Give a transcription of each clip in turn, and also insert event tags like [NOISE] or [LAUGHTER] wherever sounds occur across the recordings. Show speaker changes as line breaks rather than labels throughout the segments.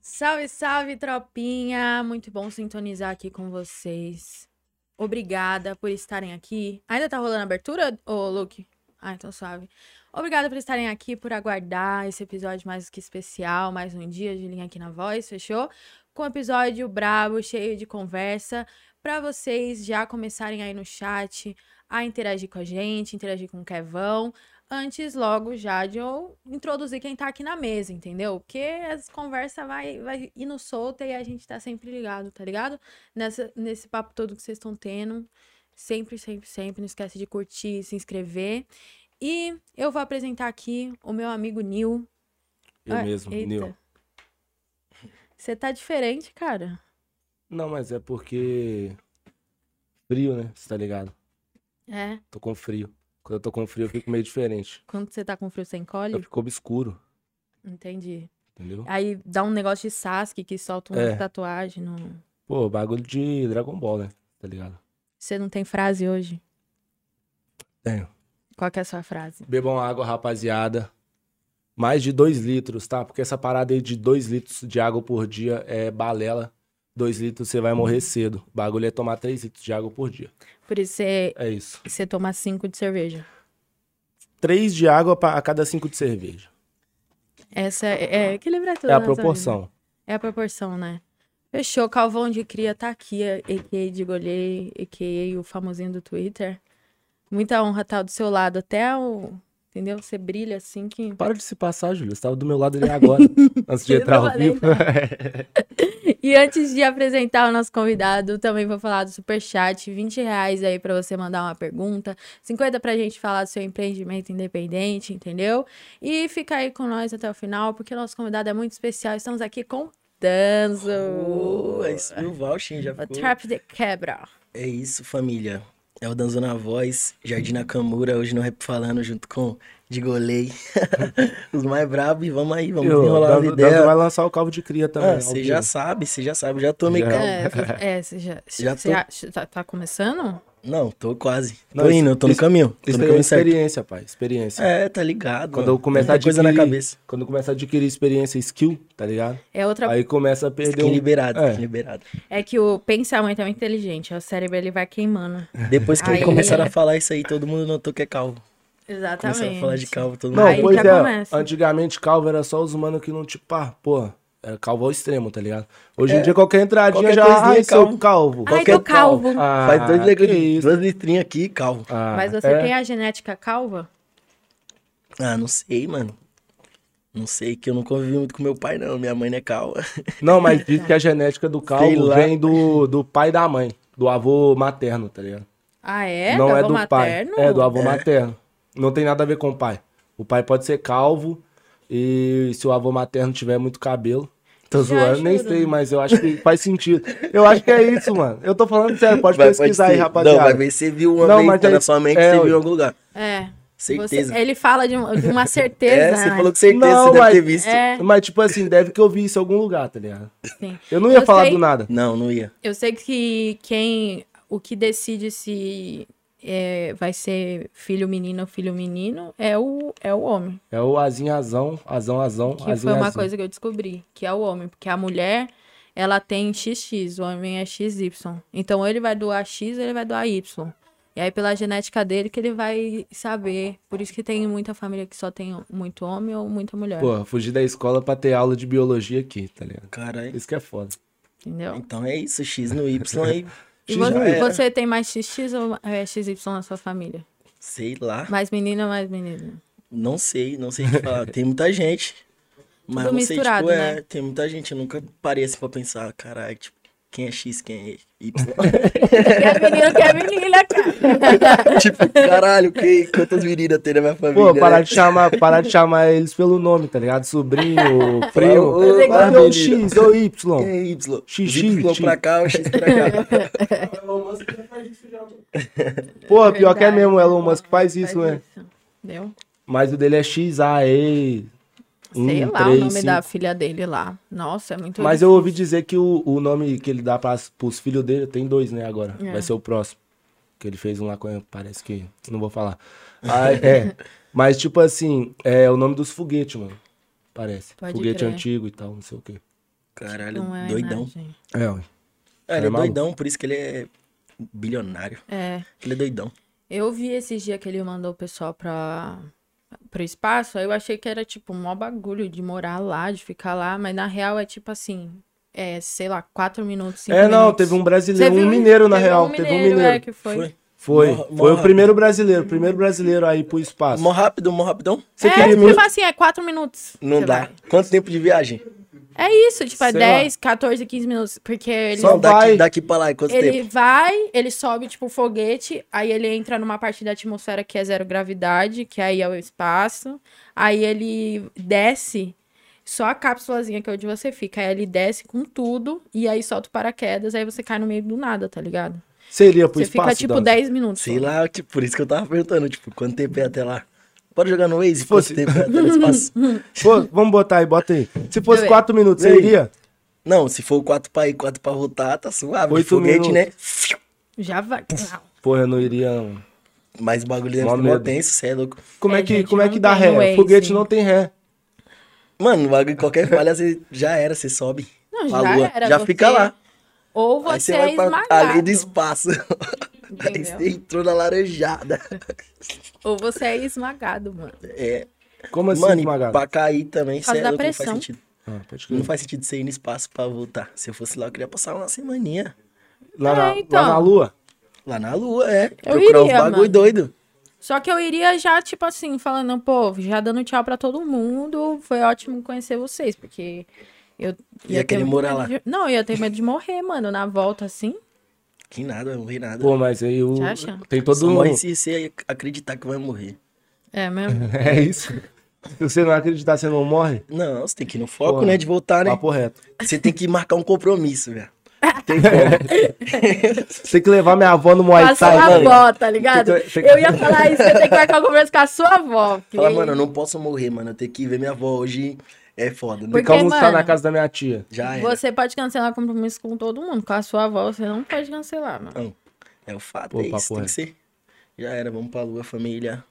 Salve, salve, tropinha! Muito bom sintonizar aqui com vocês. Obrigada por estarem aqui. Ainda tá rolando a abertura, ô Luke? Ah, então suave. Obrigada por estarem aqui, por aguardar esse episódio mais que especial, mais um dia de linha aqui na voz, fechou? Com um episódio brabo, cheio de conversa, para vocês já começarem aí no chat a interagir com a gente, interagir com o Kevão, antes logo já de eu introduzir quem tá aqui na mesa, entendeu? Porque as conversas vai, vai indo solta e a gente tá sempre ligado, tá ligado? Nessa, nesse papo todo que vocês estão tendo. Sempre, sempre, sempre. Não esquece de curtir, se inscrever. E eu vou apresentar aqui o meu amigo Nil.
Eu
Ah,
mesmo,
eita.
Nil.
Você tá diferente, cara.
Não, mas é porque. Frio, né? Você tá ligado?
É.
Tô com frio. Quando eu tô com frio, eu fico meio diferente.
Quando você tá com frio, você
Eu
encolhe?
fico obscuro,
Entendi.
entendeu?
Aí dá um negócio de Sasuke que solta uma
É.
tatuagem. no-
Pô, bagulho de Dragon Ball, né? Tá ligado?
Você não tem frase hoje?
Tenho.
Qual que é a sua frase?
Bebam água, rapaziada. Mais de 2 litros, tá? Porque essa parada aí de 2 litros de água por dia é balela. 2 litros você vai morrer cedo. O bagulho é tomar 3 litros de água por dia.
Por isso você,
É isso.
você toma cinco de cerveja.
3 de água pra- a cada 5 de cerveja.
Essa é, é equilibrar tudo.
É a
na sua vida.
proporção.
É a proporção, né? Fechou, Calvão de Cria tá aqui, a.k.a. de Golei, a.k.a. o famosinho do Twitter. Muita honra estar do seu lado, até o... Entendeu? Você brilha assim que...
Para de se passar, Júlio. Você tava do meu lado ali
[LAUGHS]
agora, antes de
Eu
entrar
não
ao
falei né?
vivo. [LAUGHS]
E antes de apresentar o nosso convidado, também vou falar do Superchat, 20 reais aí pra você mandar uma pergunta, 50 pra gente falar do seu empreendimento independente, entendeu? E fica aí com nós até o final, porque o nosso convidado é muito especial, estamos aqui com Danzo,
Oh, isso, meu vouching já
o
ficou.
Trap de Quebra.
É isso, família. É o Danzo na voz, Jardim Nakamura, hoje no Rap Falando, junto com Digolei. [LAUGHS] Os mais brabos, e vamos aí, vamos
Eu,
enrolar as
Danzo- Danzo
ideias.
vai lançar o calvo de cria também.
Ah,
ao
Você
vivo.
já sabe, você já sabe, já tô meio
Já.
calmo.
É, vo- é, você já,
[LAUGHS] Já
você
tô.
já- tá, tá começando?
Não, tô quase. Tô
Não, isso-
indo, tô no
isso-
caminho. Tô
Isso
no
daí é
caminho certo.
experiência, pai. Experiência.
É, tá ligado.
Quando
mano.
eu começar a
Muita coisa na
adquirir-
cabeça.
Quando começa a adquirir experiência e skill, tá ligado?
É outra.
Aí começa a perder
Skin
um...
liberado,
É.
skin liberado.
É que o pensamento é muito inteligente, o cérebro ele vai queimando.
Depois que
Aí-
começaram a falar isso aí, todo mundo notou que é calvo.
é. Exatamente.
Começaram a falar de calvo, todo mundo.
Não,
Aí
pois
já
é.
começa.
Antigamente, calvo era só os mano que não, tipo, ah, pô, era calvo ao extremo, tá ligado? Hoje em dia, qualquer entradinha
Qualquer
já,
coisinha
ai,
é
calvo. calvo.
calvo.
É. Ai,
qualquer
tô calvo.
Ah,
Faz dois
que
negócios,
isso.
duas letrinhas aqui e calvo.
Ah,
Mas você
é.
tem a genética calva?
Ah, não sei, mano. Não sei, que eu não convivi muito com meu pai, não. Minha mãe não é calma.
Não, mas diz que a genética do
Sei
calvo
lá.
vem do, do pai da mãe, do avô materno, tá ligado?
Ah, é?
não
da
é
avó
do
materno?
pai. É do avô materno. Não tem nada a ver com o pai. O pai pode ser calvo e se o avô materno tiver muito cabelo. Tô
Já
zoando, nem
juro.
sei, mas eu acho que faz sentido. Eu acho que é isso, mano. Eu tô falando sério, pode
Vai-
pesquisar
ser.
aí, rapaziada.
Não, vai ver se você viu uma
Não, mas
vez, tá
aí-
na sua mente,
é,
você viu
ué.
em algum lugar.
É.
Certeza.
Você- ele fala de, um- de
[LAUGHS]
uma
é,
certeza.
você
né?
falou com certeza,
Não,
você deve
mas-
ter visto.
É,
Mas, tipo assim, deve que eu vi isso em algum lugar, tá ligado?
sim.
Eu não ia
Eu
falar
sei.
do nada.
Não, não ia.
Eu sei que quem. O que decide se é, vai ser filho menino ou filho menino é o, é o homem.
É o azinho, azão, azão, azão,
Que
azinho,
foi uma
azinho.
coisa que eu descobri, que é o homem, porque a mulher, ela tem XX, o homem é XY. Então, ou ele vai doar X ou ele vai doar Y. E aí, pela genética dele, que ele vai saber. Por isso que tem muita família que só tem muito homem ou muita mulher.
Pô, fugir da escola pra ter aula de biologia aqui, tá ligado?
Caralho.
Isso que é foda.
Entendeu?
Então é isso, X no Y
[LAUGHS]
aí.
E
X
vo-
já era.
você tem mais XX ou é, XY na sua família?
Sei lá.
Mais menina ou mais menino?
Não sei, não sei o que falar. Tem muita gente. Mas
Tudo
não sei,
misturado,
tipo, é,
né?
tem muita gente. Eu nunca parei assim pra pensar, caralho, tipo, quem é X, quem é Y.
[LAUGHS]
Que é menino, que é menina, cara.
[LAUGHS] tipo, caralho, que, quantas meninas tem na minha família?
Pô, parar
né?
de, chamar, parar de chamar eles pelo nome, tá ligado?
[LAUGHS]
Sobrinho, primo. é
Ô, ô,
Cadê o
menino.
X ou
Quem
Y?
é Y?
X,
Y
X.
pra cá, o X pra cá.
[LAUGHS]
Pô, pior que é
Verdade.
mesmo, o Elon Musk faz isso,
Faz
né?
isso. Entendeu?
Mas o dele é X, A, E.
Sei
um,
lá
três,
o nome
cinco.
da filha dele lá. Nossa, é muito
Mas eu ouvi dizer que o, o nome que ele dá pras, pros filhos dele, tem dois, né, agora.
É.
Vai ser o próximo. Que ele fez um lá com. Parece que. Não vou falar.
[LAUGHS]
Ah, é. Mas, tipo assim, é o nome dos foguetes, mano. Parece.
Pode
Foguete
crer.
antigo e tal, não sei o quê.
Caralho,
Não é, né,
doidão.
gente?
É, ué.
É, ele é
É maluco.
doidão, por isso que ele é bilionário.
É.
Ele é doidão.
Eu vi esses dias que ele mandou o pessoal pra, pro espaço, aí eu achei que era tipo um maior bagulho de morar lá, de ficar lá, mas na real é tipo assim, é, sei lá, quatro minutos, cinco
É, não,
minutos.
teve um
Você
brasileiro,
viu
um
isso?
mineiro, na
Teve
real. teve um mineiro.
É, que foi.
Foi.
Mó- mó
foi o
rápido.
primeiro brasileiro, o primeiro brasileiro aí pro espaço.
Mó rápido, mó rapidão.
É,
Você queria
tipo
mesmo?
assim, é quatro minutos.
Não
Você
dá.
vai.
Quanto tempo de viagem?
É isso, tipo, é
Sei
10, 14, 15 minutos, porque ele...
Só
Não, daqui,
vai.
daqui pra lá, quanto
Ele
tempo?
vai, ele sobe, tipo, o foguete, aí ele entra numa parte da atmosfera que é zero gravidade, que aí é o espaço. Aí ele desce, só a cápsulazinha que é onde você fica. Aí ele desce com tudo, e aí solta o paraquedas, aí você cai no meio do nada, tá ligado?
Você iria pro
você
espaço? então?
fica, tipo,
Danza?
10 minutos.
Sei lá, tipo, por isso que eu tava perguntando, tipo, quanto tempo é até lá? Bora jogar no Waze?
fosse-
Quanto tempo é
[LAUGHS]
até no espaço?
Pô, vamos botar aí, bota aí. Se fosse
ver.
4 minutos,
Vê
você
aí.
iria?
Não, se for quatro pra ir, quatro pra voltar, tá suave.
Oito
De foguete,
minutos.
né?
Já vai.
Porra, eu não iria, não.
Mas o
Mó
bagulho deve ser mó
medo.
tenso, cê é louco.
Como é,
É,
que,
gente,
como é
não
que dá
tem
ré?
Waze.
Foguete não tem ré.
Mano, o bagulho, qualquer falha, você já era, você sobe.
Não,
pra
já era.
já
você-
fica lá.
Ou você,
Aí você
é
vai pra
esmagado.
além do espaço. [LAUGHS] Aí
entendeu?
você entrou na laranjada.
Ou você é esmagado, mano.
É.
Como assim,
Mano, e
esmagado?
pra cair também,
causa
cê é
da
louco, não faz
pressão.
sentido.
Ah, pode crer.
Não faz sentido você ir no espaço pra voltar. Se eu fosse lá, eu queria passar uma semaninha.
Lá, na,
É, então.
lá na lua?
Lá na lua, é.
Eu
Procurar
iria,
uns bagulho
mano.
doido.
Só que eu iria já, tipo assim, falando, pô, já dando tchau pra todo mundo. Foi ótimo conhecer vocês, porque eu.
Ia querer
muito
morar
medo
lá.
de- Não, eu ia ter medo de morrer, mano, na volta assim.
Que nada, não morri nada.
Pô, mas aí o.
Você acha?
Tem
Só
todo um.
morre se você acreditar que vai morrer.
É mesmo?
[LAUGHS] É isso. Se você não acreditar, você não morre?
Não, você tem que ir no foco,
Pô,
né? De voltar, né?
Papo reto.
Você tem que marcar um compromisso, velho. Tem como.
Você tem que levar minha avó no Muay
Com a
Thai,
sua
mano.
avó, tá ligado?
Tem que- tem que-
Eu ia falar isso, eu tenho que marcar um conversa com a sua avó. porque-
Fala, mano, eu não posso morrer, mano. Eu tenho que ver minha avó hoje. É foda, né?
Porque,
Fica almoçar
mano,
na casa da minha tia.
Já é.
Você pode cancelar compromisso com todo mundo. Com a sua avó, você não pode cancelar, mano.
É o fato,
Pô,
é isso.
papo
Tem
reto.
que ser. Já era, vamos pra lua, família.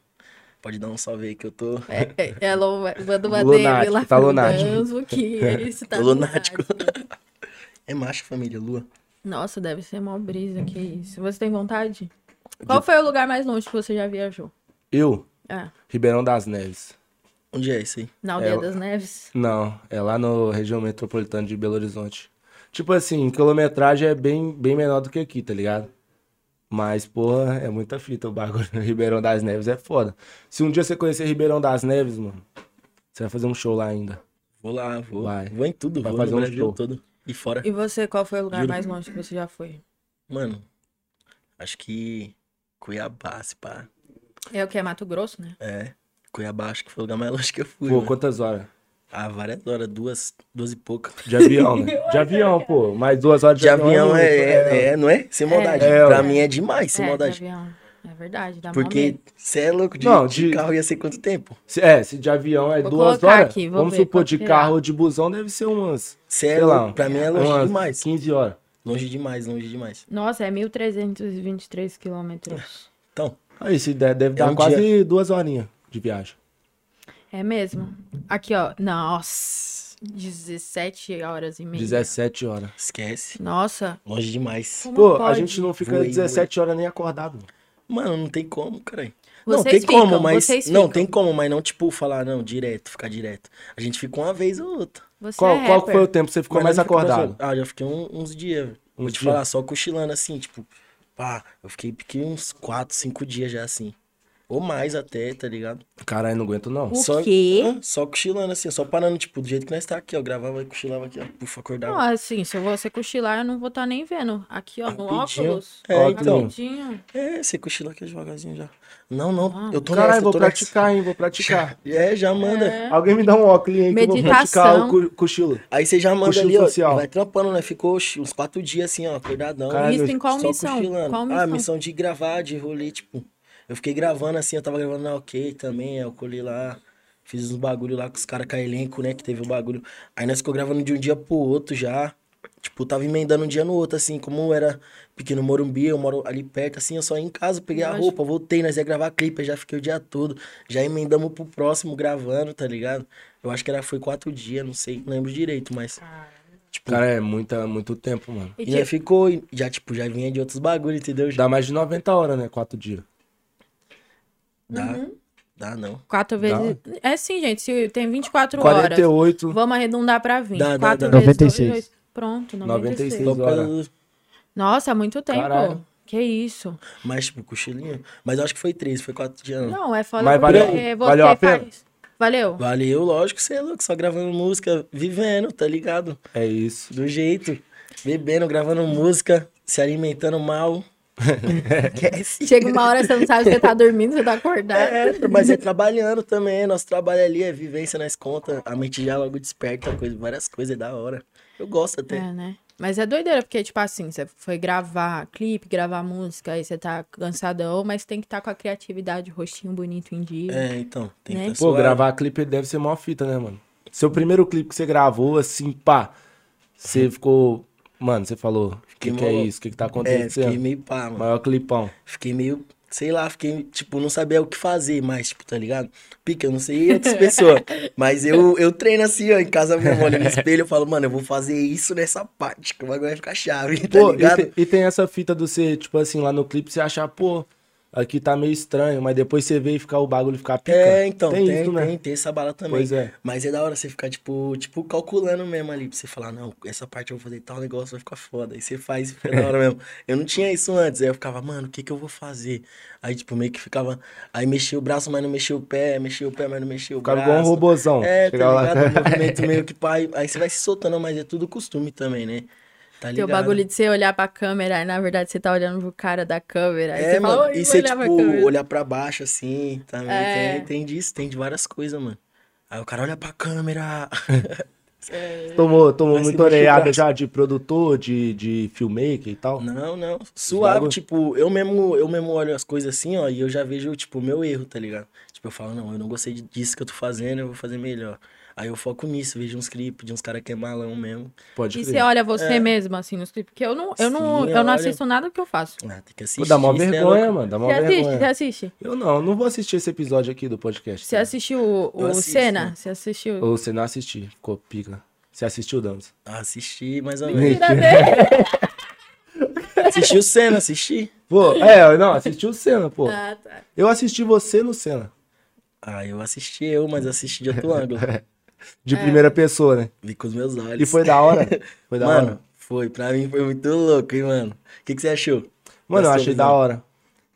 Pode dar um salve aí que eu tô.
É, é, é lo- manda uma
Lunático,
DM lá
tá
pro
lunático.
Danzo, que ele se tá
Tô lunático.
lunático.
[LAUGHS] É macho, família, lua.
Nossa, deve ser mó brisa, que é isso. Você tem vontade? Qual foi o lugar mais longe que você já viajou?
Eu,
É,
Ribeirão das Neves.
Onde é isso aí?
na Aldeia
É,
das Neves?
Não, é lá no região metropolitana de Belo Horizonte. Tipo assim, quilometragem é bem, bem menor do que aqui, tá ligado? Mas, porra, é muita fita o bagulho. [LAUGHS] Ribeirão das Neves é foda. Se um dia você conhecer Ribeirão das Neves, mano, você vai fazer um show lá ainda.
Vou lá, vou.
Vai.
Vou em tudo,
Vai
vou
fazer
no
um
Brasil
show.
todo. E fora.
E você, qual foi o lugar
Juro.
mais longe que você já foi?
Mano, acho que Cuiabá, se pá.
É o que é Mato Grosso, né?
É. Cuiabá acho que foi o lugar mais longe que eu fui.
Pô,
mano.
quantas horas?
Ah, várias horas, duas, duas e pouca.
De avião, né? De avião, pô. Mais duas horas de,
De avião
muito, né?
é, é, é, não é? Sem maldade.
É,
pra
ué.
mim é demais, sem
é, de
maldade.
avião. É verdade, dá mó
Porque
medo.
você é louco de,
Não,
de
de-
carro ia ser quanto tempo?
Se, é, se de avião é
Vou
duas
colocar
horas,
aqui, vou
vamos
ver
supor,
quanto
de
que é.
carro ou de busão deve ser umas,
Você é
sei lá,
louco. Pra mim é longe
umas
demais.
15 horas.
Longe demais, longe demais.
Nossa, é 1.323 quilômetros.
Então,
Aí, se der, Ah, deve
É
dar
um
quase duas horinhas de viagem.
É mesmo? Aqui, ó. Nossa, 17 horas e meia.
17 horas.
esquece.
Nossa,
Longe demais.
como
Pô, a
pode?
gente não fica
Voei,
17 horas nem acordado.
Mano, não tem como, caralho. não,
Vocês
tem como,
ficam,
mas.
vocês
não,
ficam.
tem como, mas não, tipo, falar, não, direto, ficar direto. A gente fica uma vez ou outra.
Você
Qual,
é
qual que foi o
rapper.
tempo que você ficou
Mas
mais
não fica mais
acordado?
ou- Ah, já fiquei um- uns dias. Vou
Uns
te
dias?
falar, só cochilando assim, tipo, pá, eu fiquei, fiquei uns 4, 5 dias já assim. Ou mais até, tá ligado?
Caralho, não aguento não.
O
só,
quê?
Hã? Só cochilando assim, só parando, tipo, do jeito que nós tá aqui, ó. Gravava e cochilava aqui, ó. Pufa,
Não,
acordava.
assim, se você cochilar, eu não vou estar nem vendo. Aqui, ó, no
Rapidinho.
óculos.
É,
então.
Rapidinho.
É, você cochila aqui devagarzinho já. Não, não,
Ah.
eu tô nessa,
Caralho,
eu
vou
tô nessa.
praticar, hein?
[LAUGHS]
Vou praticar.
[LAUGHS] É, já manda.
Alguém me dá um óculos aí que eu vou praticar
Meditação.
o cu- cochilo.
Aí você já manda
Cochilo
ali, ó.
social.
Vai trampando, né? Ficou oxi, uns quatro dias assim, ó, acordadão.
Isso
Caralho,
em qual
só
missão?
cochilando.
Qual
Ah,
missão?
missão de gravar, de rolê, tipo. Eu fiquei gravando assim, eu tava gravando na OK também, aí eu colhi lá. Fiz uns bagulho lá com os caras com a elenco, né? Que teve o bagulho. Aí nós ficou gravando de um dia pro outro já. Tipo, tava emendando um dia no outro, assim, como era pequeno Morumbi, eu moro ali perto, assim, eu só ia em casa, peguei a
Lógico.
roupa, voltei, nós ia gravar clipe, eu já fiquei o dia todo, já emendamos pro
Ah.
próximo gravando, tá ligado? Eu acho que era, foi quatro dias, não sei, não lembro direito, mas, tipo, tipo.
Cara, é muita, muito tempo, mano.
E
e
tipo,
aí ficou, e já, tipo, já vinha de outros bagulho, entendeu? Já
Dá mais de 90 horas, né? Quatro dias.
dá, dá não.
quatro vezes. É sim, gente. Se tem 24 horas.
48,
Vamos arredondar pra 20.
Dá, dá,
quatro
dá.
vezes.
96.
dois, dois. Pronto, 96.
96.
Só pra-
horas.
Nossa, muito tempo.
Caralho.
Que isso.
Mas, tipo, cochilinha. Mas eu acho que foi três, foi quatro dias, não.
Não, é foda
Mas
porque
valeu-
você
valeu a pena?
faz. Valeu.
Valeu, lógico, você é louco, só gravando música, vivendo, tá ligado?
é isso.
Do jeito. Bebendo, gravando música, se alimentando mal. Esquece.
Chega uma hora, você não sabe se você tá dormindo, você tá acordado.
[LAUGHS] É, mas é trabalhando também. Nosso trabalho ali é vivência nós conta. A mente já logo desperta coisa, várias coisas, é da hora. Eu gosto até.
É, né? Mas é doideira, porque, tipo assim, você foi gravar clipe, gravar música, aí você tá cansadão, mas tem que estar com a criatividade, o rostinho bonito em dia.
É, então, tem
Né?
que tá
Pô,
suave.
gravar clipe deve ser mó fita, né, mano? Seu primeiro clipe que você gravou, assim, pá, você ficou. Mano, você falou, o que,
Uhum. Fiquei
que é
mó-
isso? O que, que tá
É,
acontecendo?
fiquei meio pá, mano.
Maior clipão.
Fiquei meio, sei lá, fiquei, tipo, não sabia o que fazer mais, tipo, tá ligado? Pica, eu não sei outras
[LAUGHS]
pessoas. Mas eu, eu treino assim, ó, em casa mesmo, olho no espelho, eu falo, mano, eu vou fazer isso nessa parte, que o bagulho vai ficar chave, tá
Pô, e, [LAUGHS]
ligado?
te- e tem essa fita do você, tipo assim, lá no clipe, você achar, pô, aqui tá meio estranho, mas depois você vê e ficar, o bagulho ficar pica.
É, então, tem, tem,
isso, né?
tem essa bala também.
Pois é.
Mas é da hora você ficar, tipo, tipo, calculando mesmo ali, pra você falar, não, essa parte eu vou fazer tal negócio, vai ficar foda. Aí você faz e fica
[LAUGHS]
da hora mesmo. Eu não tinha isso antes, aí eu ficava, mano, o que que eu vou fazer? Aí, tipo, meio que ficava, aí mexia o braço, mas não mexia o pé, mexia o pé, mas não mexia o
Ficava
braço.
igual um robozão.
É,
Chegava lá-
tá ligado? O movimento meio que pai. Aí você vai se soltando, mas é tudo costume também, né? Tá
Tem o
ligado?
bagulho de você olhar pra câmera, e na verdade você tá olhando pro cara da câmera. Aí
É,
você
mano.
fala, "Oi,
e
vou
você,
olhar pra câmera."
tipo, olhar pra baixo assim, também.
É.
Tem, tem disso, tem de várias coisas, mano. Aí o cara olha pra
[LAUGHS]
câmera.
[LAUGHS] Tomou, tomou
Mas
muito
você mexeu o
orelhada
braço.
já de produtor, de, de filmmaker e tal.
Não, não. Suave,
bagulho.
tipo, eu mesmo, eu mesmo olho as coisas assim, ó, e eu já vejo, tipo, o meu erro, tá ligado? Tipo, eu falo, não, eu não gostei de- disso que eu tô fazendo, eu vou fazer melhor. Aí eu foco nisso, vejo uns clipes de uns caras que é malão mesmo.
Pode
E
crer.
você olha você mesmo, assim, nos clipes. Porque eu não, eu não,
É. Sim,
eu não
olha.
assisto nada que eu faço.
Ah, tem que
Pô,
assistir.
dá mó
isso é
vergonha,
louco.
mano. Dá mó
Você assiste? Você
vergonha.
assiste?
Eu não, não vou assistir esse episódio aqui do podcast.
Você assistiu o,
Eu
o
assisto.
Senna? Você assistiu?
Ou você não assistiu, ficou pica. Você assistiu, Damas?
Ah, Assisti, mais ou menos.
Mentira
[LAUGHS]
dele.
Assisti o Senna, assisti.
Pô, é, eu não, assisti o Senna, pô.
Ah, tá.
Eu assisti você no Senna.
Ah, eu assisti eu, mas assisti de outro ângulo.
De
É.
primeira pessoa, né?
Vi com os meus olhos.
E foi da hora. Foi da
mano,
hora.
[LAUGHS] foi. Pra mim foi muito louco, hein, mano. O que, que você achou?
Mano, eu
Gostou,
achei
visão?
da hora,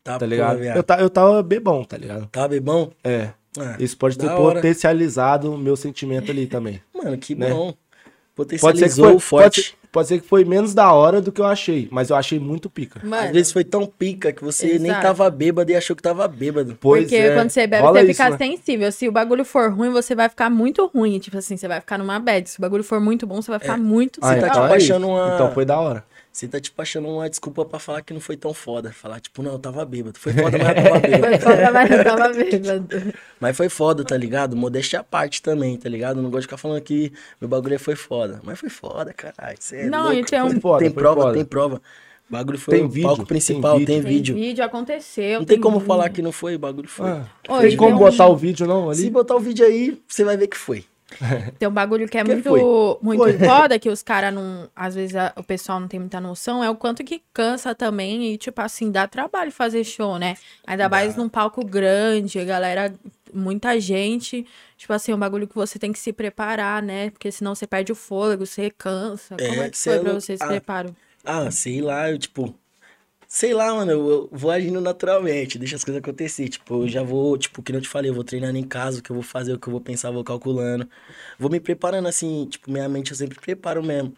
Tá,
tá ligado?
Porra,
Eu, ta, eu tava bebão, tá ligado?
Tá bebão?
É.
Ah,
Isso pode ter
da hora.
potencializado o meu sentimento ali
[LAUGHS]
também.
Mano, que
né?
bom.
Pode ser, que
Potencializou
foi,
o forte.
Pode, ser, pode ser que foi menos da hora do que eu achei, mas eu achei muito pica.
Mano,
Às vezes foi tão pica que você nem
Exato.
tava bêbado e achou que tava bêbado.
Pois
porque
é,
quando você bebe,
rola
você
isso,
fica
né?
sensível. Se o bagulho for ruim, você vai ficar muito ruim. Tipo assim, você vai ficar numa bad. Se o bagulho for muito bom, você vai ficar muito
Ah,
bom.
tá,
então
tipo,
é isso.
achando uma-
Então foi da hora.
Você tá, tipo, achando uma desculpa pra falar que não foi tão foda. Falar, tipo, não, eu tava bêbado. Foi foda, mas eu tava
[LAUGHS]
bêbado.
Vai
[LAUGHS]
falar, mas eu tava bêbado.
Mas foi foda, tá ligado? Modéstia à parte também, tá ligado? Não gosto de ficar falando que meu bagulho foi foda. Mas foi foda, caralho. Cê é
Não,
louco.
e tem um-
Foi foda,
tem
foi
prova,
foda.
tem prova. O bagulho foi
Tem
o
vídeo,
palco
tem
principal, tem
vídeo.
vídeo.
Tem vídeo, aconteceu.
Não tem como
vídeo.
falar que não foi, o bagulho foi.
Ah,
Oi,
tem como
tem um-
botar o vídeo não
Se
ali?
botar o vídeo aí, você vai ver que foi.
Tem um bagulho que é
Que
muito,
foi?
muito foda, que os caras não. Às vezes a- o pessoal não tem muita noção, é o quanto que cansa também. E, tipo assim, dá trabalho fazer show, né? Ainda mais num palco grande, a galera, muita gente. Tipo assim, é um bagulho que você tem que se preparar, né? Porque senão você perde o fôlego, você cansa.
É,
Como é que
cê
foi
é
pra
louco.
você se
Ah,
preparo?
Ah, sei lá, eu tipo. Sei lá, mano, eu eu vou agindo naturalmente, deixa as coisas acontecer. Tipo, eu já vou, tipo, que não te falei, eu vou treinando em casa, o que eu vou fazer, o que eu vou pensar, vou calculando. Vou me preparando assim, tipo, minha mente eu sempre preparo mesmo.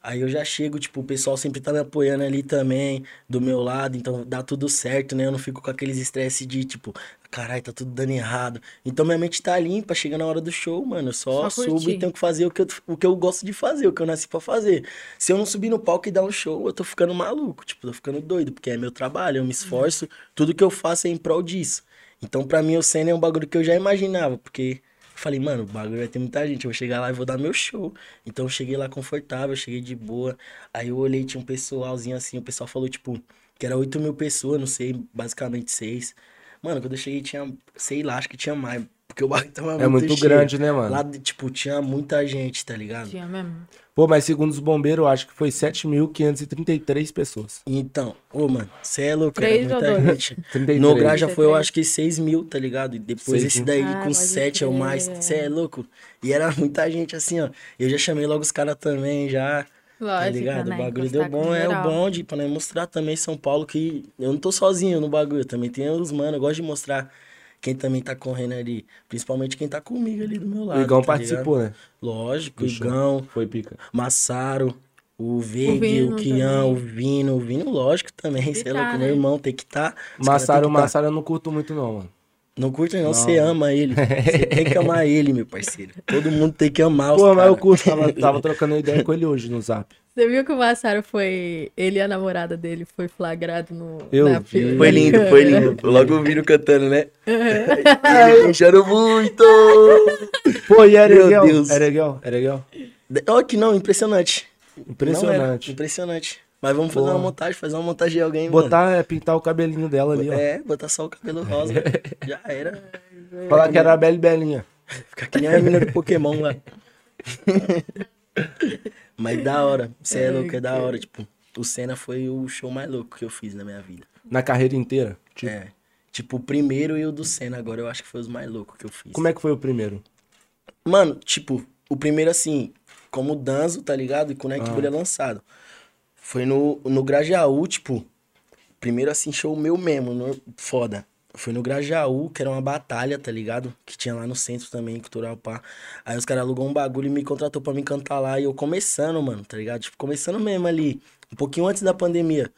Aí eu já chego, tipo, o pessoal sempre tá me apoiando ali também, do meu lado, então dá tudo certo, né? Eu não fico com aqueles estresse de, tipo, carai, tá tudo dando errado. Então minha mente tá limpa, chega na hora do show, mano, eu só
Só
subo
curtir.
e tenho que fazer o que, eu, o que eu gosto de fazer, o que eu nasci pra fazer. Se eu não subir no palco e dar um show, eu tô ficando maluco, tipo, tô ficando doido, porque é meu trabalho, eu me esforço, tudo que eu faço é em prol disso. Então, pra mim, o Senna é um bagulho que eu já imaginava, porque eu falei, mano, o bagulho vai ter muita gente, eu vou chegar lá e vou dar meu show. Então, eu cheguei lá confortável, eu cheguei de boa. Aí eu olhei, tinha um pessoalzinho assim, o pessoal falou, tipo, que era 8 mil pessoas, não sei, basicamente seis Mano, quando eu cheguei tinha, sei lá, acho que tinha mais, Porque o bagulho tava
É muito
cheio.
grande, né, mano?
Lá, de- tipo, tinha muita gente, tá ligado?
Tinha mesmo.
Pô, mas segundo os bombeiros, eu acho que foi 7.533 pessoas.
Então, ô, mano, cê é louco, era
Três ou
muita
dois?
[LAUGHS]
gente.
33.
No Gra já foi, eu
33.
acho que 6 mil, tá ligado? E depois
Seis
esse
mil.
daí
Ah,
com
pode
7 ou mais,
crer.
você é louco. E era muita gente assim, ó. Eu já chamei logo os caras também, já.
Lógico,
Tá ligado?
né?
O bagulho
Encostar
deu
com
bom, é o
geral.
bom de pra nós mostrar também São Paulo que eu não tô sozinho no bagulho. Também tem os mano, eu gosto de mostrar quem também tá correndo ali. Principalmente quem tá comigo ali do meu lado.
O Igão
tá
participou, né?
ligado? Lógico, o
Do show.
Igão,
Foi pica.
Massaro, o Veg,
Vino
o Kian,
também.
o Vino, o Vino, lógico também. Você é
tá,
louco,
né?
meu irmão, tem que tá. Os caras têm
Massaro,
que tá.
Massaro eu não curto muito, não, mano.
Não curta não, você ama ele. Você tem que amar ele, meu parceiro. Todo mundo tem que amar os
Pô, mas
cara.
eu curto. Tava,
[LAUGHS]
tava trocando ideia com ele hoje no zap.
Você viu que o Massaro foi. Ele e a namorada dele foi flagrado no.
Eu
na
vi.
fila
Foi
da
lindo,
câmera.
foi lindo. Logo o Vino cantando, né?
É.
Ele puxando muito!
Pô, e Ereguel?
Meu Deus.
Ereguel, Ereguel.
Ó, que não, impressionante. Não era,
Impressionante.
impressionante. Mas vamos fazer
Porra.
uma montagem, fazer uma montagem de alguém, mano.
Botar, é, pintar o cabelinho dela ali, ó.
É, botar só o cabelo
[LAUGHS]
rosa. Já era. é,
Falar que era a Bela e Belinha.
Ficar Tá que nem a menina do Pokémon lá. Mas da hora. Você é louco, é da hora. Tipo, o Senna foi o show mais louco que eu fiz na minha vida.
Na carreira inteira. Tipo,
É. Tipo, o primeiro e o do Senna agora eu acho que foi os mais loucos que eu fiz.
Como é que foi o primeiro?
Mano, tipo, o primeiro assim, como Danzo, tá ligado? E quando é que
Ah.
ele é lançado. Foi no, no Grajaú, tipo, primeiro assim, show meu mesmo, no- foda. Foi no Grajaú, que era uma batalha, tá ligado? Que tinha lá no centro também, cultural pá. Aí os caras alugou um bagulho e me contratou pra me cantar lá. E eu começando, mano, tá ligado? Tipo, começando mesmo ali, um pouquinho antes da pandemia.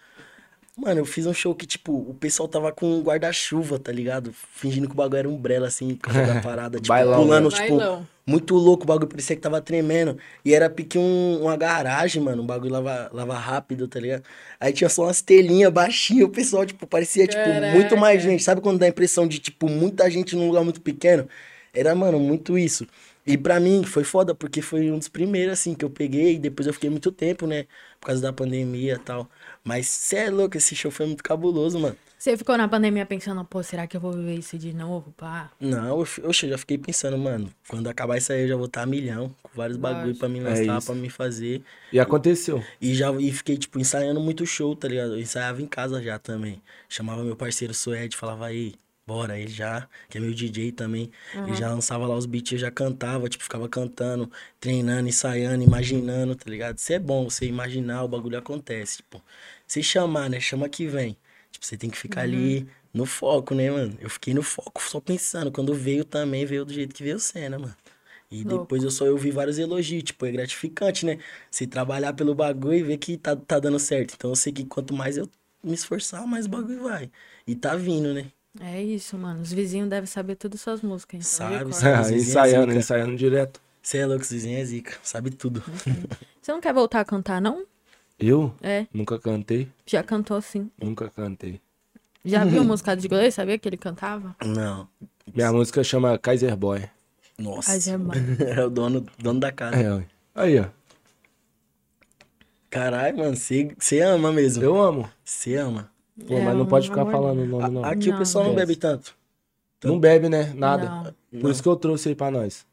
Mano, eu fiz um show que, tipo, o pessoal tava com um guarda-chuva, tá ligado? Fingindo que o bagulho era umbrella, assim, por causa
[LAUGHS]
da parada. Tipo,
Bailão,
pulando,
né?
tipo,
Bailão.
muito louco o bagulho, parecia que tava tremendo. E era pique um, uma garagem, mano, um bagulho lava, lava rápido, tá ligado? Aí tinha só umas telinhas baixinhas, o pessoal, tipo, parecia, tipo, muito mais
Caraca.
gente. Sabe quando dá a impressão de, tipo, muita gente num lugar muito pequeno? Era, mano, muito isso. E pra mim foi foda, porque foi um dos primeiros, assim, que eu peguei. E depois eu fiquei muito tempo, né? Por causa da pandemia e tal. Mas cê é louco, esse show foi muito cabuloso, mano.
Você ficou na pandemia pensando, pô, será que eu vou viver isso de novo? Pá.
Não, eu, fi- oxe, eu já fiquei pensando, mano, quando acabar isso aí eu já vou estar a milhão, com vários bagulho pra me
É
lançar,
isso.
pra me fazer.
E aconteceu.
E já e fiquei, tipo, ensaiando muito show, tá ligado? Eu ensaiava em casa já também. Chamava meu parceiro Suede, falava aí, bora, ele já, que é meu DJ também. Ele já lançava lá os beats, eu já cantava, tipo, ficava cantando, treinando, ensaiando, imaginando, tá ligado? Isso é bom, você imaginar, o bagulho acontece, tipo. Você chamar, né? Chama que vem. Tipo, você tem que ficar ali no foco, né, mano? Eu fiquei no foco, só pensando. Quando veio também, veio do jeito que veio o Senna, mano. E
Louco.
depois eu só ouvi vários elogios, tipo, é gratificante, né? Você trabalhar pelo bagulho e ver que tá, tá dando certo. Então eu sei que quanto mais eu me esforçar, mais o bagulho vai. E tá vindo, né?
É isso, mano. Os vizinhos devem saber todas suas músicas. Então,
Sabe,
de cor.
[LAUGHS]
sabe. Às vezes é
ensaiando,
zica.
ensaiando direto.
Você é louco, vizinho é zica, sabe tudo.
Você não quer voltar a cantar, não?
Eu
É.
nunca cantei,
Já cantou sim.
nunca cantei.
Já viu música de goleiro? Sabia que ele cantava?
[LAUGHS] Não.
Minha música chama Kaiser Boy.
Nossa.
As irmãs.
[LAUGHS] é o dono, dono da casa.
É, ó. aí, ó.
Caralho, mano, você ama mesmo.
Eu amo.
Você ama.
Pô,
É,
mas não
um
pode ficar
amor.
falando o nome, não.
A- Aqui
Não.
o pessoal não
Esquece.
bebe tanto.
Não bebe, né? Nada.
Não.
Por isso que eu trouxe aí pra nós.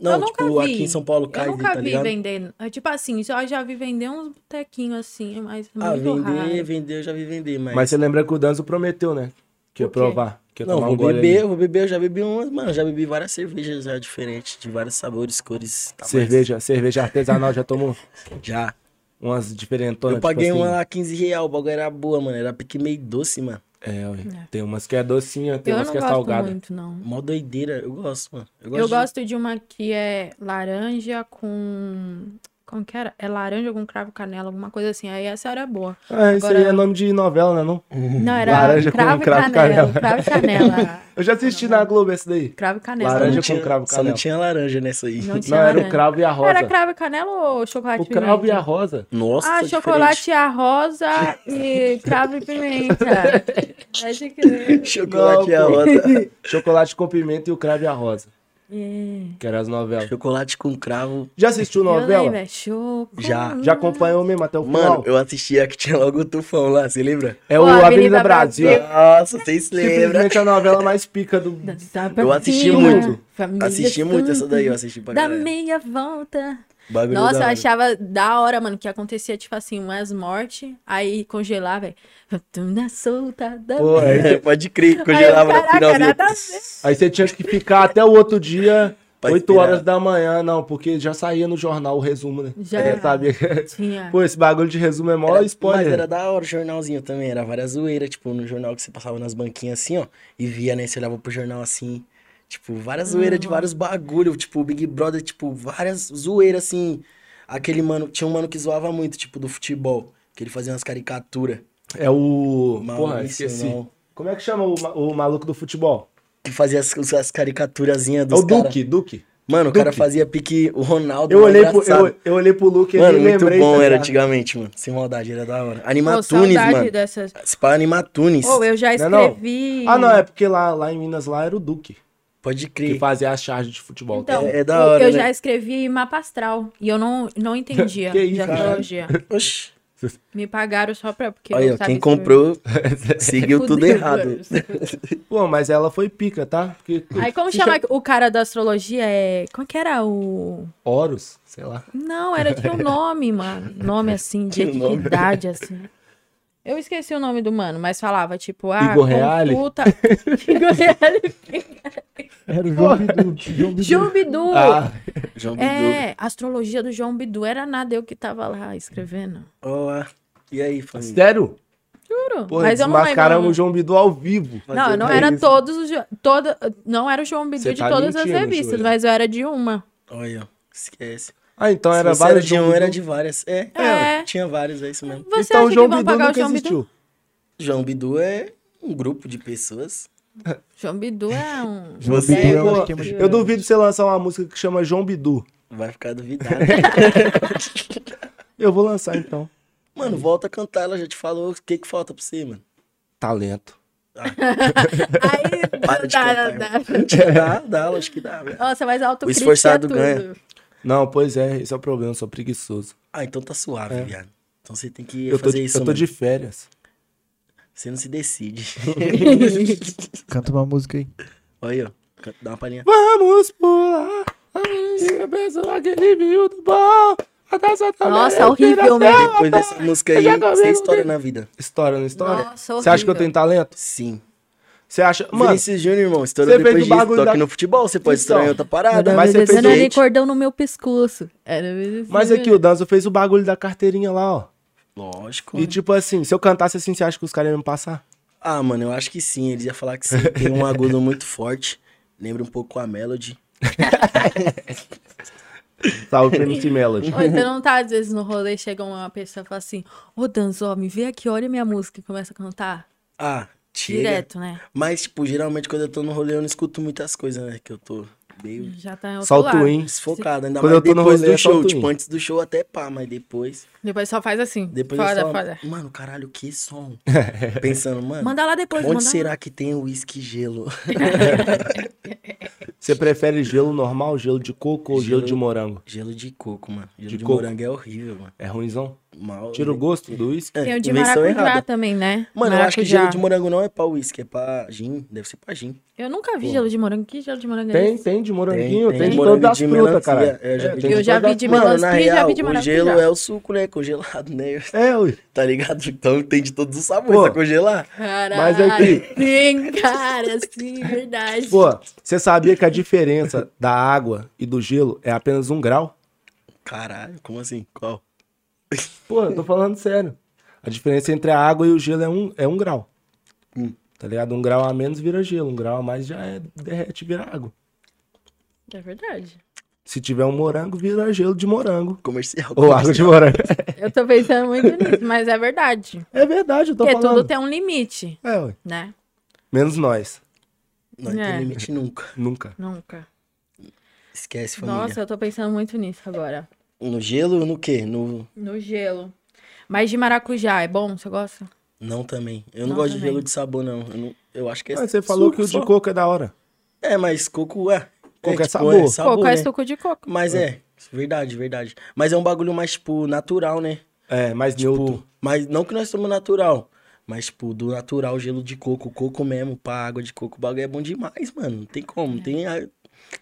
Não,
eu nunca
tipo,
vi.
aqui em São Paulo cai,
eu nunca
tá
vi
ligado?
vender. é, Tipo assim, só já vi vender uns botequinhos assim, mas
Ah,
muito
vender,
raro.
vender, eu já vi vender, mas.
Mas você lembra que o Danzo prometeu, né? Que ia
O quê?
provar. Que ia
Não,
tomar
vou
um gole
beber,
ali.
eu vou beber, eu já bebi umas, mano, já bebi várias cervejas já diferentes, de vários sabores, cores. tamanhos.
Cerveja, cerveja artesanal, já tomou
Já.
umas diferentonas.
Eu paguei
tipo
uma
assim.
lá 15 real, o bagulho era boa, mano, era pique meio doce, mano.
É, ué. tem umas que é docinha, tem
Eu
umas
não
que é
gosto
salgada.
muito, não.
Mó doideira, eu gosto, mano. Eu gosto.
Eu
de-
gosto de uma que é laranja com. Como que era? É laranja com cravo canela, alguma coisa assim. Aí essa era boa.
Ah, isso
Agora- É.
aí é nome de novela, né? Não?
Não, era
Laranja com
cravo,
cravo
e canela.
canela.
Cravo e canela.
Eu já assisti na Globo esse daí.
[LAUGHS]
cravo e canela.
Laranja
Só
com
não tinha-
cravo
Só não
canela.
tinha laranja nessa aí.
Não
Não,
tinha
era o
laranja.
cravo e a rosa.
Era cravo e canela ou chocolate
O cravo e
pimenta?
a rosa.
[LAUGHS] Nossa,
Ah,
diferente.
chocolate à rosa e cravo e pimenta.
[LAUGHS]
Acho que...
Chocolate
Não,
é a
pô.
roda.
[LAUGHS] Chocolate com pimenta e o cravo e a rosa.
É.
Que era as novelas.
[LAUGHS] Chocolate com cravo.
Já assistiu
Eu lembro,
novela?
é choco.
Já.
Já acompanhou mesmo até o
Mano,
final?
eu assistia que tinha logo o tufão lá, você lembra?
É o
Pô,
Avenida,
Avenida
Brasil.
Brasil.
Nossa, vocês
Tipo,
lembram?
Simplesmente a novela mais pica do...
Dançar
Eu
pra
assisti
cima,
muito.
família
Assisti muito essa daí, eu
junto,
assisti pra
Da
galera.
meia volta.
Bagulho
Nossa,
da
eu
hora.
achava da hora, mano, que acontecia, tipo assim, umas mortes, aí congelar, velho. Tuna solta da.
Pô, aí,
[LAUGHS] É, pode crer, que congelava
Aí eu,
no
caraca,
final.
nada a
aí você tinha que ficar até o outro dia,
Pra
8
esperar.
horas da manhã, não, porque já saía no jornal o resumo, né?
Já. [LAUGHS]
É, sabia?
Tinha.
Pô, esse bagulho de resumo é mó
Era-
spoiler.
Mas era da hora o jornalzinho também, era várias zoeiras, tipo, no jornal que você passava nas banquinhas assim, ó, e via, né, você olhava pro jornal assim, tipo, várias zoeiras
Uhum.
de vários bagulho, tipo, o Big Brother, tipo, várias zoeiras assim. Aquele mano, tinha um mano que zoava muito, tipo, do futebol, que ele fazia umas caricaturas.
É o... Porra,
Maurício,
esqueci.
não.
Como é que chama o, ma- o maluco do futebol?
Que fazia as, as caricaturazinhas
É o
dos cara.
Duque, Duque.
Mano, o cara
Duque.
fazia pique o Ronaldo,
Eu
mano,
olhei, pro,
engraçado.
eu, eu olhei pro Luke e
Mano,
nem
muito
lembrei.
bom
tá
era
ligado?
antigamente, mano. Sem maldade, era da hora.
Pô,
Animatunes,
saudade
mano.
dessas.
Se pá, Animatunes.
Pô, eu já
Não é não?
escrevi.
Ah, não, é porque lá, lá em Minas lá era o Duque
Pode
que
crer.
fazia as charges de futebol. tá
Então,
ligado?
É- é da
eu-
hora,
eu
né?
já escrevi mapa astral e eu não, não
[LAUGHS]
entendia
Que isso,
de
cara?
astrologia.
Oxi.
Me pagaram só pra. Porque
Olha,
eu
ó,
sabia
quem
escrever.
[LAUGHS]
comprou seguiu tudo
Fudeu,
errado.
mano.
Pô, mas ela foi pica, tá? Porque
[LAUGHS] Aí como
se
[LAUGHS]
chama o cara da astrologia? É. Como que era o.
Horus, sei lá.
Não, era tinha um nome, mano. Nome assim, de
Tinha um nome.
atividade, assim. Eu esqueci o nome do mano, mas falava, tipo, ah,
Igor Reale?
consulta. [LAUGHS] Igor Reale.
Era o João Bidu. João Bidu.
João Bidu.
Ah,
João Bidu.
é, astrologia do João Bidu. Era nada eu que tava lá escrevendo.
Ó, ah. e aí, família?
sério?
Juro.
Pô,
mas eu não
desmascaramos
lembro.
o João Bidu ao vivo.
Não, eu não
É
era
isso.
todos os. jo- Toda, não era o João Bidu
Você
de
tá
todas
mentindo,
as revistas,
Júlia.
mas eu era de uma.
Olha, esquece.
Ah, então
Se
era
você era
vários
de
João
um,
Bidu.
era de várias. É,
É.
tinha vários, é isso mesmo.
Você
então
acha
o João
que vão
Bidu
pagar o
nunca
João Bidu?
existiu.
João Bidu é um grupo de pessoas.
João Bidu é um.
João
Você-
Bidu é um
Pô,
esquema de
eu duvido você lançar uma música que chama João Bidu.
Vai ficar
[LAUGHS]
duvidado.
Eu vou lançar então.
mano, volta a cantar, ela já te falou o que que falta pra você, mano.
Talento.
[LAUGHS] Aí.
Para de
dá,
cantar,
dá, dá.
Dá, dá, acho que dá, velho.
Nossa, mas
O
autocrítica
esforçado
é tudo.
ganha.
Não, pois é, esse é o problema, eu sou preguiçoso.
Ah, então tá suave, viado. Então você tem que
É. Eu tô,
fazer
de,
isso,
eu tô
mano.
de férias.
Você não se decide. [LAUGHS]
Canta uma música aí.
Olha, ó. can- Dá uma palhinha.
Vamos pular. Amiga, pensa aquele miúdo bom. A taça tá
Nossa, horrível mesmo.
Depois dessa música aí,
já comi,
você
não
estoura
tem-
na vida.
História, não história?
Nossa,
você acha que eu
horrível.
tenho talento?
Sim.
Você acha.
Mano,
Mano,
Vinícius Júnior, irmão,
você
estourou
fez
depois
o
disso.
bagulho
Toque
da-
no futebol, você pode
Então,
estourar em outra parada.
Nada
Mas
mais
você é fez
desenho de
jeito.
cordão no meu pescoço. Era
mas aqui o Danzo fez o bagulho da carteirinha lá, ó.
Lógico.
E tipo assim, se eu cantasse assim, você acha que os caras iam me passar?
Ah, mano, eu acho que sim. Eles iam falar que sim. Tem um agudo muito forte. Lembra um pouco a Melody.
Salve pra MC Melody.
Ou você não tá, às vezes, no rolê, chega uma pessoa e fala assim, ô Danzó, me vê aqui, olha minha música e começa a cantar.
Ah, tira.
Direto, né?
Mas, tipo, geralmente quando eu tô no rolê, eu não escuto muitas coisas, né? Que eu tô meio
Já tá em outro
Solta
lado.
o in.
desfocado. Ainda
Quando
mais
eu tô no
depois
rolê,
do
é só o
show.
Twin.
Tipo, antes do show até pá, mas depois...
Depois só faz assim.
Depois
foda,
eu só...
foda.
Mano, caralho,
[LAUGHS]
que som. Pensando, mano...
Manda lá depois,
Onde
manda lá.
será que tem o uísque gelo? [LAUGHS]
Você prefere gelo normal, gelo de coco ou gelo,
Gelo-
de morango?
gelo de coco, mano. Gelo
De
de,
coco.
morango é horrível, mano.
É ruimzão?
Mal.
Tira o gosto do uísque?
É,
Tem o de
invenção
maracujá
errada.
também, né?
Mano, eu acho que
Maracujá.
gelo de morango não é pra uísque, é pra gin. Deve ser pra gin.
Eu nunca vi gelo de morango. Que gelo de morango é
Tem,
esse?
tem de moranguinho, tem,
tem.
de
Morango
todas as
de
frutas,
melancia,
cara.
é, eu já vi.
tem
Eu já
todas
vi
as-
de
Mano, na
melancia e já
real,
vi de
o
maracujá.
gelo é o suco, né? Congelado, né? [LAUGHS]
É, ui.
Tá ligado? Então tem de todos os sabores,
Pô.
tá congelar.
Caralho,
Mas aqui-
Sim, cara, sim, verdade.
Pô, você sabia que a diferença da água e do gelo é apenas um grau?
Caralho, como assim? Qual?
Pô, eu tô falando sério. A diferença entre a água e o gelo é um, é um grau.
Hum.
Tá ligado? Um grau a menos vira gelo, um grau a mais já é, derrete e vira água.
É verdade.
Se tiver um morango, vira gelo de morango.
Comercial.
Ou água de morango.
Eu tô pensando muito nisso, mas é verdade.
É verdade, eu tô
Porque
falando.
tudo tem um limite,
É, ué.
né?
Menos nós.
Não tem
É.
limite nunca.
Nunca.
Nunca.
Esquece, família.
Nossa, eu tô pensando muito nisso agora.
No gelo ou no quê? No...
No gelo. Mas de maracujá, é bom? Você gosta?
Não também. Eu não,
Não
gosto de
também.
gelo de sabor, não. Eu, não- eu acho que é
Mas você falou
suco
que o
só.
de coco é da hora.
É, mas coco, é.
Coco é,
tipo,
sabor.
sabor,
coco
né?
é suco de coco.
Mas é, verdade, verdade. Mas é um bagulho mais, tipo, natural, né?
É, mais neutro.
Tipo, mas não que nós somos natural. Mas, tipo, do natural, gelo de coco, coco mesmo, pá, água de coco, o bagulho é bom demais, mano. Não tem como, tem... a-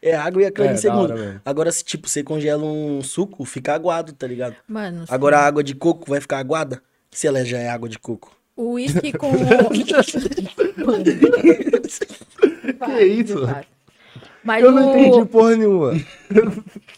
É água e a cana
É,
em
da
segundo.
hora mesmo.
Agora, se, tipo, você congela um suco, fica aguado, tá ligado?
Mano,
Agora a água de coco vai ficar aguada? Se ela já é água de coco.
o
[LAUGHS]
uísque com.
Que isso?
Mas
Eu
o-
não entendi porra nenhuma.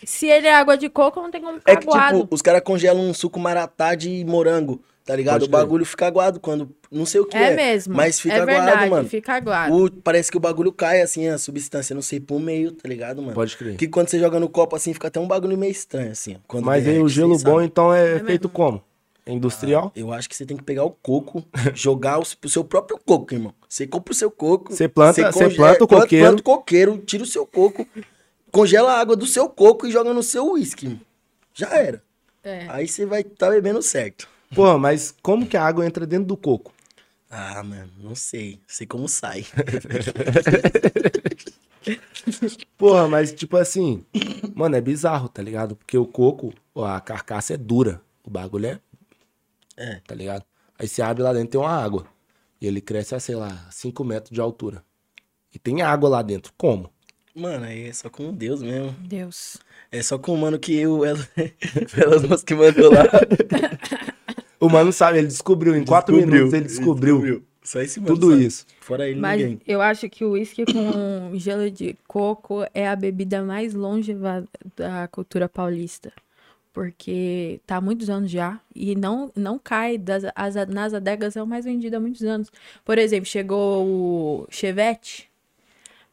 se ele é água de coco, não tem como ficar
É que,
Tá aguado.
tipo, os caras congelam um suco maratá de morango, tá ligado?
Pode
o
crer.
bagulho fica aguado quando. Não sei o que é.
é, mesmo.
mas fica
é
aguado,
verdade,
mano.
fica aguado.
O- parece que o bagulho cai, assim, a substância, não sei, pro meio, tá ligado, mano?
Pode crer.
Que quando você joga no copo, assim, fica até um bagulho meio estranho, assim. ó, Quando
Mas aí
derrete,
o gelo
assim,
bom,
sabe?
então, é,
É
feito
mesmo.
como? É Industrial?
Eu acho que você tem que pegar o coco, [LAUGHS] jogar o, o seu próprio coco, irmão. Você compra o seu coco.
Você planta- você
conge- é,
planta o coqueiro.
Planta, o coqueiro, tira o seu coco, congela a água do seu coco e joga no seu uísque. irmão. Já era.
É.
Aí você vai estar bebendo certo.
Porra, mas como que a água entra dentro do coco?
Ah, mano, não sei. Sei como sai. [LAUGHS]
Porra, mas tipo assim, mano, é bizarro, tá ligado? Porque o coco, ó, a carcaça é dura. O bagulho é.
É.
Tá ligado? Aí você abre lá dentro tem uma água. E ele cresce a, sei lá, 5 metros de altura. E tem água lá dentro. Como?
Mano, aí é só com Deus mesmo.
Deus.
É só com o mano que eu, ela, [LAUGHS] elas duas que
[LAUGHS]
mandou lá.
O mano sabe, ele descobriu em 4
Descobriu,
minutos, ele descobriu,
Só esse mano.
tudo
sabe.
isso.
Fora ele,
Mas
ninguém.
eu acho que o uísque com um gelo de coco é a bebida mais longeva da cultura paulista. Porque tá há muitos anos já e não, não cai. Das, as, nas adegas é o mais vendido há muitos anos. Por exemplo, chegou o Chevette.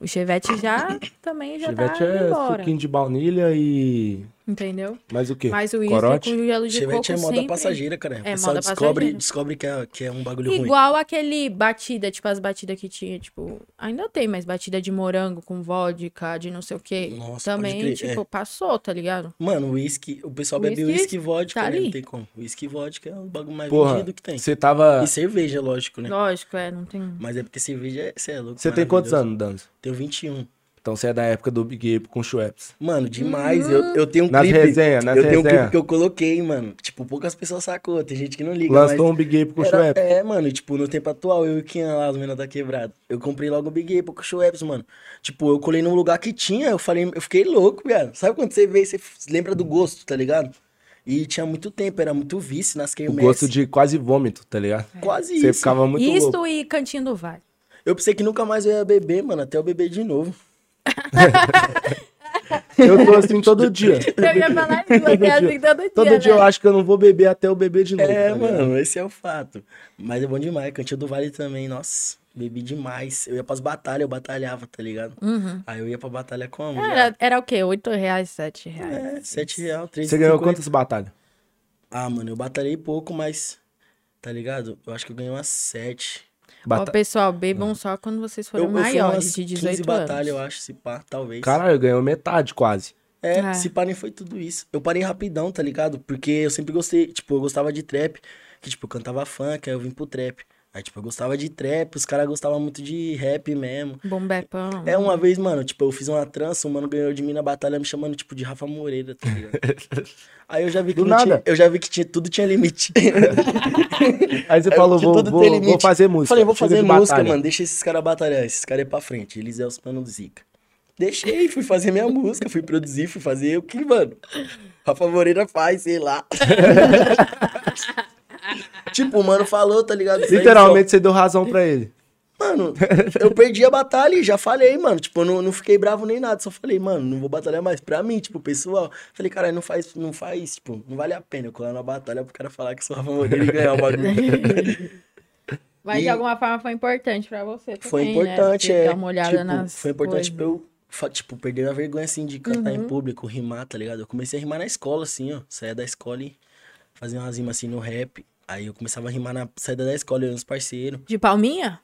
O Chevette já também já
Chivete
tá indo
é
embora.
suquinho de baunilha e.
Entendeu?
Mais o quê?
Mas o
Corote?
uísque com gelo de
Chevette
coco
é moda
sempre...
passageira, cara. O
É
pessoal
moda
descobre,
passageira.
descobre que, é, que é um bagulho ruim.
Igual aquele batida, tipo as batidas que tinha, tipo, ainda tem, mas batida de morango com vodka, de não sei o quê.
Nossa, pode
Também,
crer, é.
tipo, passou, tá ligado?
Mano, uísque, o pessoal bebe
Whisky
uísque e vodka,
tá
né?
ali.
Não tem como. Uísque e vodka é o bagulho mais
Porra,
vendido que tem.
você tava.
E cerveja, lógico, né?
Lógico, é, não tem.
Mas é porque cerveja é, cê é louco.
Você tem quantos
maravilhoso.
anos, Danzo?
Tenho 21.
Então você é da época do Big Ape com Schweppes.
Mano, demais. Eu, eu tenho um
Nas
clipe.
resenhas, nas
eu tenho um clipe
resenhas.
que eu coloquei, mano. Tipo, poucas pessoas sacou. Tem gente que não liga. mas-
Lançou um Big Ape com
Era-
Schweppes.
É, mano, tipo, no tempo atual, eu e o Kian lá, as meninas da quebrada. Eu comprei logo o Big Apple com o Schweppes, mano. Tipo, eu colei num lugar que tinha, eu falei, eu fiquei louco, viado. Sabe quando você vê, e você f- lembra do gosto, tá ligado? E tinha muito tempo, era muito vício nas
O
quermesses.
gosto de quase vômito, tá ligado?
É. Quase
Você
isso.
ficava muito
Isso
louco.
e Cantinho do
[LAUGHS]
Vale.
Eu pensei que nunca mais eu ia beber, mano, até eu beber de novo.
Eu tô assim
[LAUGHS]
todo dia.
Eu ia falar isso, mas é assim todo dia.
Todo dia eu
né?
acho que eu não vou beber até eu beber de novo.
É,
tá ligado?
mano, esse é o fato. Mas é bom demais. Cantinho do Vale também, nossa, bebi demais. Eu ia pras batalhas, eu batalhava, tá ligado?
Uhum.
Aí eu ia pra batalha como?
Era, era o quê? oito reais, sete reais.
É, 7 real, 3
Você ganhou quantas batalhas?
Ah, mano, eu batalhei pouco, mas. Tá ligado? Eu acho que eu ganhei umas 7.
Ó,
Bata...
pessoal, bebam só quando vocês
Hum. Eu,
forem
eu fui
maiores
umas
de
15
18
batalhas, eu
anos.
acho, se pá, talvez.
Caralho, ganhou metade quase.
É,
É.
se pá, nem foi tudo isso. Eu parei rapidão, tá ligado? Porque eu sempre gostei, tipo, eu gostava de trap, que, tipo, eu cantava funk, aí eu vim pro trap. Aí, tipo, eu gostava de trap, os caras gostavam muito de rap mesmo.
Bombepão.
É uma
Uhum.
vez, mano, tipo, eu fiz uma trança, um mano ganhou de mim na batalha me chamando, tipo, de Rafa Moreira, tá
[LAUGHS]
ligado? Aí eu já vi que
Do
não
nada.
tinha- eu já vi que tinha, tudo
[LAUGHS]
tinha limite. [LAUGHS]
Aí você
É,
falou,
que
vou,
tudo
vou,
tem limite.
vou fazer música.
Falei, vou
Chega
fazer
de
música,
batalha.
mano. Deixa esses caras batalhar. Esses caras é pra frente. Eles é os panos do Zica. Deixei, fui fazer minha música, fui produzir, fui fazer o que, mano? Rafa Moreira faz, sei lá. [LAUGHS] tipo, o mano falou, tá ligado? Isso aí,
Literalmente você deu razão pra ele.
só-
[LAUGHS]
Mano, eu perdi a batalha e já falei, mano. Tipo, eu não, não fiquei bravo nem nada. Só falei, mano, não vou batalhar mais. Pra mim, tipo, pessoal. Falei, cara, não faz, não faz, tipo, não vale a pena eu colar na batalha pro cara falar que sou Rafa Moreira e ganhar o
[LAUGHS]
bagulho.
Mas de
E-
alguma forma foi importante pra você também,
Foi
né?
importante,
Você
é.
Dar uma olhada
tipo,
nas
foi importante
coisas. Uhum.
pra eu, fa- tipo, perder a vergonha, assim, de cantar em público, rimar, tá ligado? Eu comecei a rimar na escola, assim, ó. Saía da escola e fazia umas rimas, assim, no rap. Aí eu começava a rimar na saída da escola, eu e uns parceiros.
De palminha?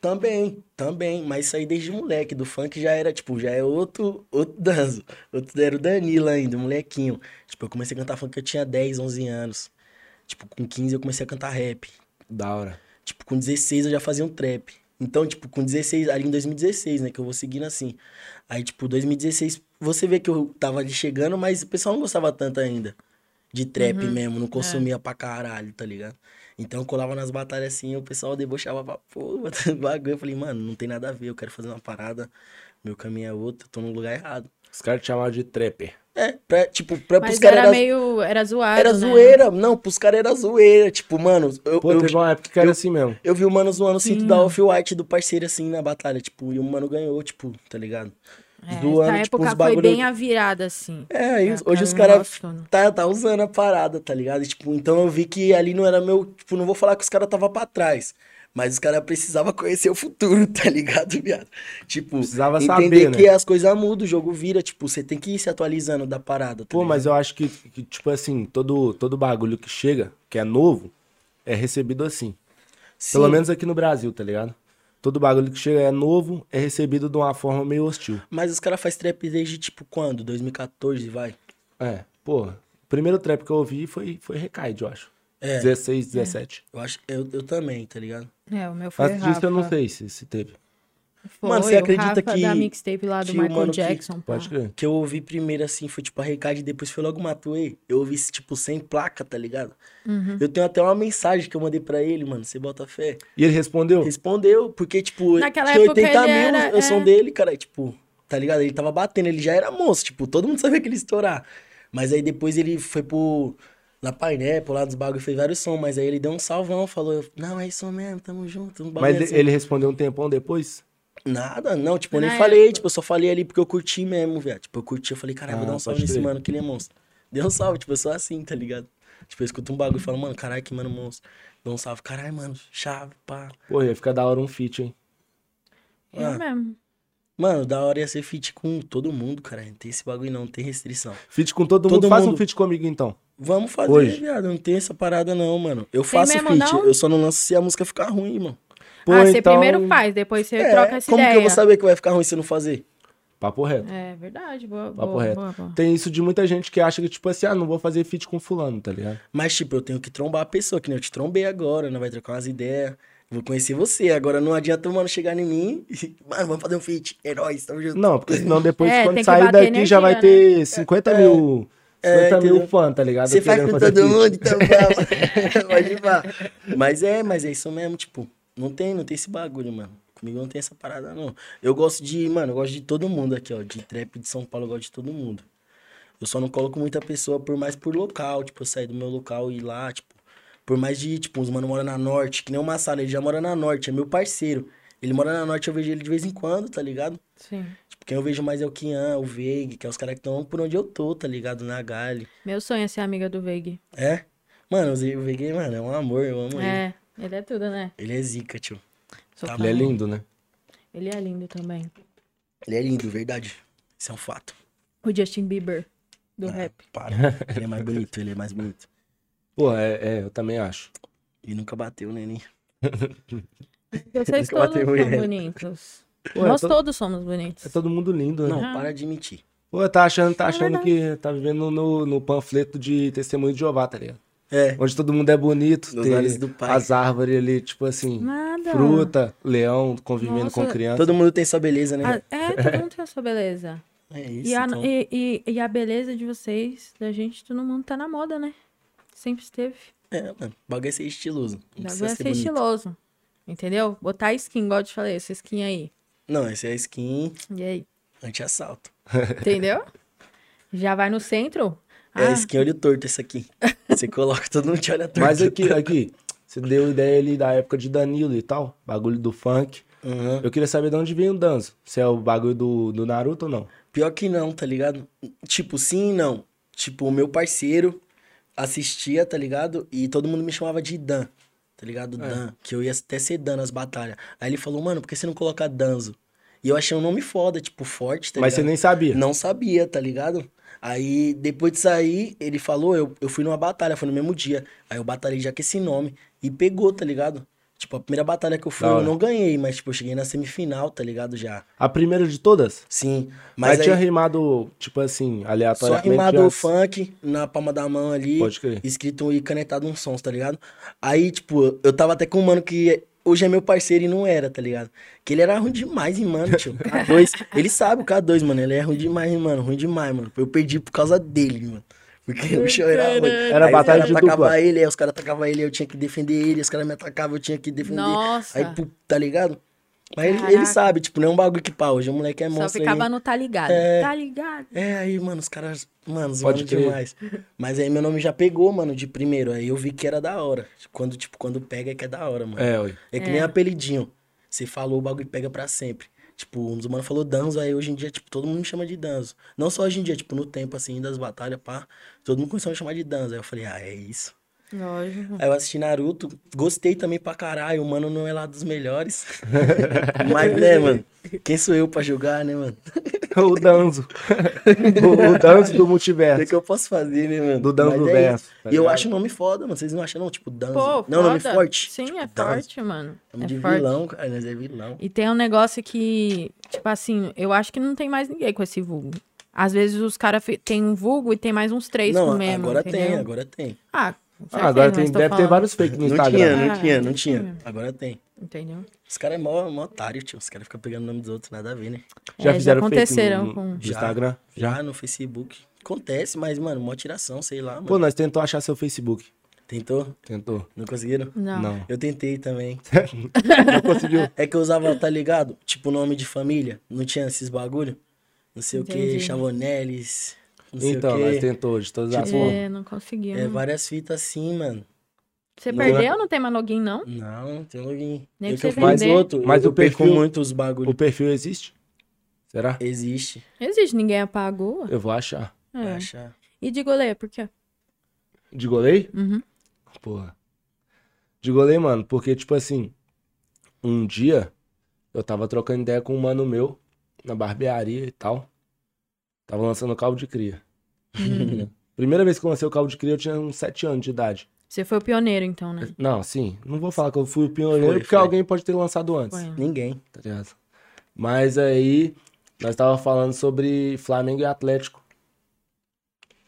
Também, também. Mas isso aí desde moleque. Do funk já era, tipo, já é outro, outro danzo. Outro era o Danilo ainda, molequinho. Tipo, eu comecei a cantar funk, eu tinha 10, 11 anos. Tipo, com 15 eu comecei a cantar rap.
Da hora.
Tipo, com 16 eu já fazia um trap. Então, tipo, com 16, ali em 2016, né, que eu vou seguindo assim. Aí, tipo, 2016, você vê que eu tava ali chegando, mas o pessoal não gostava tanto ainda. De trap
Uhum.
mesmo, não
É.
consumia pra caralho, tá ligado? Então eu colava nas batalhas assim, o pessoal debochava pra pô, bagulho. Eu falei, mano, não tem nada a ver, eu quero fazer uma parada, meu caminho é outro, eu tô no lugar errado.
Os caras te chamavam de trapper.
É, pra, tipo, pra, pros
Mas
caras
era
era,
meio. Era zoado.
era
né?
zoeira, não, pros caras era zoeira. Tipo, mano, eu,
Pô,
eu,
teve uma época que era assim mesmo.
eu vi o mano zoando o cinto da Off-White do parceiro assim na batalha, tipo, e o mano ganhou, tipo, tá ligado?
É,
zoando,
essa
tipo,
época
os
foi
bagulho-
bem a virada, assim.
É, aí
É,
os-
cara,
hoje os
eu não
caras
gosto, não.
tá, tá usando a parada, tá ligado? E, tipo, então eu vi que ali não era meu. Tipo, não vou falar que os caras tava pra trás. Mas os caras precisavam [LAUGHS] conhecer o futuro, tá ligado, viado? Tipo,
Precisava
entender
saber, né?
que as coisas mudam, o jogo vira, tipo, você tem que ir se atualizando da parada, tá
Pô,
ligado?
mas eu acho que, que, tipo assim, todo, todo bagulho que chega, que é novo, é recebido assim. Pelo
Sim.
menos aqui no Brasil, tá ligado? Todo bagulho que chega é novo, é recebido de uma forma meio hostil.
Mas os caras fazem trap desde, tipo, quando? 2014, vai?
É, porra. O primeiro trap que eu ouvi foi, foi Recaide, eu acho.
É.
16, 17.
Eu acho, eu, eu também, tá ligado?
É, o meu foi
Antes disso eu não
Rafa.
sei se, se
Tá.
teve.
Foi,
Mano, você
o
acredita
Rafa
que-
da mixtape lá do
que o
Michael
mano que-
Jackson, pá.
Pode crer.
que eu ouvi primeiro, assim, foi tipo a Recade, depois foi logo Matuê. Eu ouvi esse tipo sem placa, tá ligado?
Uhum.
Eu tenho até uma mensagem que eu mandei pra ele, mano. Você bota fé.
E ele respondeu?
Respondeu, porque, tipo,
Naquela
tinha
época
80 mil
ele era-
o som
é.
dele, cara. Tipo, tá ligado? Ele tava batendo, ele já era monstro, tipo, todo mundo [LAUGHS] sabia que ele ia estourar. Mas aí depois ele foi pro. Na painé, pro lado dos bagulho, fez vários sons, mas aí ele deu um salvão, falou, não, é isso mesmo, tamo junto. Um bagulho
Mas
assim.
ele respondeu um tempão depois?
Nada, não, tipo, eu nem
Na
falei,
época.
tipo, eu só falei ali porque eu curti mesmo, velho. Tipo, eu curti, eu falei, caralho, vou
Ah,
dar um salve
pode
nesse
crer.
mano que ele é monstro. Deu um salve, tipo, eu sou assim, tá ligado? Tipo, eu escuto um bagulho e falo, mano, caralho, que mano monstro. Dou um salve, caralho, mano, chave, pá.
Porra, ia ficar da hora um feat, hein?
Eu
Ah.
mesmo.
Mano, da hora ia ser feat com todo mundo, cara. Não tem esse bagulho não, não tem restrição.
Feat com todo,
Todo
mundo. Faz um
mundo.
feat comigo então.
Vamos fazer,
Hoje.
viado, não tem essa parada não, mano. Eu faço
mesmo,
feat,
não?
eu só não lanço se a música ficar ruim, mano.
Pô,
ah, você
então-
primeiro faz, depois você troca essa
É, como
ideia.
que eu vou saber que vai ficar ruim se eu não fazer?
Papo reto.
É verdade, boa,
Papo
boa,
reto.
boa, boa.
Tem isso de muita gente que acha que, tipo assim, ah, não vou fazer feat com fulano, tá ligado?
Mas, tipo, eu tenho que trombar a pessoa, que nem eu te trombei agora, não vai trocar umas ideias. Vou conhecer você. Agora não adianta o mano chegar em mim e. [LAUGHS] Mano, vamos fazer um feat. Heróis, tamo junto.
Não, porque senão depois,
[LAUGHS] É, tem
quando
que
sair
bater
daqui, já
energia,
vai
né?
ter 50 mil. 50
É,
mil
entendeu?
fãs, tá ligado?
Você faz
Querendo
com
fazer
todo
feat.
mundo, então calma. [LAUGHS] Pode vá. Mas é, mas é isso mesmo, tipo, não tem, não tem esse bagulho, mano. Comigo não tem essa parada, não. Eu gosto de, mano, eu gosto de todo mundo aqui, ó. De trap de São Paulo, eu gosto de todo mundo. Eu só não coloco muita pessoa por mais por local, tipo, eu sair do meu local e ir lá, tipo. Por mais de, tipo, uns mano mora na norte, que nem uma sala, ele já mora na norte, é meu parceiro. Ele mora na norte, eu vejo ele de vez em quando, tá ligado?
Sim.
Tipo, quem eu vejo mais é o Kian, o Veig, que é os caras que estão por onde eu tô, tá ligado? Na Gali.
Meu sonho é ser amiga do Veig.
É? Mano, o Zé- o Veguei, mano, é um amor, eu amo ele.
É, ele é tudo, né?
Ele é zica, tio.
Sou
Tá
fã.
Ele é lindo, né?
Ele é lindo também.
Ele é lindo, verdade. Isso é um fato.
O Justin Bieber do
Ah,
rap. [LAUGHS]
Para. Ele é mais bonito, ele é mais bonito.
Pô, é, é, eu também acho.
E nunca bateu, né, nem. [LAUGHS]
Vocês
que eu
todos
bati
são
o erro.
bonitos.
Pô, é
Nós
todo-
todos somos bonitos.
É todo mundo lindo, né?
Não, para de mentir.
Pô, tá achando, tá achando
É verdade.
que tá vivendo no, no panfleto de testemunho de Jeová, tá ligado?
É.
Onde todo mundo é bonito,
Nos
tem
olhos do Pai.
as árvores ali, tipo assim,
Nada.
fruta, leão convivendo
Nossa.
com criança.
Todo mundo tem sua beleza, né?
Ah, é, todo mundo tem a sua beleza.
É [LAUGHS] isso.
Ah, E a,
então.
e, e- e a beleza de vocês, da gente, todo mundo tá na moda, né? Sempre esteve.
É, mano. O bagulho é ser estiloso. Não
Dá
precisa
pra
ser
é ser
bonito.
estiloso. Entendeu? Botar skin, igual eu te falei, essa skin aí.
Não, essa é a skin
E aí?
anti-assalto. [LAUGHS]
Entendeu? Já vai no centro?
É
Ah,
a skin olho torto, essa
[LAUGHS]
aqui. Você coloca, todo mundo te olha torto.
Mas aqui, aqui, você deu ideia ali da época de Danilo e tal, bagulho do funk.
Aham.
Eu queria saber de onde veio o Danzo. Se é o bagulho do, do Naruto ou não.
Pior que não, tá ligado? Tipo, sim e não. Tipo, o meu parceiro assistia, tá ligado? E todo mundo me chamava de Dan, tá
É.
ligado? Dan. Que eu ia até ser Dan nas batalhas. Aí ele falou, mano, por que você não coloca Danzo? E eu achei um nome foda, tipo, forte, tá
Mas você
ligado?
nem sabia.
Não sabia, tá ligado? Aí, depois de sair, ele falou, eu, eu fui numa batalha, foi no mesmo dia. Aí eu batalhei já com esse nome. E pegou, tá ligado? Tipo, a primeira batalha que eu fui,
Da
eu
hora.
não ganhei, mas, tipo, eu cheguei na semifinal, tá ligado? Já.
A primeira de todas?
Sim.
Mas,
Mas, aí...
tinha rimado, tipo assim,
Só
aleatoriamente.
rimado
já-
o funk na palma da mão ali,
assim. Pode crer.
escrito e canetado uns sons, tá ligado? Aí, tipo, eu tava até com um mano que hoje é meu parceiro e não era, tá ligado? Que ele era ruim demais, hein, mano, tio.
[LAUGHS]
K2. ele sabe o K2, mano. Ele é ruim demais, hein, mano. Ruim demais, mano. Eu perdi por causa dele, mano. Porque o show era ruim.
Caralho.
Era
Aí
batalha
os
de
caras atacavam
dupla.
ele, aí os caras atacavam ele, eu tinha que defender ele, os caras me atacavam, eu tinha que defender.
Nossa.
Aí, pu- tá ligado? Mas ele- ele,
Caraca.
sabe, tipo, não é um bagulho que pau. Hoje o moleque é
Só
monstro.
ficava
aí.
no tá ligado.
É.
Tá ligado.
É, aí, mano, os caras, mano,
Pode
zoando
crer.
demais. Mas aí meu nome já pegou, mano, de primeiro. Aí eu vi que era da hora. Quando, tipo, quando pega é que é da hora, mano.
É, ui.
É que nem apelidinho. Você falou, o bagulho pega pra sempre. Tipo, um dos mano falou Danzo, aí hoje em dia, tipo, todo mundo me chama de Danzo. Não só hoje em dia, tipo, no tempo, assim, das batalhas, pá, todo mundo começou a me chamar de Danzo. Aí eu falei, ah, é isso.
Lógico.
Aí eu assisti Naruto, gostei também pra caralho, o mano não é lá
[LAUGHS]
dos melhores. Mas, né, mano, quem sou eu pra julgar, né, mano?
[LAUGHS] O
[LAUGHS]
Danzo. o, o Danzo do
O que, é
multiverso.
que eu posso fazer, né, mano?
Do Danzo
Mas é
Verso,
isso.
tá
E eu
ligado?
acho o nome foda, mano. Vocês não acham, não? Tipo, Danzo.
Pô,
não, nome
foda.
forte. Tipo,
Sim, é
Danzo.
forte, mano.
Nome
é
de
forte.
vilão, cara. Nós é vilão.
E tem um negócio que, tipo assim, eu acho que não tem mais ninguém com esse vulgo. Às vezes os caras fi- tem um vulgo e tem mais uns três
não,
com o mesmo.
agora
entendeu?
tem, agora tem.
Ah, com certeza,
Ah, agora
mas
tem,
tô
deve ter
falando,
vários fake no
Não
Instagram.
tinha, né? não
Ah,
tinha,
não
não tinha.
tinha.
Agora tem.
Entendeu?
Os caras é mó, mó otário, tio. Os caras ficam pegando o nome dos outros, nada a ver, né? Ah,
É,
Já fizeram fake
aconteceram
no, no,
com.
no Instagram? Já.
no Facebook. Acontece, mas, mano, mó tiração, sei lá, mano.
Pô, nós tentou achar seu Facebook.
Tentou?
Tentou.
Não conseguiram?
Não.
[LAUGHS]
Não.
Eu tentei também.
Não conseguiu.
É que eu usava, tá ligado? Tipo, nome de família. Não tinha esses bagulho? Não sei o que,
Entendi.
Chavoneles. Não sei
Então,
o quê.
nós tentou de todas as
Tipo,
formas.
É, não conseguiu.
É,
não.
várias fitas assim, mano.
Você
não
perdeu? Não tem mais login, não?
Não, não tem login.
Nem
eu
pra
que
você
eu fiz
vender.
outro.
Mas
eu
o
perco
perfil-
muito os bagulhos.
O perfil existe? Será?
Existe.
Existe, ninguém apagou.
Eu vou achar.
É.
Acha.
E de goleiro, por quê?
De goleiro?
Uhum.
Porra. De goleiro, mano, porque, tipo assim, um dia eu tava trocando ideia com um mano meu na barbearia e tal. Tava lançando caldo de cria.
Uhum.
[LAUGHS]
Uhum.
Primeira vez que eu lancei o caldo de cria, eu tinha uns 7 anos de idade.
Você foi o pioneiro, então, né?
Não, sim, não vou falar que eu fui o pioneiro,
Uhum. Foi,
porque
foi.
alguém pode ter lançado antes.
Foi.
Ninguém.
tá ligado? Mas aí, nós tava falando sobre Flamengo e Atlético.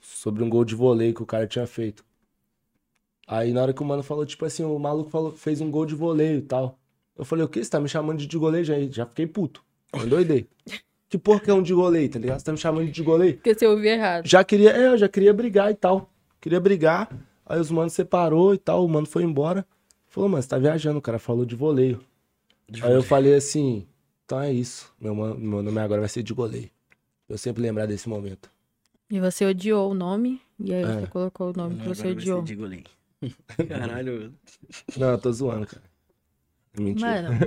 Sobre um gol de vôlei que o cara tinha feito. Aí na hora que o mano falou, tipo assim, o maluco falou que fez um gol de vôlei e tal. Eu falei, o que? Você tá me chamando de de goleiro? Já, já fiquei puto. Eu doidei. que porra que é um de goleiro, tá ligado? Você tá me chamando de de goleiro?
Porque você ouviu errado.
Já queria, é, eu já queria brigar e tal. Queria brigar. Aí os manos separou e tal, o mano foi embora. Falou, mano, você tá viajando, o cara falou de voleio. Aí eu falei assim, então é isso. Meu, man- meu nome agora vai ser de goleiro. Eu sempre lembrar desse momento.
E você odiou o nome, e aí
É.
você colocou o nome que
Agora
você
vai ser
odiou.
de [LAUGHS] goleiro. Caralho, mano.
Não, eu tô zoando, cara. É Mentira.
[LAUGHS]
Mano,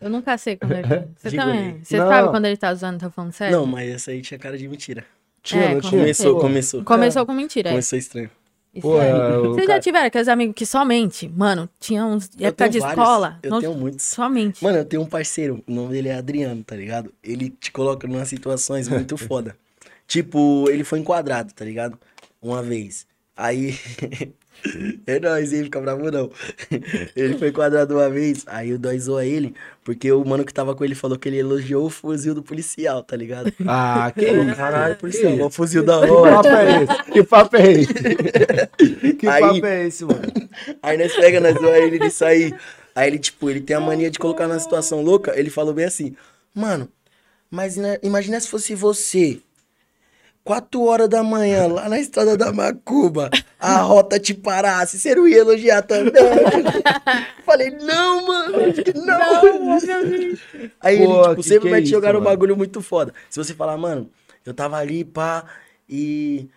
eu nunca sei quando ele. tá. Você
De
também.
goleiro.
Você
Não.
sabe quando ele tá usando, tá falando sério?
Não, mas essa aí tinha cara de mentira.
Tinha,
é,
não
com
tinha?
Começou,
Pô,
começou.
Começou com mentira. é.
Começou estranho.
Isso
Pô,
é.
eu-
Vocês já
cara,
tiveram aqueles amigos que somente, mano, tinha uns.
Eu
época
tenho
de
vários,
escola.
Eu
não-
tenho muitos.
Somente.
Mano, eu tenho um parceiro, o nome dele é Adriano, tá ligado? Ele te coloca em
[LAUGHS]
situações muito foda. Tipo, ele foi enquadrado, tá ligado? Uma vez. Aí. [LAUGHS] é nóis, hein? Fica bravo não. [LAUGHS] ele foi enquadrado uma vez, aí o Dói zoa ele, porque o mano que tava com ele falou que ele elogiou o fuzil do policial, tá ligado?
Ah, [LAUGHS] que isso?
Caralho, policial,
Que
o
isso?
fuzil da
Que
hora.
papo é esse? Que papo é esse? Que
Aí-
papo é esse, mano?
Aí nós pega, nós zoa ele de sair. Aí ele, tipo, ele tem a mania de colocar na situação louca. Ele falou bem assim, mano, mas né, imagina se fosse você. Quatro horas da manhã, lá na estrada da Macuba, a rota te parasse, você não ia elogiar também. [LAUGHS] Falei, não, mano, não. Aí ele,
Pô,
tipo,
que-
sempre
que é
vai te
isso,
jogar um
mano.
bagulho muito foda. Se você falar, mano, eu tava ali, pá, e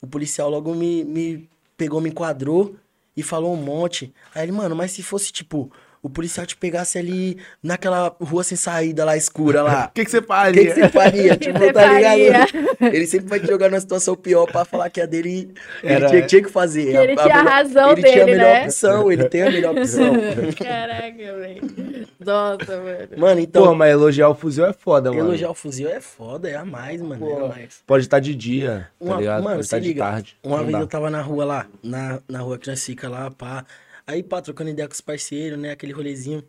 o policial logo me, me pegou, me enquadrou e falou um monte. Aí ele, mano, mas se fosse, tipo, o policial te pegasse ali naquela rua sem saída lá, escura lá.
O [LAUGHS] que, que você
O que, que
faria?
você
[LAUGHS]
faria?
Que
Tipo,
você
tá
faria?
ligado? [LAUGHS] Ele sempre vai te jogar numa situação pior pra falar que a dele ele
Era-
tinha, tinha que fazer.
Que ele tinha a
melhor-
razão
ele tinha a
dele,
melhor
né?
opção, ele tem a
[LAUGHS]
melhor opção.
Caraca, velho. Nossa, mano.
Mano, então,
Pô, mas elogiar o fuzil é foda, mano.
elogiar o fuzil é foda, é a mais, mano. É a mais.
Pode estar de dia, tá
Uma-
ligado?
mano,
Pode
se
estar de
liga.
tarde.
Uma
não
vez
dá.
eu tava na rua lá, na, na rua que nós fica lá, pá. Aí, pá, trocando ideia com os parceiros, né? Aquele rolezinho.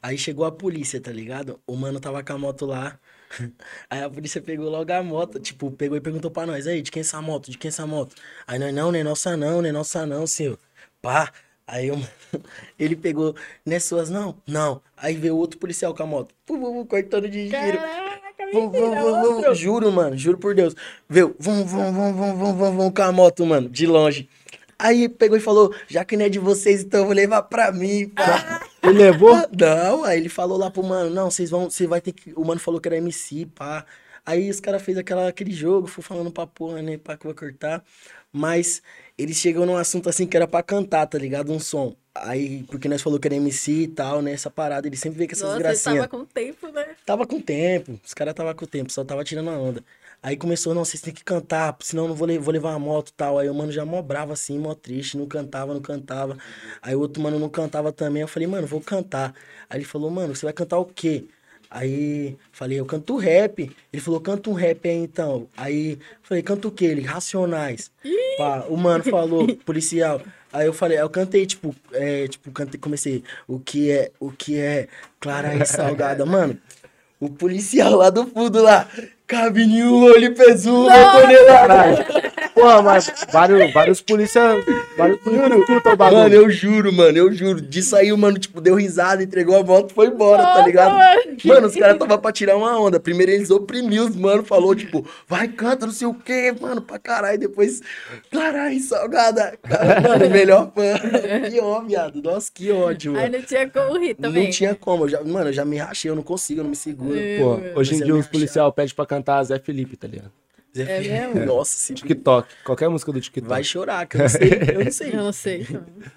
Aí chegou a polícia, tá ligado? O mano tava com a moto lá. [LAUGHS] Aí a polícia pegou logo a moto, tipo, pegou e perguntou pra nós, aí, de quem é essa moto? De quem é essa moto? Aí nós, não, não é nossa não, não é nossa não, seu. Pá. Aí eu- [LAUGHS] ele pegou nas suas, não, não. Aí veio outro policial com a moto, pum, pum, pum, cortando de giro.
Caraca,
Vum, vum,
mentira,
vum, vum.
outro.
Juro, mano, juro por Deus. Viu? Vum, vum, vum, vum, vum, vum, vum, com a moto, mano, de longe. Aí pegou e falou: já que não é de vocês, então eu vou levar pra mim.
Ah.
pá."
Ele levou?
Não, aí ele falou lá pro mano: não, vocês vão, você vai ter que. O mano falou que era MC, pá. Aí os caras fez aquela, aquele jogo, fui falando pra porra, né, pá, que eu vou cortar. Mas eles chegou num assunto assim que era pra cantar, tá ligado? Um som. Aí, porque nós falou que era MC e tal, né, essa parada, ele sempre vê com essas
Nossa, ele
gracinhas.
tava com tempo, né?
Tava com tempo, os caras tava com tempo, só tava tirando a onda. Aí começou, não, vocês têm que cantar, senão eu não vou, le- vou levar a moto e tal. Aí o mano já mó bravo assim, mó triste, não cantava, não cantava. Aí o outro mano não cantava também, eu falei, mano, vou cantar. Aí ele falou, mano, você vai cantar o quê? Aí falei, eu canto rap. Ele falou, canta um rap aí então. Aí falei, canta o quê? Ele, Racionais. Pá, o mano falou, policial. Aí eu falei, aí eu cantei, tipo, é, tipo, cantei, comecei, o que é, o que é clara e
[LAUGHS]
salgada, mano. O policial lá do fundo lá, cabine um olho pesu, uma tonelada.
Porra, mas vários, vários polícia. Vários polícia escutam o bagulho.
Mano, eu juro, mano, eu juro. Disso aí o mano, tipo, deu risada, entregou a moto, foi embora, tá
Nossa,
ligado?
mano.
Mano, os caras tava pra tirar uma onda. Primeiro eles oprimiam os mano, falou, tipo, vai, canta, não sei o quê, mano, pra caralho. Depois, caralho, salgada. Cara, Mano, melhor fã. [LAUGHS] Que ó, viado. Nossa, que ódio,
Aí
mano.
não tinha como rir também. É,
Não tinha como. eu já- mano, eu já me rachei, eu não consigo, eu não me seguro.
Pô, hoje em
Você
dia os
me acha?
policial pedem pra cantar Zé Felipe, tá ligado?
É
[LAUGHS]
mesmo?
Nossa, se
TikTok. Qualquer música do TikTok. [LAUGHS]
Vai chorar, que eu não sei, eu não sei.
Eu não sei.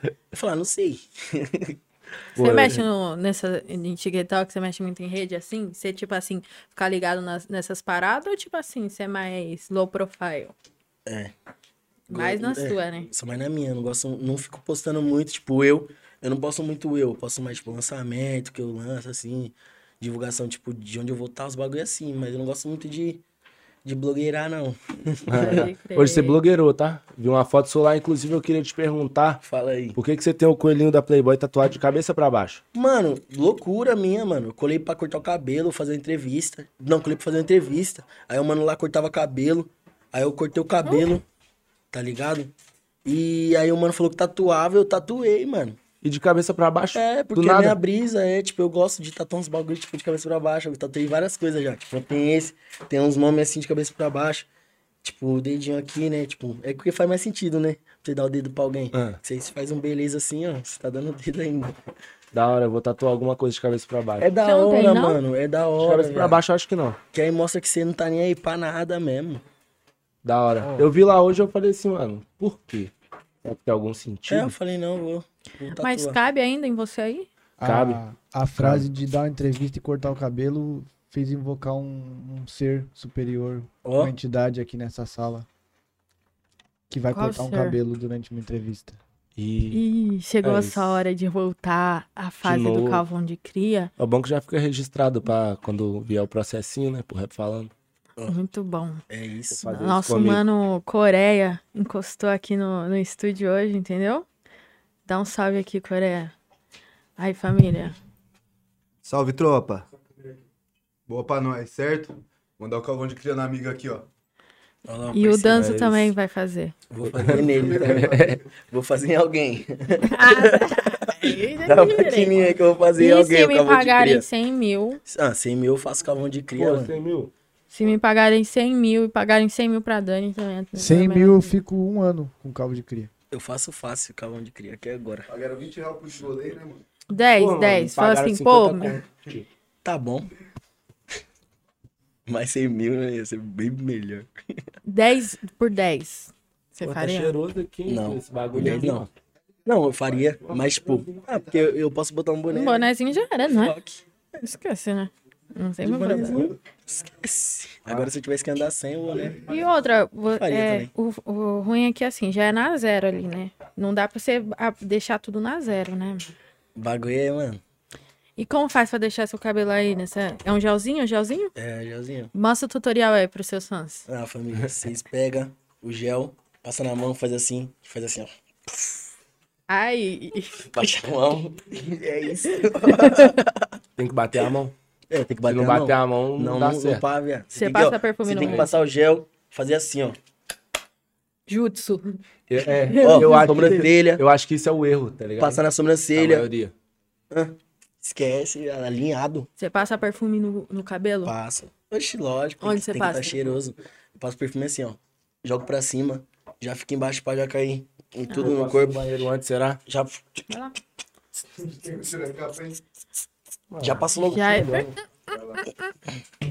Eu falar, não sei.
Pô,
Você
eu-
mexe no, nessa, em TikTok, você mexe muito em rede assim? Você, tipo assim, ficar ligado nas- nessas paradas ou, tipo assim, você é mais low profile?
É.
Mais na
É.
sua, né?
Só mais na minha, eu não gosto, não fico postando muito, tipo, eu. Eu não posto muito eu, eu posto mais, tipo, lançamento que eu lanço, assim, divulgação, tipo, de onde eu vou estar, os bagulho assim, mas eu não gosto muito de, de blogueirar, não. [LAUGHS]
Pode crer.
Hoje você blogueirou, tá? Vi uma foto sua lá, inclusive eu queria te perguntar
Fala aí.
por que, que você tem o coelhinho da Playboy tatuado de cabeça pra baixo?
Mano, loucura minha, mano. Eu colei pra cortar o cabelo, fazer uma entrevista. Não, colei pra fazer uma entrevista. Aí o mano lá cortava cabelo. Aí eu cortei o cabelo, tá ligado? E aí o mano falou que tatuava, eu tatuei, mano.
E de cabeça pra baixo?
É,
do
porque a
nada.
minha brisa é, tipo, eu gosto de tatuar uns bagulho, tipo, de cabeça pra baixo. Eu tatuei várias coisas já. Tipo, tem esse, tem uns nomes assim de cabeça pra baixo. Tipo, o dedinho aqui, né? Tipo, é porque faz mais sentido, né? Você dar o dedo pra alguém.
Ah.
Você se faz um beleza assim, ó. Você tá dando o dedo ainda.
Da hora, eu vou tatuar alguma coisa de cabeça pra baixo.
É da
Você não
hora,
tem, não?
mano. É da
de
hora.
cabeça pra
velho.
baixo eu acho que não.
Que aí mostra que você não tá nem aí pra nada mesmo.
Da hora. Eu vi lá hoje eu falei assim, mano, por quê? Será que tem algum sentido?
É, eu falei, não, vou. vou tatuar.
Mas cabe ainda em você aí?
Cabe.
A, a frase de dar uma entrevista e cortar o cabelo fez invocar um, um ser superior,
Ó.
uma entidade aqui nessa sala. Que vai
Qual
cortar um
ser?
cabelo durante uma entrevista.
E
Ih, chegou
É
a
isso.
sua hora de voltar à fase do
novo.
calvão de cria.
é bom que já fica registrado pra quando vier o processinho, né? Pro rap falando.
Muito bom.
É isso.
Fazer isso
Nosso
comigo.
mano Coreia encostou aqui no, no estúdio hoje, entendeu? Dá um salve aqui, Coreia. Aí, família.
Salve, tropa. Boa pra nós, certo? Mandar o calvão de cria na amiga aqui, ó.
Ó lá,
E o
parceiro.
Danzo
é
também vai fazer.
Vou fazer nele. tá? [LAUGHS] Vou fazer em alguém. Ah, Dá uma quininha aí que eu vou fazer em
E
alguém.
se
o
me
acabou de
pagarem
criar.
100 mil,
Ah, 100 mil eu faço cavão de cria,
Pô,
mano.
100 mil?
se me pagarem 100 mil e pagarem 100 mil pra Dani também. é
100
também.
mil eu fico um ano com calvo de cria.
Eu faço fácil cavão de cria aqui agora.
Pagaram 20 reais pro chulei, né, mano?
10, 10. Fala assim, pô,
Tá bom. [LAUGHS] Mas 100 mil né, ia ser bem melhor.
10 por 10. Você
Pô, tá
faria?
cheiroso aqui, hein,
Não.
esse bagulho aí,
Não.
ó.
Não, eu faria, mas tipo... Ah, porque eu, eu posso botar um boné.
um
né?
bonezinho já era, não é?
Fuck.
Esquece, né? Não tem
De
meu problema.
bonézinho. Esquece. Agora se eu tivesse que andar sem, eu né?
E outra, vo-
Faria
é, o, o ruim é que assim, já é na zero ali, né? Não dá pra você a- deixar tudo na zero, né?
Bagulho é, mano.
E como faz pra deixar seu cabelo aí nessa. É um gelzinho, um gelzinho?
É, gelzinho.
Mostra o tutorial aí pros seus fãs.
Ah, família, vocês pegam o gel, passa na mão, faz assim, faz assim, ó.
Ai,
Baixa a mão. É isso.
Tem que bater a mão.
É, tem que
Se
bater
não
a
bater
mão.
a mão, não,
Não,
dá
não, não
certo.
pá, viado.
Você
tem que, ó,
passa perfume
Você
no
tem que
meio.
passar o gel, fazer assim, ó.
Jutsu.
É, [LAUGHS] é,
Ó,
eu, acho que,
sobrancelha,
eu acho que isso é o erro, tá ligado?
passar na
A
sobrancelha.
maioria.
Esquece, alinhado.
Você passa perfume no, no cabelo?
Passa. Oxe, lógico.
Onde
tem que-
você
tem
passa?
Que tá cheiroso. Eu passo perfume assim, ó. Jogo pra cima. Já fica embaixo pra já cair em
Ah.
tudo no corpo.
Banheiro antes, será?
Já,
Vai lá.
já passa logo.
Já é verdade.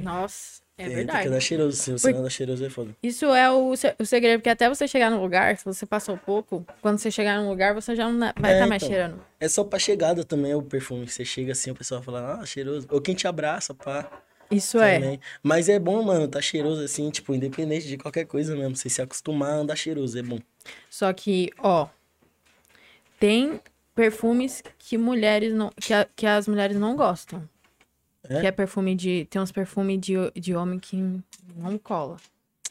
Nossa, é
tem
verdade.
que dar cheiroso. Se você não dá cheiroso, é foda.
Isso é o, se- o segredo, porque até você chegar no lugar, se você passou pouco, quando você chegar no lugar, você já não na- vai
É,
estar mais
então.
cheirando.
É só pra chegada também o perfume. que Você chega assim, o pessoal fala, ah, cheiroso. Ou quem te abraça, pá.
Isso é.
Também. Mas é bom, mano, tá cheiroso assim, tipo, independente de qualquer coisa mesmo. Você se acostumar a andar cheiroso, é bom.
Só que, ó, tem perfumes que mulheres não. Que, a- que as mulheres não gostam.
É?
Que é perfume de. Tem uns perfumes de, de homem que não cola.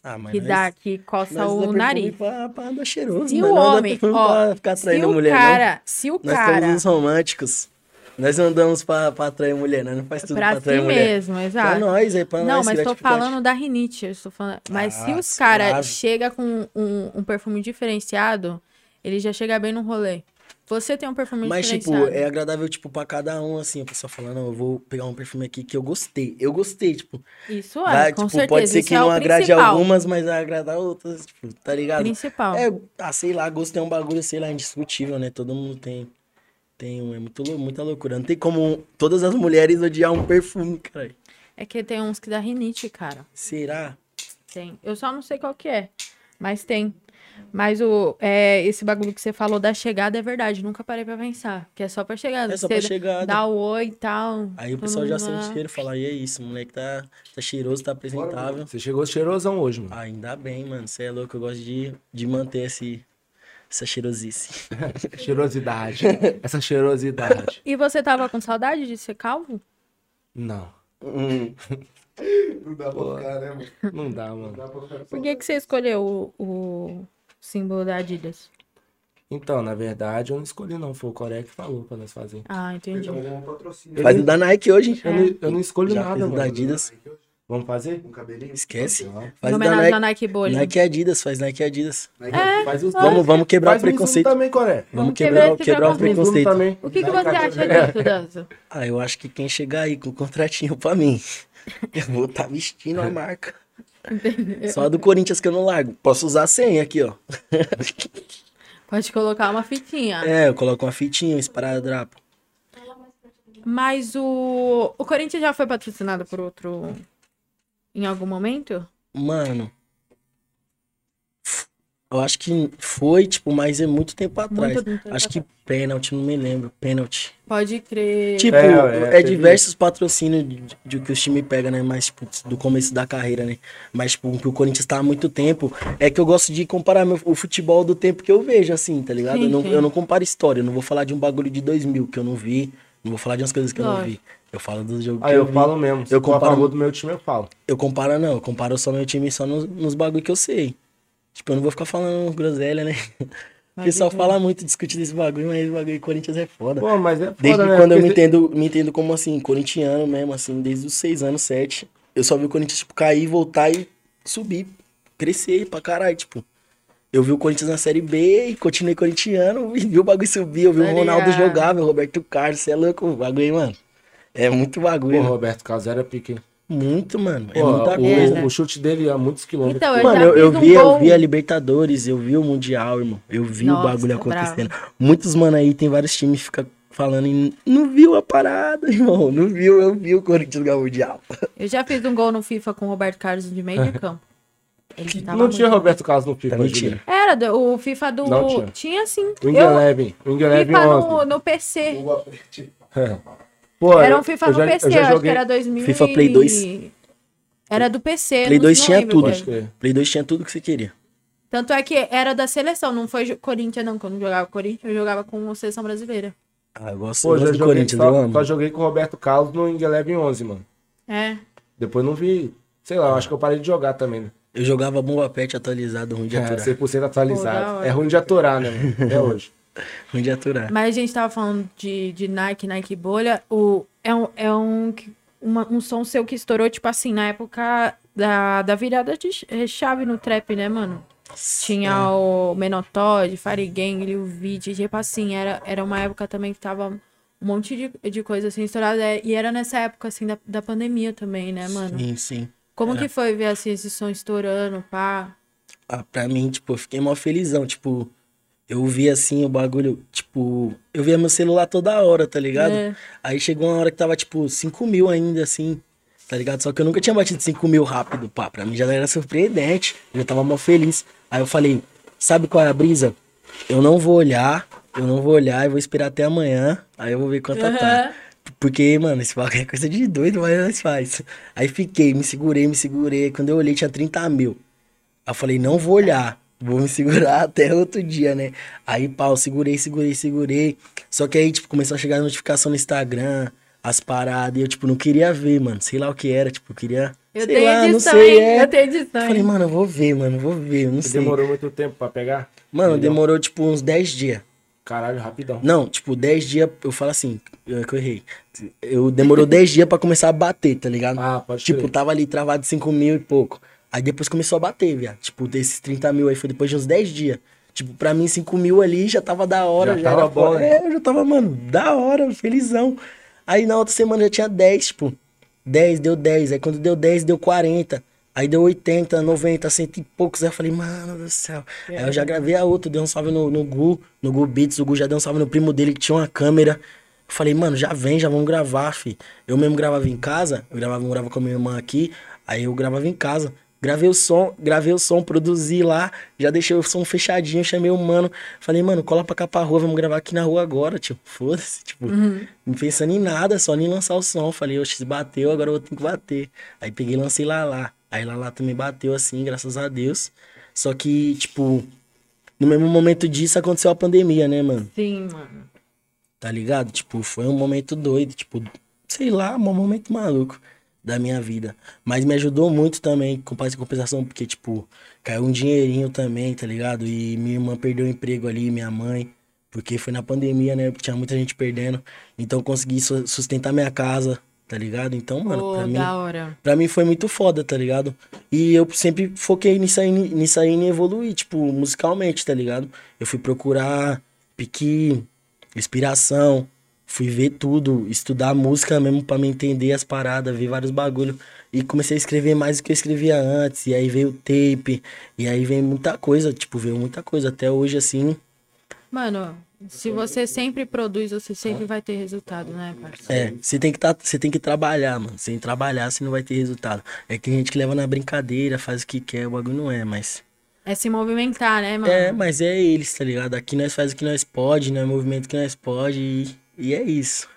Ah, mas
que
nós-
dá, que
nós
coça
dá
o
perfume
nariz.
Pra, pra andar cheiroso,
Se
mas
o
não dá
homem,
perfume
ó,
pra ficar
se
atraindo
o
mulher, não.
cara, se o
Nós
cara,
somos uns românticos. Nós andamos pra, pra atrair mulher, né? Não faz tudo pra,
É pra si
atrair mulher.
mesmo,
Pra
exato.
nós, é pra nós.
Não, mas
tirar
tô
dificuldade.
falando da rinite, eu estou falando. Mas se
Ah,
os caras
suave.
chegam com um, um perfume diferenciado, ele já chega bem no rolê. Você tem um perfume
Mas, tipo,
diferenciado.
é agradável, tipo, pra cada um, assim. A pessoa fala, não, eu vou pegar um perfume aqui que eu gostei. Eu gostei, tipo.
Isso é,
vai,
com
tipo,
certeza.
pode ser
isso
que
é
não
o
agrade
principal.
algumas, mas vai agradar outras, tipo, tá ligado?
Principal.
É, ah, sei lá, gosto é um bagulho, sei lá, indiscutível, né? Todo mundo tem. Tem um, é muito, lou- muita loucura. Não tem como todas as mulheres odiar um perfume, cara.
É que tem uns que dá rinite, cara.
Será?
Tem. Eu só não sei qual que é, mas tem. Mas o, é, esse bagulho que você falou da chegada é verdade. Nunca parei pra pensar. Que é só pra chegada.
É só
você
pra chegada.
Dá o oi e tal.
Aí o
todo
pessoal
mundo
já sente
lá.
cheiro e fala, e é isso, moleque tá, tá cheiroso, tá apresentável. Ah,
Você chegou cheirosão hoje, mano.
Ainda bem, mano. Você é louco, eu gosto de, de manter esse, essa cheirosice.
Cheirosidade. [LAUGHS] Essa cheirosidade.
E você tava com saudade de ser calvo?
Não.
Não dá pra ficar, né, mano?
Não dá, mano.
Não dá pra ficar.
Por que, que você escolheu o, o símbolo da Adidas?
Então, na verdade, eu não escolhi, não. Foi o Coreia que falou pra nós fazer.
Ah, entendi.
Então, um patrocínio.
Mas o da Nike hoje, hein?
Eu, não, eu não escolho
Já
nada,
fez o
mano.
da Adidas.
Vamos fazer?
Um cabelinho.
Esquece. Faz
Em
o da
homenagem à
Nike.
Nike Bolha.
Nike e Adidas, faz Nike e Adidas.
Faz os
Vamos, vamos quebrar
Faz
o
o Mizuno
preconceito.
também, Coreia.
Vamos
É. Vamos quebrar,
quebrar esse
quebrar o
Faz o Mizuno
preconceito.
também.
O que, que
é
você acha disso, Danzo?
Ah, eu acho que quem chegar aí com um contratinho pra mim, [LAUGHS] eu vou estar vestindo a marca. Só a do Corinthians que eu não largo. Posso usar sem aqui, ó.
Pode colocar uma fitinha.
É, eu coloco uma fitinha, um esparadrapo.
Mas o. O Corinthians já foi patrocinado por outro. Em algum momento?
Mano. Eu acho que foi, tipo, mas é muito tempo atrás.
Muito tempo
acho que pênalti, não me lembro. Pênalti.
Pode crer.
Tipo,
é,
é,
teve-
diversos patrocínios de, de que os times pegam, né? Mas, tipo, do começo da carreira, né? Mas, tipo, que o Corinthians tá há muito tempo. É que eu gosto de comparar meu- o futebol do tempo que eu vejo, assim, tá ligado?
Sim,
eu, não,
sim.
eu não comparo história. Eu não vou falar de um bagulho de 2000 que eu não vi. Não vou falar de umas coisas que eu não
Lógico.
vi. Eu falo do jogo
Aí
que eu,
eu
vi.
falo mesmo. Se
Eu
eu for a
comparo-
favor do meu time, eu falo.
Eu comparo, não. Eu comparo só meu time só nos, nos bagulho que eu sei. Tipo, eu não vou ficar falando groselha, né? [LAUGHS] O
Pode
pessoal
crer.
fala muito discutindo esse bagulho, mas esse bagulho de Corinthians é foda.
Pô, mas é foda,
Desde
né?
quando
Porque
eu me
se-
entendo, me entendo como assim, corintiano mesmo, assim, desde os seis anos, sete. Eu só vi o Corinthians, tipo, cair, voltar e subir. Crescer pra caralho, tipo. Eu vi o Corinthians na Série B e continuei corintiano, [LAUGHS] e vi o bagulho subir, eu vi
Tá
o Ronaldo
ligado.
jogar, meu Roberto Carlos, você é louco, o bagulho, mano. É muito bagulho,
Pô,
mano.
Roberto Carlos era pique. hein?
muito, mano. É
Pô,
muita
o-
coisa.
o, chute dele é muitos quilômetros.
Então, eu
Mano,
já
eu, eu
fiz um
vi,
gol.
eu vi a Libertadores, eu vi o Mundial, irmão. Eu vi
Nossa, é
o bagulho
bravo.
acontecendo. Muitos, mano, aí tem vários times que ficam falando e não viu a parada, [LAUGHS] irmão. Não viu, eu vi o Corinthians ganhar o Mundial.
Eu já fiz um gol no FIFA com o Roberto Carlos de meio de campo. Ele tava
É. não tinha
muito-
Roberto Carlos no FIFA,
Também
Juliano.
Era, do- o FIFA do.
Não tinha.
sim.
O
Eu-
Ingeleven. O Ingeleven
FIFA no,
ontem.
no PC.
Boa [LAUGHS] frente.
Pô,
Era um
eu-
FIFA
eu
no
já- eu
PC,
já
eu acho que
joguei-
era 2000
FIFA Play
e-
2.
Era do PC,
Play
não-
2
não
tinha
lembro
tudo.
qual
Pode
era.
crer.
Play 2 tinha tudo que você queria.
Tanto é que era da seleção, não foi jo- Corinthians não, quando eu jogava Corinthians, eu jogava com a seleção brasileira.
Ah, eu gosto,
Pô,
eu
já
gosto do
joguei,
Corinthians, eu
só,
amo.
só joguei com o Roberto Carlos no Ingeleven 11, mano.
É.
Depois não vi. Sei lá, eu acho que eu parei de jogar também. Né?
Eu jogava bomba pet atualizado, ruim de
É,
aturar.
100%
Pô, da
atualizado.
hora.
É ruim de aturar, né, mano?
[LAUGHS]
Até hoje.
Ruim de aturar.
Mas a gente tava falando de, de Nike, Nike bolha. O, é um, é um, que- uma- um som seu que estourou, tipo assim, na época da, da virada de ch- eh, chave no trap, né, mano?
É.
Tinha o Menotod, Farigang, Liu Vidi. Tipo assim, era, era uma época também que tava um monte de, de coisa assim estourada. é, E era nessa época, assim, da, da pandemia também, né, mano?
Sim, sim.
Como
era.
que foi ver, assim, esse som estourando, pá?
Ah, pra mim, tipo, eu fiquei mó felizão, tipo, eu vi assim o bagulho, tipo, eu via meu celular toda hora, tá ligado?
É.
Aí chegou uma hora que tava, tipo, 5 mil ainda, assim, tá ligado? Só que eu nunca tinha batido 5 mil rápido, pá, pra mim já era surpreendente, eu já tava mó feliz. Aí eu falei, sabe qual é a brisa? Eu não vou olhar, eu não vou olhar, eu vou esperar até amanhã, aí eu vou ver quanto tá.
Aham.
Porque, mano, esse bagulho é coisa de doido, mas nós faz. Aí fiquei, me segurei, me segurei. Quando eu olhei, tinha 30 mil. Aí eu falei, não vou olhar. Vou me segurar [LAUGHS] até outro dia, né? Aí, pau, segurei, segurei, segurei. Só que aí, tipo, começou a chegar a notificação no Instagram, as paradas. E eu, tipo, não queria ver, mano. Sei lá o que era, tipo, eu queria.
Eu
sei
tenho
lá, não
edição,
sei,
hein?
é.
Eu tenho
Eu falei,
edição.
mano, eu vou ver, mano, vou ver, eu não sei.
Demorou muito tempo pra pegar?
Mano, demorou, tipo, uns 10 dias.
Caralho, rapidão.
Não, tipo, 10 dias, eu falo assim, eu, que eu errei. Eu demorou 10 dias pra começar a bater, tá ligado?
Ah, pode
Tipo,
crer.
tava ali travado 5 mil e pouco. Aí depois começou a bater, viado. Tipo, desses 30 mil aí foi depois de uns 10 dias. Tipo, pra mim, 5 mil ali já tava da hora.
Já
Já,
tava
era
bom,
foda.
né?
É, eu já tava, mano, da hora, felizão. Aí na outra semana já tinha 10, tipo. 10, deu 10. Aí quando deu 10, deu 40. Aí deu 80, 90, cento e poucos. Aí eu falei, mano do céu. Aí eu já gravei a outra, dei um salve no, no Gu, no Gu Beats. O Gu já deu um salve no primo dele que tinha uma câmera. Eu falei, mano, já vem, já vamos gravar, fi. Eu mesmo gravava em casa, eu gravava, morava com a minha irmã aqui, aí eu gravava em casa. Gravei o som, gravei o som, produzi lá, já deixei o som fechadinho, chamei o mano. Falei, mano, cola pra cá pra rua, vamos gravar aqui na rua agora, tipo, [LAUGHS] foda-se, tipo, não pensando em nada, só nem lançar o som. Falei, oxe, se bateu, agora eu tenho que bater. Aí peguei e lancei lá lá. Aí lá lá também bateu assim, graças a Deus. Só que, tipo, no mesmo momento disso aconteceu a pandemia, né, mano?
Sim, mano.
tá ligado? Tipo, foi um momento doido, tipo, sei lá, um momento maluco da minha vida. Mas me ajudou muito também, com parte de compensação, porque, tipo, caiu um dinheirinho também, tá ligado? E minha irmã perdeu o emprego ali, minha mãe, porque foi na pandemia, né? Tinha muita gente perdendo. Então, eu consegui su- sustentar minha casa, tá ligado? Então, mano,
Pô,
pra mim.
da hora.
Pra mim foi muito foda, tá ligado? E eu sempre foquei nisso aí, nisso aí em evoluir, tipo, musicalmente, tá ligado? Eu fui procurar pique, inspiração, fui ver tudo, estudar música mesmo pra me entender as paradas, ver vários bagulho E comecei a escrever mais do que eu escrevia antes, e aí veio o tape, e aí veio muita coisa, tipo, veio muita coisa. Até hoje, assim,
Mano, se você sempre produz, você sempre vai ter resultado, né, parceiro?
É, você tem que tá, você tem que trabalhar, mano. Sem trabalhar, você não vai ter resultado. É que tem gente que leva na brincadeira, faz o que quer, o bagulho não é, mas.
É se movimentar, né, mano?
É, mas é eles, tá ligado? Aqui nós faz o que nós pode, né? Movimento que nós pode e, e é isso.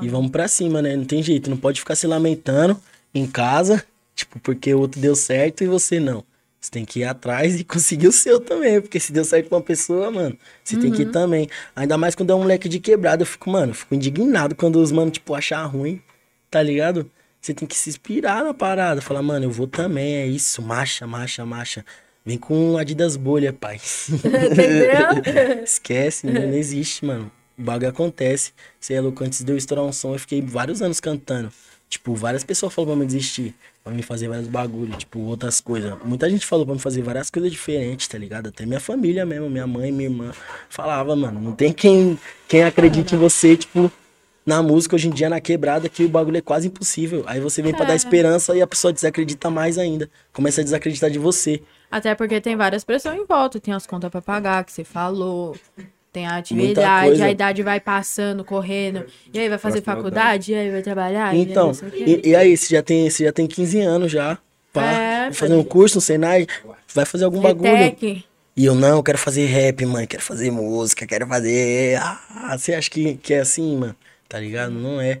E vamos pra cima, né? Não tem jeito, não pode ficar se lamentando em casa, tipo, porque o outro deu certo e você não. Você tem que ir atrás e [LAUGHS] conseguir o seu também, porque se deu certo pra uma pessoa, mano, você tem que ir também. Ainda mais quando é um moleque de quebrada, eu fico, mano, eu fico indignado quando os mano, tipo, achar ruim, tá ligado? Você tem que se inspirar na parada, falar, mano, eu vou também, é isso, marcha, marcha, marcha. Vem com um Adidas bolha, pai. [LAUGHS]
Entendeu?
Esquece, não, não existe, mano. O bagulho acontece. Você é louco, antes de eu estourar um som, eu fiquei vários anos cantando. Tipo, várias pessoas falaram pra me desistir, pra me fazer vários bagulhos, tipo, outras coisas. Muita gente falou pra me fazer várias coisas diferentes, tá ligado? Até minha família mesmo, minha mãe, minha irmã. Falava, mano, não tem quem, quem acredite em você, tipo, na música hoje em dia, na quebrada, que o bagulho é quase impossível. Aí você vem pra dar
É.
esperança e a pessoa desacredita mais ainda. Começa a desacreditar de você.
Até porque tem várias pressões em volta. Tem as contas pra pagar, que você falou. Tem a
Muita
atividade,
coisa.
a idade vai passando, correndo. E aí vai fazer faculdade, e aí vai trabalhar. e aí
Então,
não sei o quê.
e, e aí, você já tem, você já tem 15 anos já. Pá,
É,
vai fazer um curso no Senai, vai fazer algum bagulho.
Retec.
E eu, não, eu quero fazer rap, mãe, quero fazer música, quero fazer. Ah, você acha que, que é assim, mano? Tá ligado? Não é.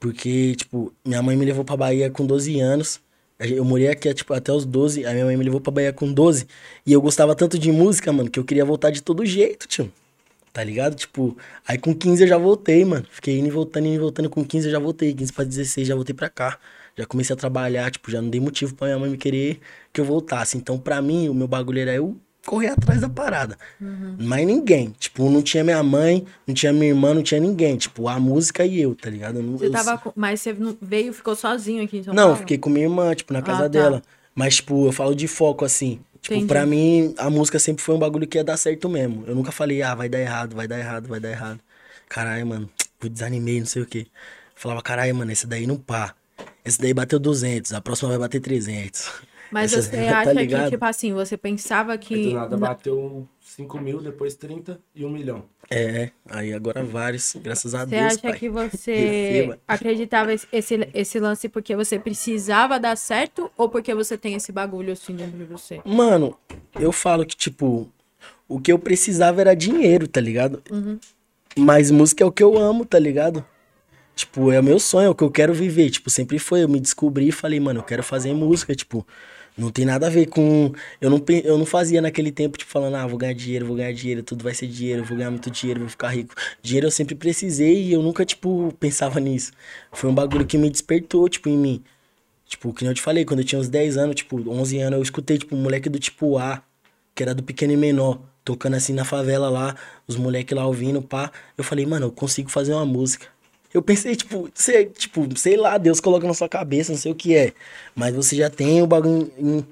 Porque, tipo, minha mãe me levou pra Bahia com 12 anos. A gen- Eu morei aqui, tipo, até os 12. Aí minha mãe me levou pra Bahia com 12. E eu gostava tanto de música, mano, que eu queria voltar de todo jeito, tio. Tá ligado? Tipo, aí com 15 eu já voltei, mano. Fiquei indo e voltando, indo e voltando. Com 15 eu já voltei. 15 pra 16 já voltei pra cá. Já comecei a trabalhar, tipo, já não dei motivo pra minha mãe me querer que eu voltasse. Então, pra mim, o meu bagulho era eu correr atrás da parada.
Uhum.
Mas ninguém. Tipo, não tinha minha mãe, não tinha minha irmã, não tinha ninguém. Tipo, a música e eu, tá ligado? Eu não-
Você
eu-
tava com... Mas você não- veio e ficou sozinho aqui em São
não,
Paulo?
eu fiquei com minha irmã, tipo, na casa
tá.
dela. Mas, tipo, eu falo de foco assim. Tipo,
Entendi.
pra mim, a música sempre foi um bagulho que ia dar certo mesmo. Eu nunca falei, ah, vai dar errado, vai dar errado, vai dar errado. Caralho, mano, eu desanimei, não sei o quê. Falava, caralho, mano, esse daí não pá. Esse daí bateu 200, a próxima vai bater 300.
Mas
Essa-
você
[LAUGHS] tá
acha que,
ligado?
tipo assim, você pensava
Aí
que.
do nada
na-
bateu 5 mil, depois 30 e 1 milhão.
É, aí agora vários, graças a
Você
Deus,
acha
pai. [LAUGHS]
que você
Receba.
acreditava esse- esse, esse lance porque você precisava dar certo ou porque você tem esse bagulho assim dentro de você?
Uhum, Mano, eu falo que, tipo, o que eu precisava era dinheiro, tá ligado? Mas música é o que eu amo, tá ligado? Tipo, é o meu sonho, é o que eu quero viver. Tipo, sempre foi. Eu me descobri e falei, mano, eu quero fazer música. Tipo, não tem nada a ver com. Eu não, pe- eu não fazia naquele tempo, tipo, falando, ah, vou ganhar dinheiro, vou ganhar dinheiro, tudo vai ser dinheiro, vou ganhar muito dinheiro, vou ficar rico. Dinheiro eu sempre precisei e eu nunca, tipo, pensava nisso. Foi um bagulho que me despertou, tipo, em mim. Tipo, que nem eu te falei, quando eu tinha uns 10 anos, tipo, 11 anos, eu escutei, tipo, um moleque do tipo A, que era do pequeno e menor, tocando assim na favela lá, os moleques lá ouvindo, pá. Eu falei, mano, eu consigo fazer uma música. Eu pensei, tipo, sei, tipo, sei lá, Deus coloca na sua cabeça, não sei o que é. Mas você já tem o bagulho em-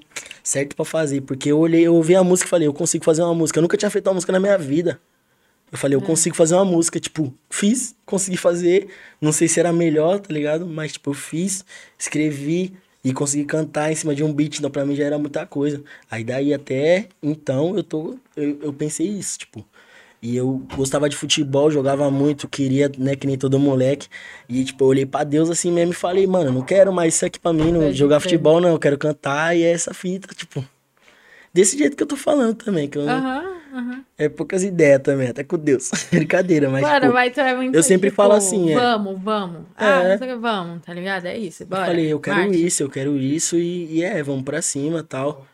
certo pra fazer. Porque eu olhei, eu ouvi a música e falei, eu consigo fazer uma música. Eu nunca tinha feito uma música na minha vida. Eu falei,
É.
eu consigo fazer uma música, tipo, fiz, consegui fazer, não sei se era melhor, tá ligado? Mas, tipo, eu fiz, escrevi e consegui cantar em cima de um beat, então pra mim já era muita coisa. Aí daí até então eu tô, eu, eu pensei isso, tipo. E eu gostava de futebol, jogava muito, queria, né, que nem todo moleque. E, tipo, eu olhei pra Deus assim mesmo e falei, mano, não quero mais isso aqui pra mim, não
Pode
jogar
crer.
futebol não, eu quero cantar e é essa fita, tipo. Desse jeito que eu tô falando também, que eu não-
Aham, aham.
é poucas ideias também, até com Deus. [LAUGHS] Brincadeira, mas.
Claro,
tipo,
mas tu é muito.
eu sempre
tipo,
falo assim, é.
Vamos, vamos. Ah,
É.
não sei o que, vamos, tá ligado? É isso,
eu
bora.
falei, eu quero
Marcha.
isso, eu quero isso, e, e é, vamos pra cima tal.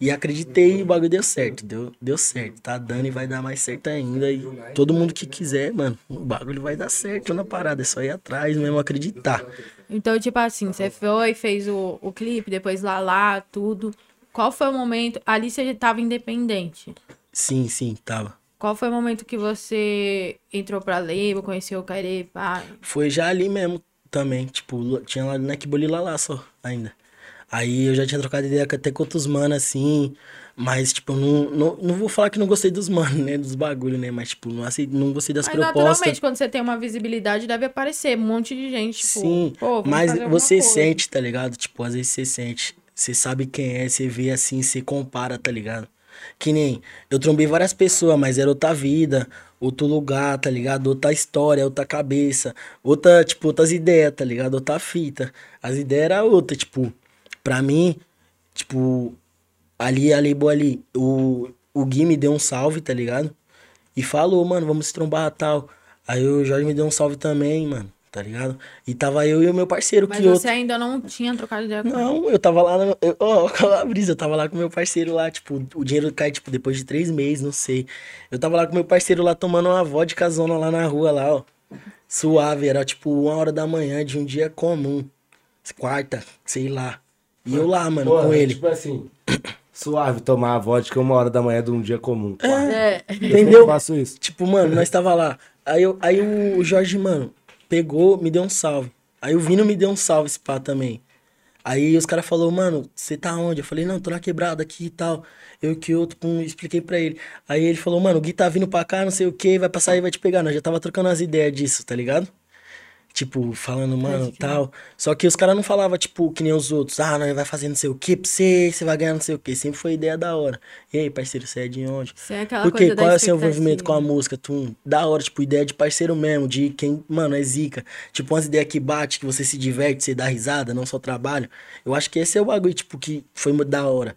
E acreditei e o bagulho deu certo, deu, deu certo. Tá dando e vai dar mais certo ainda. E todo mundo que quiser, mano, o bagulho vai dar certo na parada. É só ir atrás mesmo, acreditar.
Então, tipo assim, você foi, fez o, o clipe, depois lá, lá, tudo. Qual foi o momento? Ali você já tava independente.
Sim, sim, tava.
Qual foi o momento que você entrou pra label, conheceu o Kairê, pá?
Foi já ali mesmo também. Tipo, lo- tinha lá na Kibolila lá só, ainda. Aí eu já tinha trocado ideia com- até com outros manos, assim. Mas, tipo, eu não, não, não vou falar que não gostei dos manos, [LAUGHS] né? Dos bagulho, né? Mas, tipo, não, acei, não gostei das
Mas
propostas.
naturalmente, tipo, quando você tem uma visibilidade, deve aparecer um monte de gente, tipo,
Sim,
pô, vamos
mas
fazer alguma
você
coisa.
sente, tá ligado? Tipo, às vezes você sente. Você sabe quem é, você vê assim, você compara, tá ligado? Que nem, eu trombei várias pessoas, mas era outra vida, outro lugar, tá ligado? Outra história, outra cabeça, outra, tipo, outras ideias, tá ligado? Outra fita. As ideias eram outras, tipo, pra mim, tipo, ali, ali, boa, ali, o, o Gui me deu um salve, tá ligado? E falou, mano, vamos se trombar tal. Aí o Jorge me deu um salve também, mano, tá ligado? E tava eu e o meu parceiro,
Mas
que
você
outro.
ainda não tinha trocado ideia com
Não, eu tava lá, na- eu- ó, [LAUGHS] oh, a brisa, eu tava lá com meu parceiro lá, tipo, o dinheiro cai, tipo, depois de três meses, não sei. Eu tava lá com meu parceiro lá, tomando uma vodka zona lá na rua, lá, ó, suave, era tipo uma hora da manhã de um dia comum, quarta, sei lá. E eu lá, mano,
Porra,
com ele.
Tipo assim, suave tomar a vodka uma hora da manhã de um dia comum. quarta.
É,
Eu sempre
entendeu?
faço isso.
Tipo, mano, nós tava lá. Aí, eu, aí o Jorge, mano, pegou, me deu um salve. Aí o Vino me deu um salve, esse pá, também. Aí os caras falaram, mano, você tá onde? Eu falei, não, tô na quebrada aqui e tal. Eu que outro, pum, expliquei pra ele. Aí ele falou, mano, o Gui tá vindo pra cá, não sei o que, vai passar aí, vai te pegar. Nós já tava trocando as ideias disso, tá ligado? Tipo, falando, mano, tal. Só que os caras não falavam, tipo, que nem os outros. Ah, nós vai fazer não sei o que pra você, você vai ganhar não sei o que. Sempre foi ideia da hora. E aí, parceiro, você é de onde?
você é aquela
Porque
coisa da
qual é o seu envolvimento com a
expectativa. né?
música? Tu, da hora, tipo, ideia de parceiro mesmo, de quem, mano, é zica. Tipo, umas ideias que bate, que você se diverte, você dá risada, não só trabalho. Eu acho que esse é o bagulho, tipo, que foi muito da hora.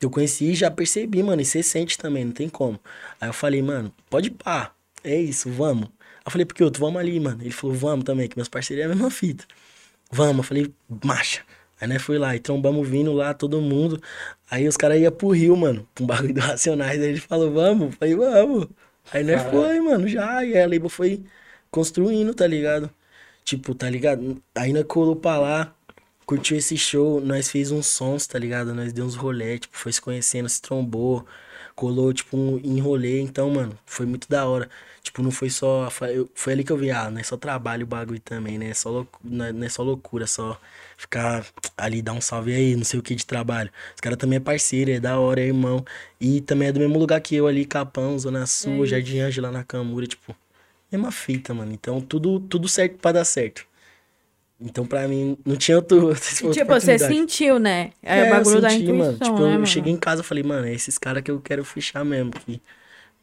Eu conheci e já percebi, mano, e você sente também, não tem como. Aí eu falei, mano, pode pá, é isso, vamos. Aí eu falei, porque outro, vamos ali, mano. Ele falou, vamos também, que meus parceiros é a mesma fita. Vamos, eu falei, marcha. Aí nós fui lá e trombamos vindo lá, todo mundo. Aí os caras iam pro Rio, mano, com um bagulho do Racionais. Aí ele falou, vamos, eu falei, vamos. Aí nós foi, mano, já. E aí a label foi construindo, tá ligado? Tipo, tá ligado? Aí nós colou pra lá, curtiu esse show, nós fez uns sons, tá ligado? Nós deu uns rolê, tipo, foi se conhecendo, se trombou, colou, tipo, um enrolê. Então, mano, foi muito da hora. Tipo, não foi só. Foi eu- foi ali que eu vi, ah, não é só trabalho o bagulho também, né? É só loucu- não, é, não é só loucura, só ficar ali, dar um salve aí, não sei o que de trabalho. Os caras também é parceiro, é da hora, é irmão. E também é do mesmo lugar que eu ali, Capão, Zona Sul,
isso.
Jardim Ângela, na Camura, tipo. Mesma fita, mano. Então, tudo, tudo certo pra dar certo. Então, pra mim, não tinha outro, [LAUGHS] outra
E, tipo, você
oportunidade.
sentiu, né? É,
É,
o
eu
bagulho da
senti,
intuição,
mano. Tipo,
né,
eu
mano?
cheguei em casa e falei, mano, é esses caras que eu quero fechar mesmo. Que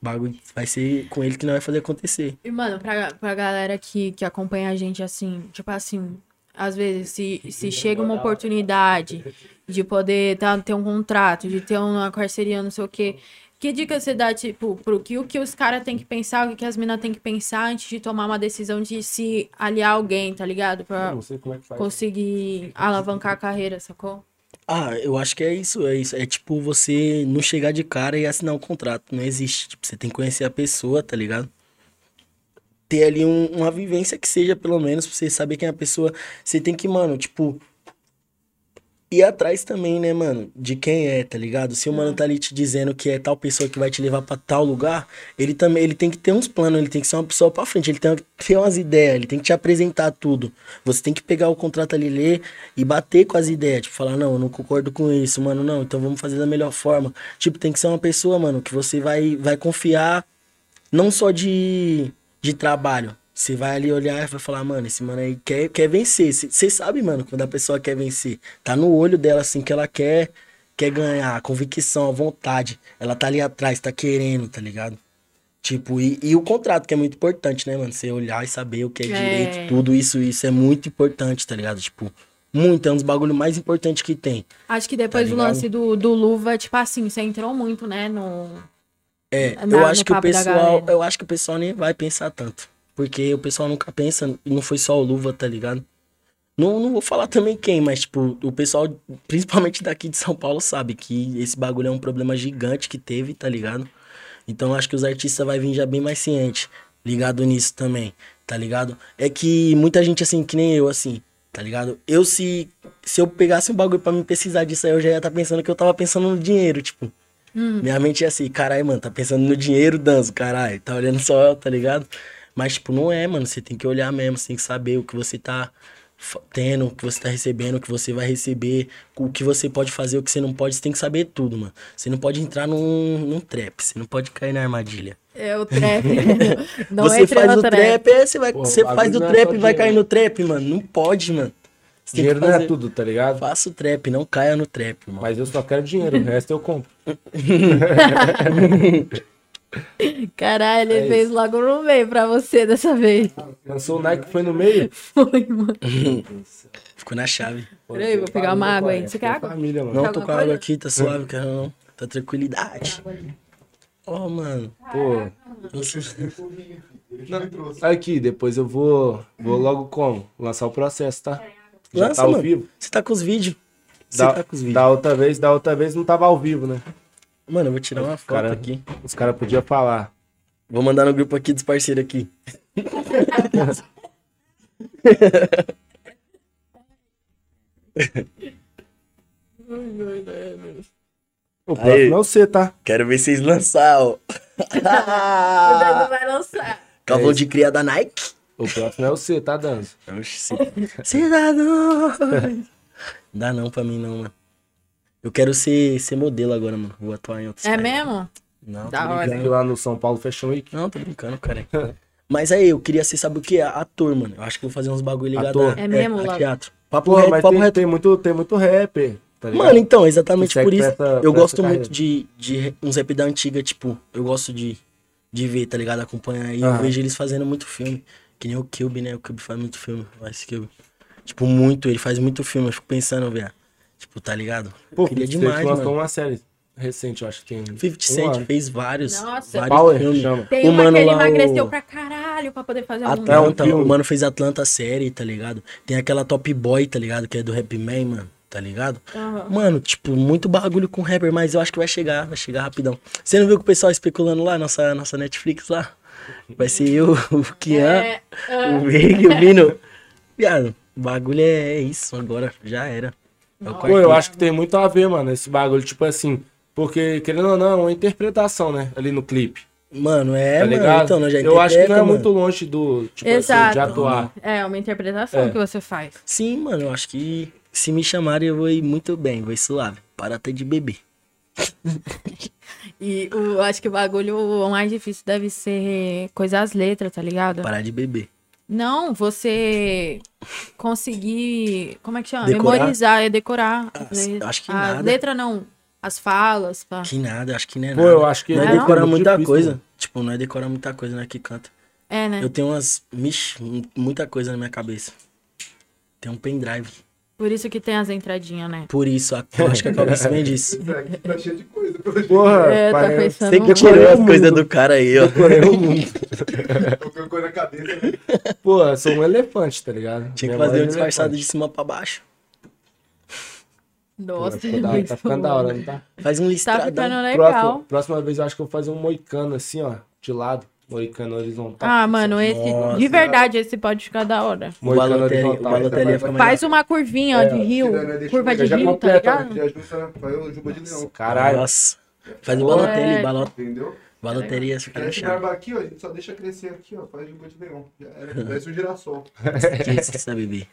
bagulho vai ser com ele que não vai fazer acontecer.
E, mano, pra, pra galera que, que acompanha a gente, assim, tipo assim, às vezes se, se chega uma oportunidade de poder tá, ter um contrato, de ter uma parceria, não sei o quê, que dica você dá, tipo, pro que o que os caras têm que pensar, o que, que as minas têm que pensar antes de tomar uma decisão de se aliar a alguém, tá ligado?
Ah,
Pra
Não sei como é que faz.
conseguir alavancar a carreira, sacou?
Ah, eu acho que é isso, é isso. É tipo você não chegar de cara e assinar um contrato. Não existe. Tipo, você tem que conhecer a pessoa, tá ligado? Ter ali um- uma vivência que seja, pelo menos, pra você saber quem é a pessoa. Você tem que, mano, tipo. Ir atrás também, né, mano? De quem é, tá ligado? Se o mano tá ali te dizendo que é tal pessoa que vai te levar pra tal lugar, ele também ele tem que ter uns planos, ele tem que ser uma pessoa pra frente, ele tem que ter umas ideias, ele tem que te apresentar tudo. Você tem que pegar o contrato ali, ler e bater com as ideias. Tipo, falar, não, eu não concordo com isso, mano, não, então vamos fazer da melhor forma. Tipo, tem que ser uma pessoa, mano, que você vai, vai confiar não só de, de trabalho. Você vai ali olhar e vai falar, mano, esse mano aí quer, quer vencer. Você sabe, mano, quando a pessoa quer vencer. Tá no olho dela, assim, que ela quer, quer ganhar, a convicção, a vontade. Ela tá ali atrás, tá querendo, tá ligado? Tipo, e, e o contrato, que é muito importante, né, mano? Você olhar e saber o que é
É.
direito, tudo isso, isso é muito importante, tá ligado? Tipo, muito, é um dos bagulho mais importantes que tem.
Acho que depois do
Tá ligado?
lance do, do Luva, tipo assim, você entrou muito, né, no...
É,
Na-
eu
no
acho que o
papo da
pessoal,
galera.
eu acho que o pessoal nem vai pensar tanto, porque o pessoal nunca pensa, e não foi só o Luva, tá ligado? Não, não vou falar também quem, mas tipo, o pessoal, principalmente daqui de São Paulo, sabe que esse bagulho é um problema gigante que teve, tá ligado? Então eu acho que os artistas vai vir já bem mais ciente, ligado nisso também, tá ligado? É que muita gente assim, que nem eu assim, tá ligado? Eu se se eu pegasse um bagulho pra me pesquisar disso aí, eu já ia estar pensando que eu tava pensando no dinheiro, tipo,
Hum.
minha mente é assim, caralho, mano, tá pensando no dinheiro, danço, caralho, tá olhando só, tá ligado? Mas, tipo, não é, mano, você tem que olhar mesmo, você tem que saber o que você tá fa- tendo, o que você tá recebendo, o que você vai receber, o que você pode fazer, o que você não pode, você tem que saber tudo, mano. Você não pode entrar num, num trap, você não pode cair na armadilha.
É [LAUGHS] o trap. Não
você
entra
faz
no
o trap, é, você, vai,
Pô,
você
o bagulho
faz o
não é
trap
só
e vai cair
dinheiro.
no trap, mano, não pode, mano. Você tem que
Dinheiro não é
fazer-
tudo, tá ligado?
Faça o trap, não caia no trap, mano.
Mas eu só quero dinheiro, o resto eu compro.
Caralho, ele
É
fez logo no meio pra você dessa
[LAUGHS]
vez.
Lançou o Nike foi no meio.
Foi, mano.
Ficou na chave.
Peraí, vou pegar uma água aí. Você quer
Tem
água?
é? Família, mano.
Não,
Quer
tô
alguma
com a água
coisa?
aqui, tá suave, cara, não. Tá tranquilidade. Ó, mano.
Pô.
Não, trouxe.
Aqui, depois eu vou. Vou logo como? Lançar o processo, tá? Já
Lança,
tá ao
mano.
vivo.
Você tá com os vídeos? Você
Da,
tá com os vídeos.
da outra vez, da outra vez não tava ao vivo, né?
Mano, eu vou tirar uma foto
Cara.
aqui.
Os caras podiam falar.
Vou mandar no grupo aqui dos parceiros aqui.
O próximo é você, tá?
Quero ver vocês lançar,
[LAUGHS]
ó.
O Danilo vai lançar. É
Cavão de cria da Nike.
O próximo é você, tá, Danzo?
Oxi, cê- Cidadão. Dá não pra mim, não, mano. Eu quero ser, ser modelo agora, mano. Vou atuar em outros.
É
caras.
mesmo?
Não,
Da
tô
hora.
brincando.
Fui lá no São Paulo um Fashion Week.
Não, tô brincando, cara. [LAUGHS] Mas aí, eu queria ser, sabe o que? Ator, mano. Eu acho que vou fazer uns bagulho ligado
Ator?
a,
É mesmo,
a
Lago?
teatro. Papo
Pô,
reto,
mas
papo
tem,
reto.
tem muito, tem muito rapper, tá ligado?
Mano, então, exatamente
Consegue
por isso.
pra essa-
eu
pra
gosto
essa
muito
carreira.
de, de re- uns rap da antiga, tipo, eu gosto de, de ver, tá ligado? Acompanhar aí. Eu
Aham.
vejo eles fazendo muito filme. Que nem o Cube, né? O Cube faz muito filme. O Ice Cube. Tipo, muito, ele faz muito filme. Eu fico pensando, velho. Tipo, tá ligado?
Pô,
queria
50
demais,
Cent lançou
mano.
uma série recente, eu acho que tem.
50
um
Cent
ano.
fez vários.
Nossa.
vários
Power,
filmes.
chama.
Tem uma
mano
que ele
lá, o-
emagreceu pra caralho pra poder fazer um.
É um
Atlanta,
filme.
o mano fez Atlanta série, tá ligado? Tem aquela Top Boy, tá ligado? Que é do Rap Man, mano, tá ligado?
Aham.
Mano, tipo, muito bagulho com rapper, mas eu acho que vai chegar, vai chegar rapidão. Você não viu que o pessoal especulando lá, nossa, nossa Netflix lá? Vai ser eu, [LAUGHS] o Kian,
É,
o
[LAUGHS]
Vig, o Mino. Viado, o bagulho é isso agora, já era. É o
Pô, eu
quarteto.
acho que tem muito a ver, mano, esse bagulho. Tipo assim, Porque, querendo ou não, é uma interpretação, né? Ali no clipe.
Mano, é,
tá
mano.
ligado?
Então, nós já
Eu acho que não é
interpreta,
muito
mano.
longe do, tipo, assim,
Exato.
de atuar.
É uma interpretação
É.
que você faz.
Sim, mano, eu acho que se me chamarem eu vou ir muito bem, vou ir suave. Para até de beber.
E o, acho que o bagulho o mais difícil deve ser coisar as letras, tá ligado?
Parar de beber.
Não, você conseguir. Como é que chama?
Decorar?
Memorizar, é decorar.
Ah,
as le-
eu acho que
a
nada.
letra não. As falas. Pá.
Que nada, acho que não é
Pô,
nada.
eu acho que
Não é
Não?
decorar
muito
muita
difícil,
coisa.
mano.
Tipo, não é decorar muita coisa, né? Que canta.
É, né?
Eu tenho umas. Mixe, muita coisa na minha cabeça. Tem um pendrive.
Por isso que tem as entradinhas, né?
Por isso, [LAUGHS] a- eu acho que a cabeça vem disso.
Isso aqui tá cheio de coisa. pelo jeito.
Porra,
É, tá
parece-
pensando.
Você Ah, que tirou as coisas do cara aí, ó. um
[LAUGHS]
Qualquer Tá coisa na cabeça. né?
Pô, eu sou um elefante, tá ligado?
Tinha que
Minha
fazer
voz
um
é
disfarçado de
elefante.
cima pra baixo.
Pô,
[LAUGHS] Nossa, é
ficou da hora, Tá ficando da hora, não tá?
Faz um
Tá
listradão.
ficando
Próximo,
[LAUGHS] legal.
próxima vez eu acho que eu vou fazer um moicano assim, ó. De lado. Moicano horizontal.
Ah, mano, esse.
Nossa.
De verdade, esse pode ficar da hora.
O Balotelli, o
horizontal.
Balotelli é ia ficar melhor.
Faz uma curvinha ó, de rio.
Tirando, né, deixa
Curva
eu
de
ver,
já
rio, tá
completa, né?
ligado?
[LAUGHS] Já junta, faz o Juba de Leão,
Caralho. é
Nossa. Faz o
Boa.
Balotelli,
É.
Balo-
entendeu?
Balotelli é ia ficar
Quer
no
esse
chão.
barba aqui, ó, a gente só deixa crescer aqui, ó, faz Juba de Leão. Já era, parece um girassol. [LAUGHS]
Esqueça essa bebê.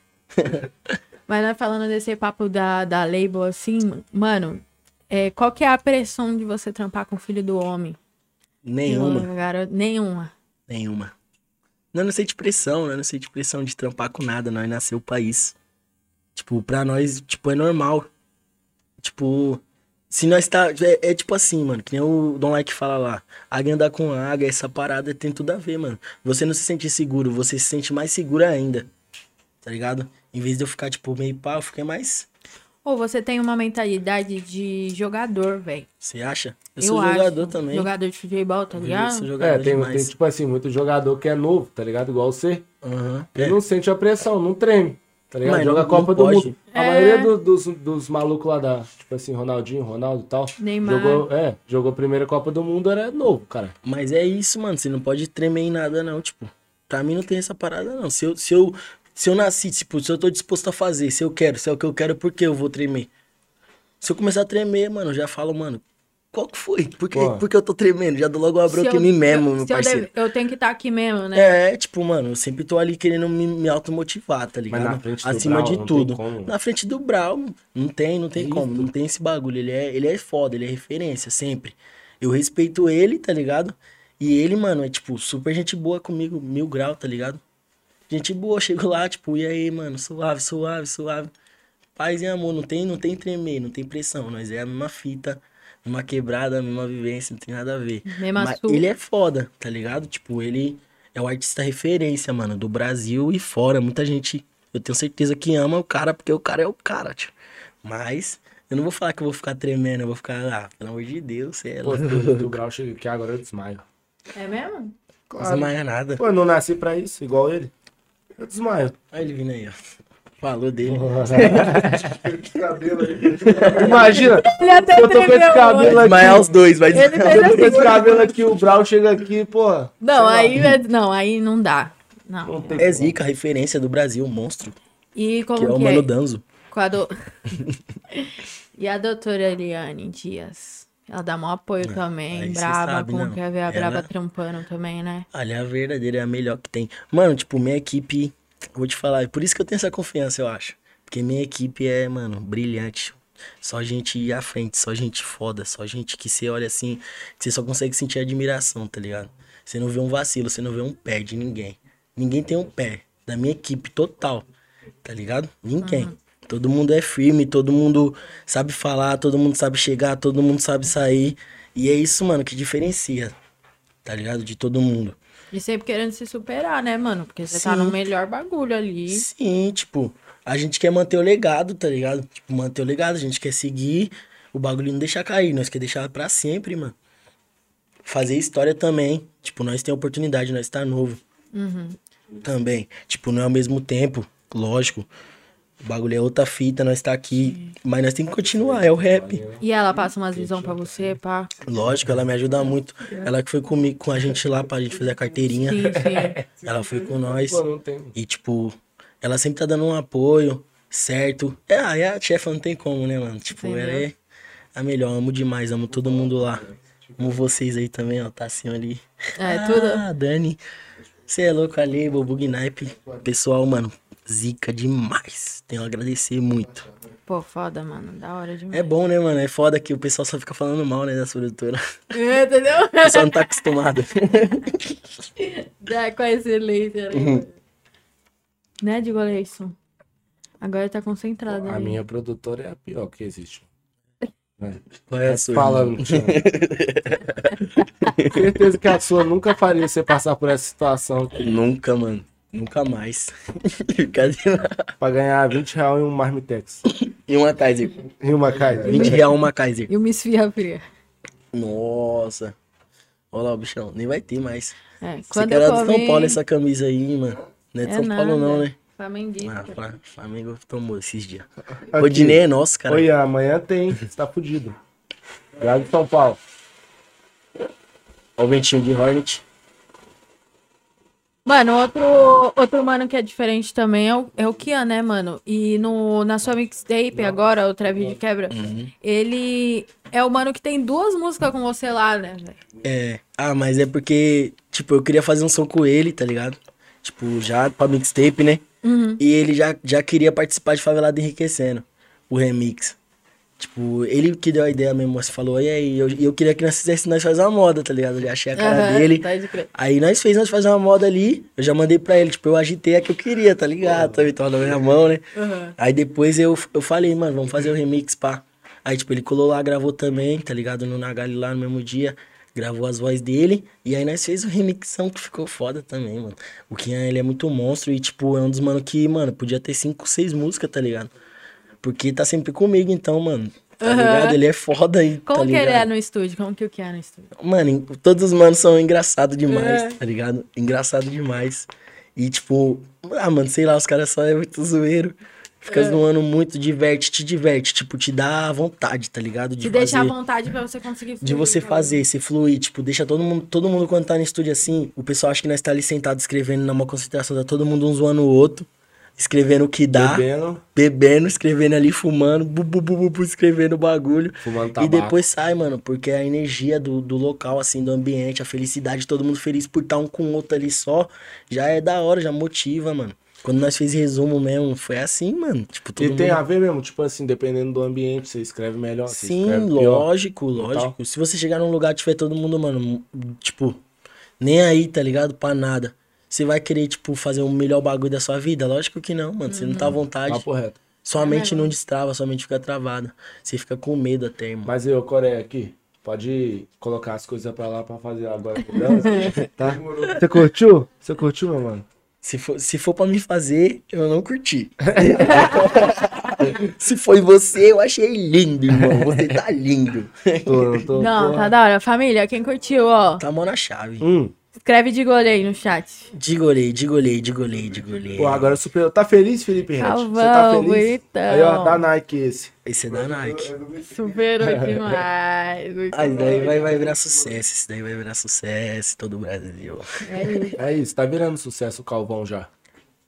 Mas nós falando desse papo da, da label, assim, mano, é, qual que é a pressão de você trampar com o filho do homem? Hum,
Nenhuma,
Garoto, nenhuma.
nenhuma. Nós não sei de pressão, nós não sei de pressão de trampar com nada, nós nasceu o país. Tipo, pra nós, tipo, é normal. Tipo, se nós tá. É, é tipo assim, mano, que nem o Don Like fala lá. Águia andar com águia, essa parada tem tudo a ver, mano. Você não se sente seguro, você se sente mais seguro ainda. Tá ligado? Em vez de eu ficar, tipo, meio pá, eu fiquei mais.
Ou você tem uma mentalidade de jogador, velho.
Você acha?
Eu,
Eu, sou
acho.
jogador também.
Jogador de futebol, tá
Eu sou
ligado?
jogador
É, tem,
demais.
tem, tipo assim, muito jogador que é novo, tá ligado? Igual você.
Aham.
Ele
É.
não sente a pressão, não treme. Tá ligado?
Mas
Joga
não-
a Copa
não
do
pode.
Mundo. A
É.
maioria do- dos, dos malucos lá da, tipo assim, Ronaldinho, Ronaldo e tal.
Neymar.
Jogou, é, jogou a primeira Copa do Mundo, era novo, cara.
Mas é isso, mano. Você não pode tremer em nada, não. Tipo, pra mim não tem essa parada, não. Se eu, se eu, se eu nasci, tipo, se eu tô disposto a fazer, se eu quero, se é o que eu quero, por que eu vou tremer? Se eu começar a tremer, mano, eu já falo, mano, qual que foi? Por que,
Pô.
por que eu tô tremendo? Já dou logo uma
Se
bronca
eu-
em mim mesmo,
se
meu
eu deve-
parceiro.
Eu, tenho que estar aqui mesmo, né?
É, tipo, mano, eu sempre tô ali querendo me, me automotivar, tá ligado?
na frente do
Acima
Brau,
de
não tem
tudo.
como.
Na frente do Brau, não tem, não tem como, não tem esse bagulho. Ele é, ele é foda, ele é referência, sempre. Eu respeito ele, tá ligado? E ele, mano, é tipo, super gente boa comigo, mil grau, tá ligado? Gente boa, chego lá, tipo, e aí, mano, suave, suave, suave. Paz e amor, não tem, não tem tremer, não tem pressão, nós é a mesma fita, mesma quebrada, mesma vivência, não tem nada a ver.
Mesma
Mas
sua.
ele é foda, tá ligado? Tipo, ele é o artista referência, mano, do Brasil e fora. Muita gente, eu tenho certeza que ama o cara, porque o cara é o cara, tio. Mas eu não vou falar que eu vou ficar tremendo, eu vou ficar, ah, pelo amor de Deus, é sei
Pô, [LAUGHS]
lá.
do, do Grau chega aqui agora, eu desmaio.
É, mesmo?
Não mais é nada.
Pô, eu não nasci pra isso, igual ele. Eu desmaio.
Olha ele vindo aí, ó. Falou dele.
Cabelo aí.
[LAUGHS]
[LAUGHS]
Imagina,
Ele até
eu tô com esse cabelo
Vai desmaiar
aqui.
os dois, vai
Ele
desmaiar.
fez
Eu tô com esse
assim.
cabelo aqui, o Brau chega aqui, pô.
Não, aí, é- não, aí não dá.
Não
Não.
tem
É zica, referência do Brasil, monstro.
E como
Que é o
que
Mano
é?
Danzo.
Com
[LAUGHS]
a do... e a doutora Eliane Dias. Ela dá maior apoio também,
É, aí cê
braba,
sabe,
como
não.
quer ver a braba
Ela-
trampando também, né?
Olha, é a verdadeira é a melhor que tem. Mano, tipo, minha equipe, vou te falar, é por isso que eu tenho essa confiança, eu acho. Porque minha equipe é, mano, brilhante. Só gente à frente, só gente foda, só gente que você olha assim, que você só consegue sentir admiração, tá ligado? Você não vê um vacilo, você não vê um pé de ninguém. Ninguém tem um pé. Da minha equipe total, tá ligado? Ninguém. Todo mundo é firme, todo mundo sabe falar, todo mundo sabe chegar, todo mundo sabe sair. E é isso, mano, que diferencia, tá ligado? De todo mundo.
E sempre querendo se superar, né, mano? Porque você tá
Sim.
no melhor bagulho ali.
Sim, tipo, a gente quer manter o legado, tá ligado? Tipo, manter o legado, a gente quer seguir o bagulho e não deixar cair, nós quer deixar pra sempre, mano. Fazer história também, tipo, nós tem oportunidade, nós tá novo. Também, tipo, não é ao mesmo tempo, lógico. O bagulho é outra fita, nós tá aqui, mas nós tem que continuar, é o rap.
E ela passa umas visões pra você,
[LAUGHS]
pá.
Lógico, ela me ajuda muito. Ela que foi comigo, com a gente lá pra gente fazer a carteirinha.
Sim, sim.
Ela foi com nós.
Pô, não tem.
E, tipo, ela sempre tá dando um apoio, certo? É, ah, é a chefa, não tem como, né, mano? Tipo, ela é A melhor, amo demais, amo todo mundo lá. Amo vocês aí também, ó, tá assim ali.
É, tudo.
Ah, Dani. Você é louco ali, Bobu Gnaipe. Pessoal, mano, zica demais. Tenho a agradecer muito.
Pô, foda, mano. Da hora demais.
Ah. É bom, né, mano? É foda que o pessoal só fica falando mal, né, das produtoras.
É, [LAUGHS] entendeu?
O pessoal não
[LAUGHS]
tá acostumado.
Dá É, com a excelência. né?
Uhum.
Né, de Goleison? Agora tá concentrado.
A
aí.
minha produtora é a pior que existe.
Qual é a sua?
[LAUGHS]
irmão?
Falando. Tiago. Certeza que a sua nunca faria você passar por essa situação.
Nunca, mano. Nunca mais. [LAUGHS] Brincadeira.
Pra ganhar 20 reais em um marmitex.
E uma Kaiser.
E uma Kaiser.
20 real uma Kaiser.
E uma esfirra fria.
Nossa. Olha lá o bichão. Nem vai ter mais.
É,
Esse
quando
cara
eu
é de São
comi...
Paulo essa camisa aí, mano. Não é de
É
São Paulo não,
nada.
né? Ah,
Flamenguista.
Fla- Flamengo tomou esses dias.
Aqui.
Rodinei é nosso, cara.
Oi, amanhã tem. Você tá fudido. Gado de São Paulo.
Olha o ventinho de Hornet.
Mano, outro, outro mano que é diferente também é o, é o Kian, né, mano? E no, na sua mixtape agora, o Trap de Quebra,
Uhum.
ele é o mano que tem duas músicas com você lá, né, velho?
É. Ah, mas é porque, tipo, eu queria fazer um som com ele, tá ligado? Tipo, já pra mixtape, né?
Uhum.
E ele já, já queria participar de Favelado Enriquecendo, o remix. Tipo, ele que deu a ideia mesmo, assim, falou, e aí, eu, e eu queria que nós fizéssemos nós faz uma moda, tá ligado? Eu já achei a cara
Aham,
dele.
pode crer.
Aí nós fez, nós faz uma moda ali, eu já mandei pra ele, tipo, eu agitei a que eu queria, tá ligado? Também tava na minha mão, né?
Aham.
Aí depois eu, eu falei, mano, vamos fazer o remix, pá. Aí, tipo, ele colou lá, gravou também, tá ligado? No Nagali lá no mesmo dia. Gravou as vozes dele. E aí nós fez o remixão que ficou foda também, mano. O Kian, ele é muito monstro e, tipo, é um dos mano que, mano, podia ter cinco, seis músicas, tá ligado? Porque tá sempre comigo, então, mano. Tá
Aham.
ligado? Ele é foda aí,
Como
tá
que ele
ligado?
é no estúdio? Como que o Kian é no estúdio?
Mano, en- todos os manos são engraçados demais,
É.
tá ligado? Engraçado demais. E tipo, ah, mano, sei lá, os caras só é muito zoeiro. Fica
É.
zoando muito, diverte, te diverte. Tipo, te dá vontade, tá ligado? De
Te deixar à
fazer-
vontade né? pra você conseguir então.
de você fazer, se fluir, tipo, deixa todo mundo, todo mundo quando tá no estúdio assim, o pessoal acha que nós tá ali sentado escrevendo numa concentração, tá todo mundo um zoando o outro, escrevendo o que dá, bebendo,
Bebendo,
escrevendo ali, fumando, bu, bu, bu, bu, bu, escrevendo o bagulho.
fumando
E
tabaco.
depois sai, mano, porque a energia do, do local, assim, do ambiente, a felicidade, todo mundo feliz por estar um com o outro ali só, já é da hora, já motiva, mano. Quando nós fez resumo mesmo, foi assim, mano. Tipo, todo
E
mundo.
tem a ver mesmo, tipo assim, dependendo do ambiente, você escreve melhor, você
Sim,
escreve é pior.
lógico,
tal.
lógico. Se você chegar num lugar e tiver todo mundo, mano, tipo, nem aí, tá ligado? Pra nada. Você vai querer, tipo, fazer o melhor bagulho da sua vida? Lógico que não, mano. Você não tá
Uhum.
à vontade.
Papo reto.
É
Sua mente não destrava, sua mente fica travada. Você fica com medo até, irmão.
Mas eu, Coreia, aqui, pode colocar as coisas pra lá pra fazer agora. tá? Você curtiu? Você curtiu, meu mano?
Se for, se for pra me fazer, eu não curti. [LAUGHS] se foi você, eu achei lindo, irmão. Você tá lindo.
Tô, eu tô-
Não,
porra.
tá da hora. Família, quem curtiu, ó,
Tá mó na chave.
Hum,
escreve de goleiro aí no chat.
Digolei, digolei, digolei, digolei.
pô, agora superou. Tá feliz, Felipe Red? Você tá
Calvão, então.
feliz?
bonitão.
Aí, ó, da Nike esse.
Esse é da Nike.
Superou demais. muito
Ah, esse
bom.
daí vai, vai virar sucesso. Esse daí vai virar sucesso, em todo o Brasil.
É isso.
É isso, tá virando sucesso o Calvão já.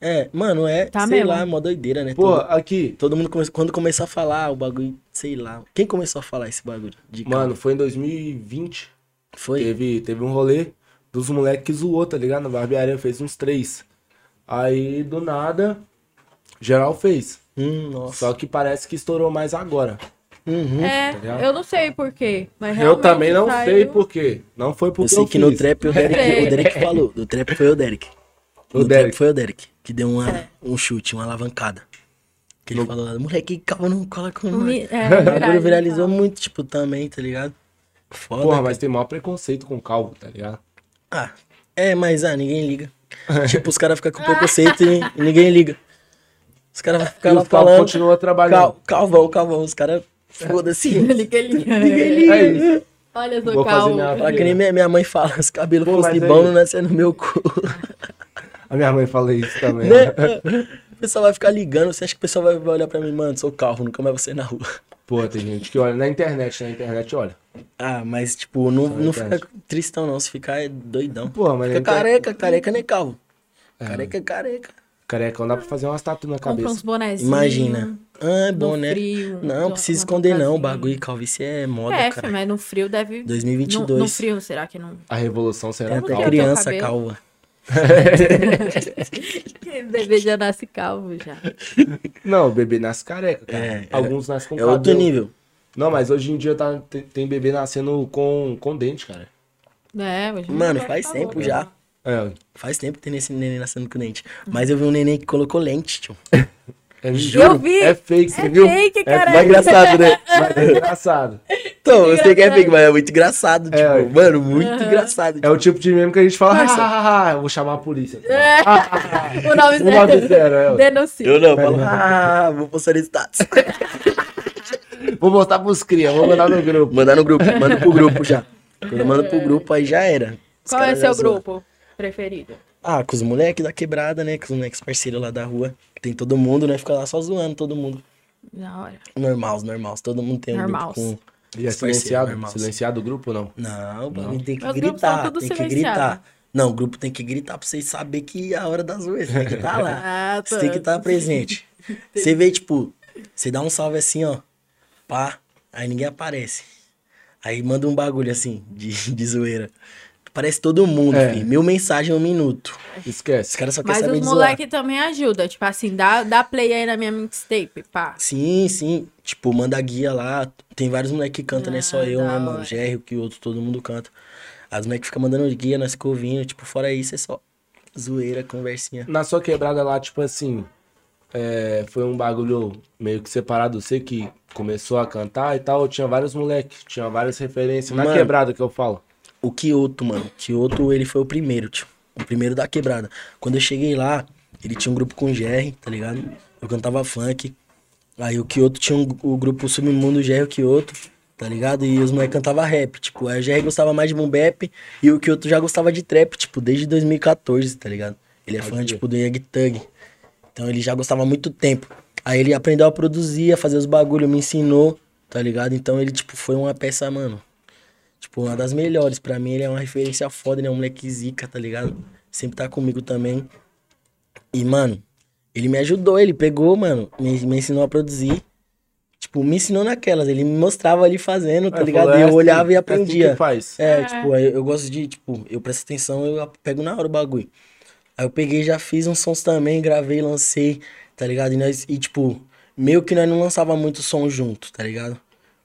É, mano, é,
Tá
sei
mesmo.
lá, é mó doideira, né?
Pô,
todo,
aqui,
todo mundo, come, quando começou a falar o bagulho, sei lá. Quem começou a falar esse bagulho? De
mano, foi em 2020.
cara? foi?
Teve, teve um rolê dos moleques que zoou, tá ligado? Na barbearia fez uns três. Aí, do nada, geral fez.
Hum, nossa.
Só que parece que estourou mais agora.
Uhum.
É,
ligado?
eu não sei porquê, mas
eu também não
realmente
sei
saiu-
por quê. Não foi porque
Eu sei que no
fiz.
trap o Derek, o Derek falou. Do trap foi o Derek.
O
No
Derek.
trap foi o Derek. Que deu uma, um chute, uma alavancada. Que ele falou, moleque, calma, não cola com
Mi-
nós.
É,
O
verdade, [LAUGHS]
bagulho viralizou
então.
muito, tipo, também, tá ligado? Foda.
Porra,
cara.
mas tem maior preconceito com o calvo, tá ligado?
Ah, é, mas ah, ninguém liga.
É.
tipo, os caras ficam com preconceito e, e ninguém liga. Os caras vão ficar
E
lá
os calvos
falando.
continuam trabalhando.
Cal, calvão, calvão. Os caras, foda-se.
Ninguém liga.
É isso.
Olha, eu sou
Vou fazer minha
calmo.
Pra que nem minha, minha mãe fala, os cabelos
Pô,
fossem
mas é
bons,
aí-
não nascer né, é no meu cu.
A minha mãe fala isso também.
né? O pessoal vai ficar ligando, você acha que o pessoal vai vai olhar pra mim, mano, sou carro, nunca mais você na rua.
Pô, tem gente que olha na internet, na internet olha.
Ah, mas tipo, não, não
verdade.
fica tristão não, se ficar é doidão.
Pô, mas tá- É. na
Fica
inter-
careca, careca nem calvo. Careca é careca.
Carecão dá pra fazer umas tatuas na
Compra uns
cabeça.
bonezinhos.
Imagina. Ah, é bom, né?
Frio,
Não,
do-
precisa
uma
esconder não. O
fantasia.
bagulho calvície é moda,
É,
cara.
mas no frio deve. No-
2022.
No, frio, será que não?
A revolução será
Tem
Como que é
até
o
calma.
teu
criança
cabelo?
calva.
O [LAUGHS] bebê já nasce calvo já.
Não, o bebê nasce careca, cara.
É, é.
Alguns nascem com
É outro
cabelo.
nível.
Não, mas hoje em dia tá, tem, tem bebê nascendo com, com dente, cara.
É, hoje em
Mano,
dia
faz
tá
tempo
louco.
já.
É,
Faz tempo que tem esse neném nascendo com dente. Mas eu vi um neném que colocou lente, tio.
é
Eu vi!
É fake, você
É
viu?
fake, cara.
Mas engraçado,
[LAUGHS]
né?
Mas é [LAUGHS] engraçado.
Então, eu sei que é fake, mas é muito engraçado, tipo.
É.
Mano, muito engraçado.
É
Tipo.
o tipo de meme que a gente fala,
Parça.
ah, eu vou chamar a polícia.
É. o nome
O nome
dele.
zero, é.
Denuncia.
Eu não, falo, ah, vou postar no status. [LAUGHS]
Vou mostrar pros cria, vou mandar no grupo.
Mandar no grupo, manda pro grupo já. Quando manda pro grupo, aí já era. Os
Qual é
caras
seu
já zoam.
grupo preferido?
Ah, com os moleques da quebrada, né? Com os moleques parceiros lá da rua. Tem todo mundo, né? Fica lá só zoando todo mundo.
Da hora.
Normais, normais. Todo mundo tem um
Normals.
grupo
E
com...
é
Os parceiros,
silenciado?
irmãos.
Silenciado o grupo ou não?
Não, o bagulho tem que
Meus grupos são
gritar,
tá tudo
tem que
silenciado.
gritar. Não, o grupo tem que gritar pra vocês saberem que é a hora das zoeira. Tem que estar tá lá.
[LAUGHS] Ah,
Você tem que estar presente. Você vê, tipo, você dá um salve assim, ó. Pá, aí ninguém aparece. Aí manda um bagulho assim, de, [LAUGHS] de zoeira. Parece todo mundo,
É.
filho. Mil mensagens um minuto. Os
Esquece.
caras só querem
Mas
saber
os
de zoar.
moleques também ajudam. Tipo assim, dá, dá play aí na minha mixtape, pá.
Sim, sim. Tipo, manda a guia lá. Tem vários moleques que cantam, né? Só
Ah,
eu,
da
né,
hora.
mano? Gérrio, que outro, todo mundo canta. As moleques ficam mandando guia, nós ficamos ouvindo. Tipo, fora isso, é só zoeira, conversinha.
Na sua quebrada lá, tipo assim, é, foi um bagulho meio que separado. Você que começou a cantar e tal, tinha vários moleques, tinha várias referências. Na
Mano.
quebrada que eu falo.
O Kyoto, mano. Kyoto, ele foi o primeiro, tio. O primeiro da quebrada. Quando eu cheguei lá, ele tinha um grupo com o Jerry, tá ligado? Eu cantava funk. Aí o Kyoto tinha um- o grupo Submundo Jerry e o Kyoto, tá ligado? E os moleques cantavam rap, tipo. Aí o Jerry gostava mais de boom bap e o Kyoto já gostava de trap, tipo, desde 2014, tá ligado? Ele é fã,
crer.
tipo, do Young Thug. Então ele já gostava há muito tempo. Aí ele aprendeu a produzir, a fazer os bagulho, me ensinou, tá ligado? Então ele, tipo, foi uma peça, mano. Tipo, uma das melhores. Pra mim, ele é uma referência foda, ele é um moleque zica, tá ligado? Sempre tá comigo também. E, mano, ele me ajudou, ele pegou, mano, me, me ensinou a produzir. Tipo, me ensinou naquelas, ele me mostrava ali fazendo, tá
Aí
ligado?
falou,
E
é
eu
assim,
olhava e
é assim que
aprendia.
faz.
É,
É.
tipo, aí eu, eu gosto de, tipo, eu presto atenção, eu ap- pego na hora o bagulho. Aí eu peguei, já fiz uns sons também, gravei, lancei, tá ligado? E nós, e tipo, meio que nós não lançava muito som junto, tá ligado?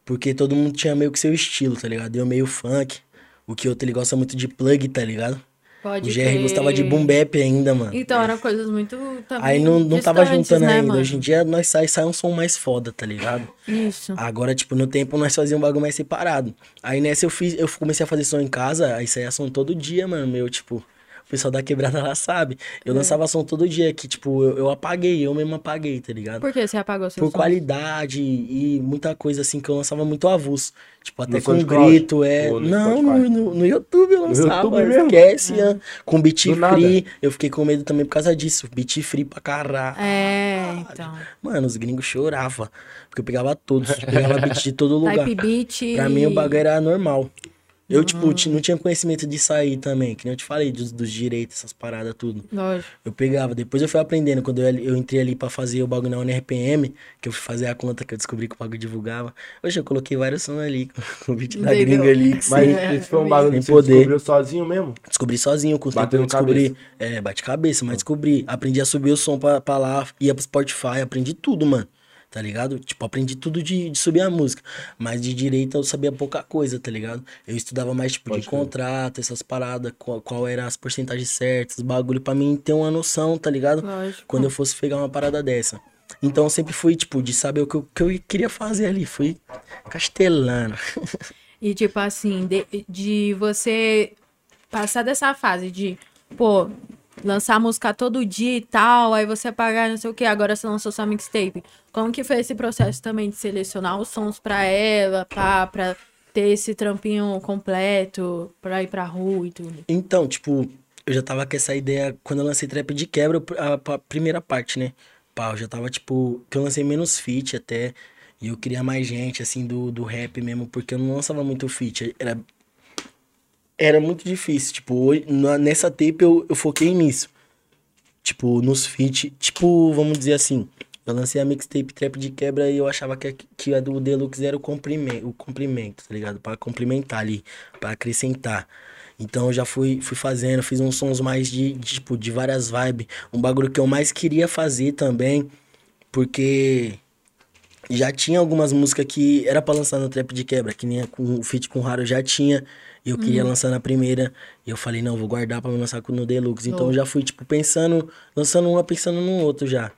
Porque todo mundo tinha meio que seu estilo, tá ligado? Eu meio funk, o que outro ele gosta muito de plug, tá ligado?
Pode
O GR
crer.
gostava de boom bap ainda, mano.
Então, eram coisas muito. Também
Aí não, não tava
distantes,
juntando
né,
ainda.
mano?
Hoje em dia nós sai, sai um som mais foda, tá ligado?
Isso.
Agora, tipo, no tempo nós fazíamos um bagulho mais separado. Aí nessa eu fiz, eu comecei a fazer som em casa, aí saía som todo dia, mano, meu, tipo, o pessoal da quebrada lá sabe. Eu
É.
lançava som todo dia, que, tipo, eu, eu apaguei, eu mesmo apaguei, tá ligado?
Por que você apagou seu
Por
som?
qualidade e muita coisa assim que eu lançava muito avulso. Tipo, até
No
com
SoundCloud?
grito, é.
Ou no
Não,
Spotify?
no, no, no YouTube eu lançava.
YouTube mesmo?
Esquece,
É.
Ian. com beat
Do nada.
free. Eu fiquei com medo também por causa disso. Beat free pra caralho.
É, então.
Mano, os gringos choravam. Porque eu pegava todos, pegava beat de todo lugar.
Type beat.
Pra mim o bagulho era normal. Eu, tipo, ti- não tinha conhecimento de sair também, que nem eu te falei, dos, dos direitos, essas paradas, tudo.
Lógico.
Eu pegava, depois eu fui aprendendo, quando eu, eu entrei ali pra fazer o bagulho na UNRPM, que eu fui fazer a conta que eu descobri que o bagulho divulgava. Hoje eu coloquei vários sons ali, [LAUGHS] com o beat da
Entendeu?
gringa ali. que
Mas
sim.
É,
isso foi um
eu
bagulho
vi.
que você
Tem poder.
descobriu sozinho mesmo?
Descobri sozinho, com o tempo
Batendo
eu descobri. É, bate cabeça, mas descobri. Aprendi a subir o som pra, pra lá, ia pro Spotify, aprendi tudo, mano. Tá ligado? Tipo, aprendi tudo de, de subir a música. Mas de direita eu sabia pouca coisa, tá ligado? Eu estudava mais, tipo,
Pode
de
crer.
contrato, essas paradas, qual, qual era as porcentagens certas, os bagulho, pra mim ter uma noção, tá ligado?
Lógico.
Quando eu fosse pegar uma parada dessa. Então eu sempre fui, tipo, de saber o que eu, que eu queria fazer ali. Fui castelano.
E tipo assim, de, de você passar dessa fase de, pô, lançar música todo dia e tal, aí você apagar não sei o que, agora você lançou sua mixtape. Como que foi esse processo também de selecionar os sons pra ela, pá, pra ter esse trampinho completo, pra ir pra rua e tudo?
Então, tipo, eu já tava com essa ideia quando eu lancei Trap de Quebra, eu- a, a primeira parte, né? Pá, eu já tava, tipo, que eu lancei menos feat até. E eu queria mais gente, assim, do, do rap mesmo, porque eu não lançava muito feat. Era, era muito difícil. Tipo, hoje, na- nessa tape eu, eu foquei nisso. Tipo, nos feat. Tipo, vamos dizer assim. Eu lancei a mixtape Trap de Quebra e eu achava que, a- que a do Deluxe era o comprimento, o comprimento, tá ligado? Pra complementar ali, pra acrescentar. Então eu já fui, fui fazendo, fiz uns sons mais de, de, tipo, de várias vibes. Um bagulho que eu mais queria fazer também, porque já tinha algumas músicas que era pra lançar no Trap de Quebra, que nem a com, o feat com o Raro já tinha. E eu
Uhum.
queria lançar na primeira. E eu falei, não, vou guardar pra me lançar com- no Deluxe. Então eu já fui, tipo, pensando, lançando uma, pensando no outro já.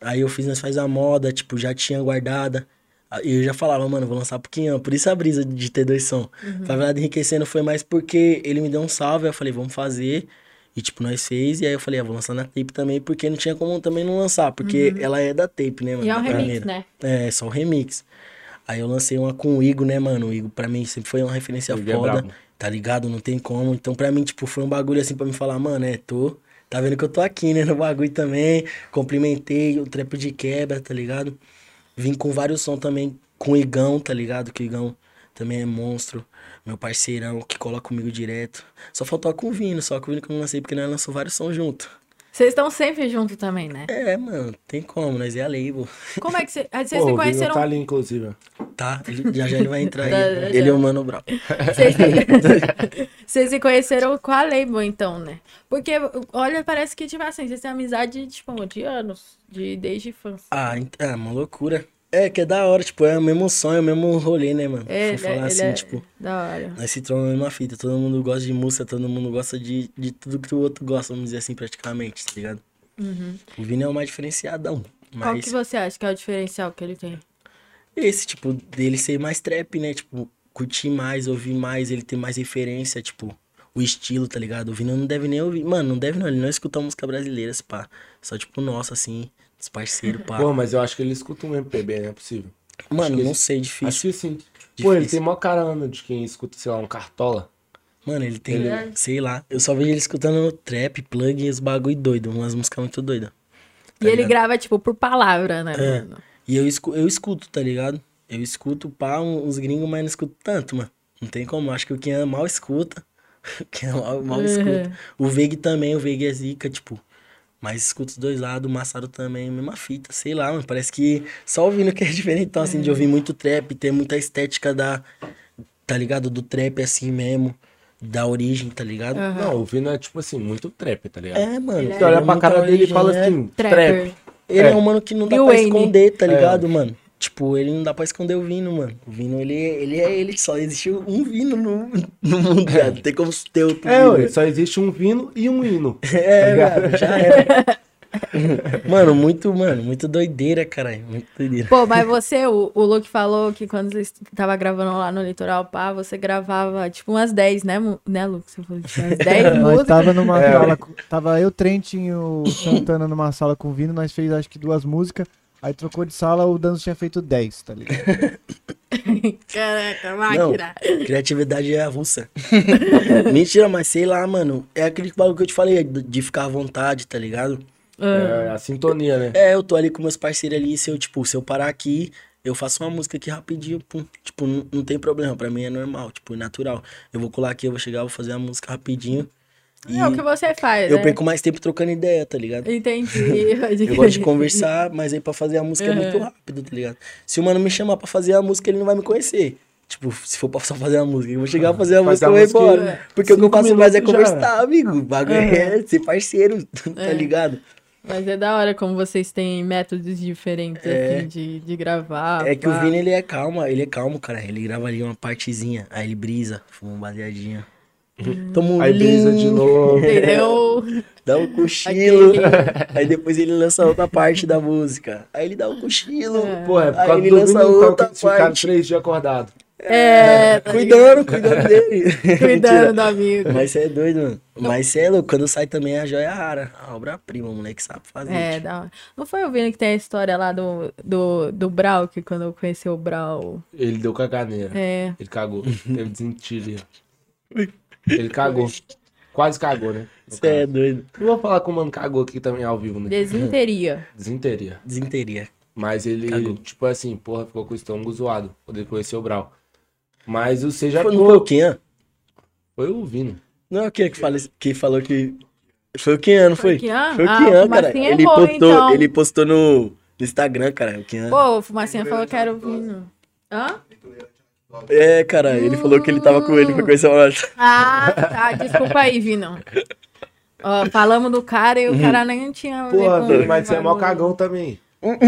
Aí eu fiz Nós Faz a Moda, tipo, já tinha guardada. Aí Eu já falava, mano, vou lançar pro Quinhão. Por isso a brisa de ter dois som.
Uhum.
Favelado Enriquecendo foi mais porque ele me deu um salve. Aí eu falei, vamos fazer. E, tipo, nós fez. E aí eu falei, ah, vou lançar na tape também. Porque não tinha como também não lançar. Porque ela é da tape, né, mano?
Uhum. E é
da
um remix,
primeira.
né?
É, só o remix. Aí eu lancei uma com o Igor, né, mano? O Igor, pra mim, sempre foi uma referência
O Igor é
foda,
brabo.
tá ligado? Não tem como. Então, pra mim, tipo, foi um bagulho assim pra me falar, mano, é, tô. Tá vendo que eu tô aqui, né, no bagulho também. Cumprimentei o trepo de quebra, tá ligado? Vim com vários sons também, com o Igão, tá ligado? Que o Igão também é monstro. Meu parceirão que cola comigo direto. Só faltou com o Vino, só que o Vino que eu não lancei, porque nós lançou vários sons junto.
Vocês estão sempre junto também, né?
É, mano, tem como, nós é a label.
Como é que cê- aí vocês
Pô,
se
o Vini
conheceram?
tá ali, inclusive.
Tá, ele- já já ele vai
[LAUGHS]
entrar
Tá,
aí.
já.
Ele é o Mano Brau.
Vocês
[LAUGHS]
Vocês se conheceram com a Label, então, né? Porque, olha, parece que, tipo assim, vocês têm amizade, tipo, de anos, de, desde infância.
Ah, ent- é uma loucura. É, que é da hora, tipo, é o mesmo sonho, é o mesmo rolê, né, mano?
É,
Vou
ele é-
falar
ele
assim,
é
tipo,
da hora.
nós se tornamos uma fita, todo mundo gosta de música, todo mundo gosta de, de tudo que o outro gosta, vamos dizer assim, praticamente, tá ligado? O Vini é o mais diferenciadão,
Uhum. Qual
mas
que você acha que é o diferencial que ele tem?
esse, tipo, dele ser mais trap, né? Tipo, curtir mais, ouvir mais, ele ter mais referência, tipo, o estilo, tá ligado? O Vini não deve nem ouvir, mano, não deve não, ele não escuta música brasileira, se pá, só tipo, nossa, assim, dos parceiros, pá.
Pô, mas eu acho que ele escuta um MPB, não é possível.
mano,
que assim,
não
ele-
sei, é difícil.
Acho que sim. Pô, ele
Difícil.
tem maior carana de quem escuta, sei lá, um Cartola.
Mano, ele tem,
é.
Ele-
sei lá, eu só vejo ele escutando trap, plug e os bagulho doido, umas músicas muito doidas.
E ele
Tá ligado?
grava, tipo, por palavra, né?
É.
mano?
E eu, escu eu escuto, tá ligado? Eu escuto pá, um- uns gringos, mas não escuto tanto, mano. Não tem como, acho que o Kian mal escuta. [LAUGHS] O Kian mal, mal escuta. O Veg também, o Veg é zica, tipo. Mas escuto os dois lados, o Massaro também, mesma fita, sei lá, mano. Parece que só ouvindo que é [LAUGHS] diferente, então, assim, de ouvir muito trap, ter muita estética da, tá ligado? Do trap assim mesmo, da origem, tá ligado?
Aham.
Não, o Vino é, tipo assim, muito trap, tá ligado?
É, mano.
Você olha pra
muita
cara dele e
origem,
fala
né?
assim,
Trapper.
trap.
Ele
É.
é um mano que não dá
Lil
pra
Wayne.
esconder, tá
É.
ligado, mano? Tipo, ele não dá pra esconder o Vino, mano. O Vino, ele, ele é ele, só existe um Vino no, no mundo, cara. Não tem como ter outro
É,
Vino.
ué, só existe um Vino e um hino.
[LAUGHS] É, mano,
[LAUGHS]
já era. mano, muito, mano, muito doideira, caralho. Muito doideira.
Pô, mas você, o, o Luke falou que quando você tava gravando lá no Litoral Pá, você gravava, tipo, umas 10, né, mu- né Luke? Você falou que tinha umas
[LAUGHS]
10
Nós
músicas.
tava numa
É.
sala. com- Tava eu, Trentin e o Santana numa sala com o Vino, nós fez acho que duas músicas. Aí trocou de sala, o Danzo tinha feito 10, tá ligado?
Caraca,
Não,
máquina.
criatividade é avulsa. [LAUGHS] Mentira, mas sei lá, mano. É aquele bagulho que eu te falei, de de ficar à vontade, tá ligado?
É, a sintonia, né?
É, eu tô ali com meus parceiros ali, se eu, tipo, se eu parar aqui, eu faço uma música aqui rapidinho, pum. Tipo, não, não tem problema, pra mim é normal, tipo, é natural. Eu vou colar aqui, eu vou chegar, vou fazer a música rapidinho. E
É o que você faz,
eu
né?
perco mais tempo trocando ideia,
[LAUGHS]
tá ligado?
Entendi.
Eu gosto de conversar, mas aí pra fazer a música é muito rápido, tá ligado? Se o mano me chamar pra fazer a música, ele não vai me conhecer. Tipo, se for pra só fazer a música, eu vou chegar pra fazer a
Faz
música
a
e vou
música
embora.
em
Porque o que eu
cinco
faço mais é
minutos já
conversar,
era.
amigo. O bagulho é ser parceiro, [LAUGHS]
É.
tá ligado?
Mas é da hora como vocês têm métodos diferentes, assim, de, de gravar.
É que
pá.
o Vini, ele é calmo, ele é calmo, cara. Ele grava ali uma partezinha, aí ele brisa, fuma um baseadinho. Toma um
Uhum. Aí brisa de
lean,
novo.
[LAUGHS]
[LAUGHS]
Entendeu?
dá um cochilo.
Aquele-
aí depois ele lança outra parte da música. Aí ele dá um cochilo.
Pô, é por
aí
causa
ele
do
lança
Vino, então, que
outra
eles ficaram
parte.
três dias acordados.
É, tá
Cuidando, [LAUGHS] cuidando dele.
[LAUGHS]
cuidando
Mentira.
do amigo.
Mas você é doido, mano. Mas você é louco. Quando sai também é a joia rara. A obra-prima, o moleque sabe fazer.
É,
tipo.
da hora. Não foi o Vini que tem a história lá do, do, do Brau, que quando eu conheci o Brau.
Ele deu caganeira.
É.
Ele
[LAUGHS]
cagou. Teve desentilha. Ele cagou. Quase cagou, né? No
Você é
caso.
doido.
Não vou falar com o mano cagou aqui também ao vivo, né?
Desinteria.
Desinteria.
Desinteria.
Mas ele,
Cagou.
tipo assim, porra, ficou com o estômago zoado. Quando ele conheceu o Brau. Mas o Seja
Não foi o Kian?
Foi o Vino.
Não é o Kian que, fala, que falou que Foi o Kian, não
Foi
foi?
o Kian?
Foi o
Ah,
Kian,
o
cara.
Marcinho
Ele
errou,
postou,
então.
ele postou no, no Instagram, cara, o Kian.
Pô, o Fumacinha falou que era o Vino. Hã?
É, cara, ele falou que ele tava com ele, foi conhecer uma
Ah, tá. Desculpa aí, Vino. Ó, falamos do cara
Hum.
e o cara nem tinha.
Porra,
levado
Vini, mas você é mó
valor.
cagão também.
[LAUGHS] Não,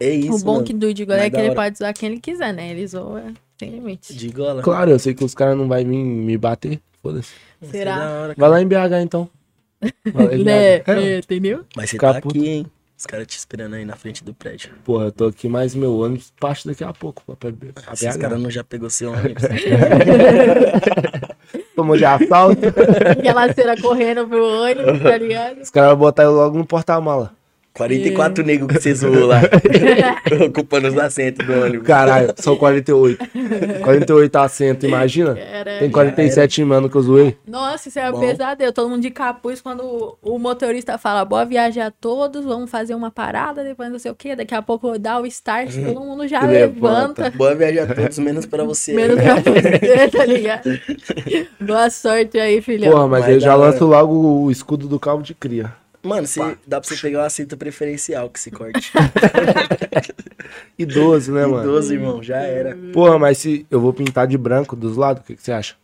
É isso,
o bom
mano.
que do Idigola é
Mas
que
da
ele
hora.
pode usar quem ele quiser, né? Ele zoa, tem limite.
De gola.
Claro, eu sei que os caras não vão vir me bater. Foda-se.
Será?
Vai lá em BH então.
[LAUGHS]
Vai lá em
Né?
BH.
É, entendeu?
Mas você
Ficar
tá
puto.
aqui, hein? Os caras te esperando aí na frente do prédio.
Porra, eu tô aqui, mas meu ônibus parte daqui a pouco pra, pra, pra
Se os
BH.
caras não já pegou seu ônibus.
[LAUGHS]
Tomou de assalto.
Aquela cena correndo pro ônibus, tá ligado?
os caras vão botar eu logo no porta-mala.
44 negros que vocês
[LAUGHS]
zoou lá. [LAUGHS] Ocupando os assentos do ônibus.
Caralho, são 48. 48 assentos, imagina.
Era-
Tem 47 mano que eu zoei.
Nossa, isso é
Bom.
pesadelo. Todo mundo de capuz quando o o motorista fala boa viagem a todos, vamos fazer uma parada, depois não sei o quê. Daqui a pouco dá o start, todo mundo já
Se Uhum. levanta.
levanta.
Boa viagem a todos, menos pra você.
Menos pra
[LAUGHS]
você, tá ligado? Boa sorte aí, filhão.
Porra, mas
Vai
eu já
dar-
lanço logo o escudo do calvo de cria.
Mano, se, dá pra você pegar uma cinta preferencial com esse corte.
Idoso, né, mano?
Idoso, irmão, já era.
Porra, mas se eu vou pintar de branco dos lados, o que, que você acha?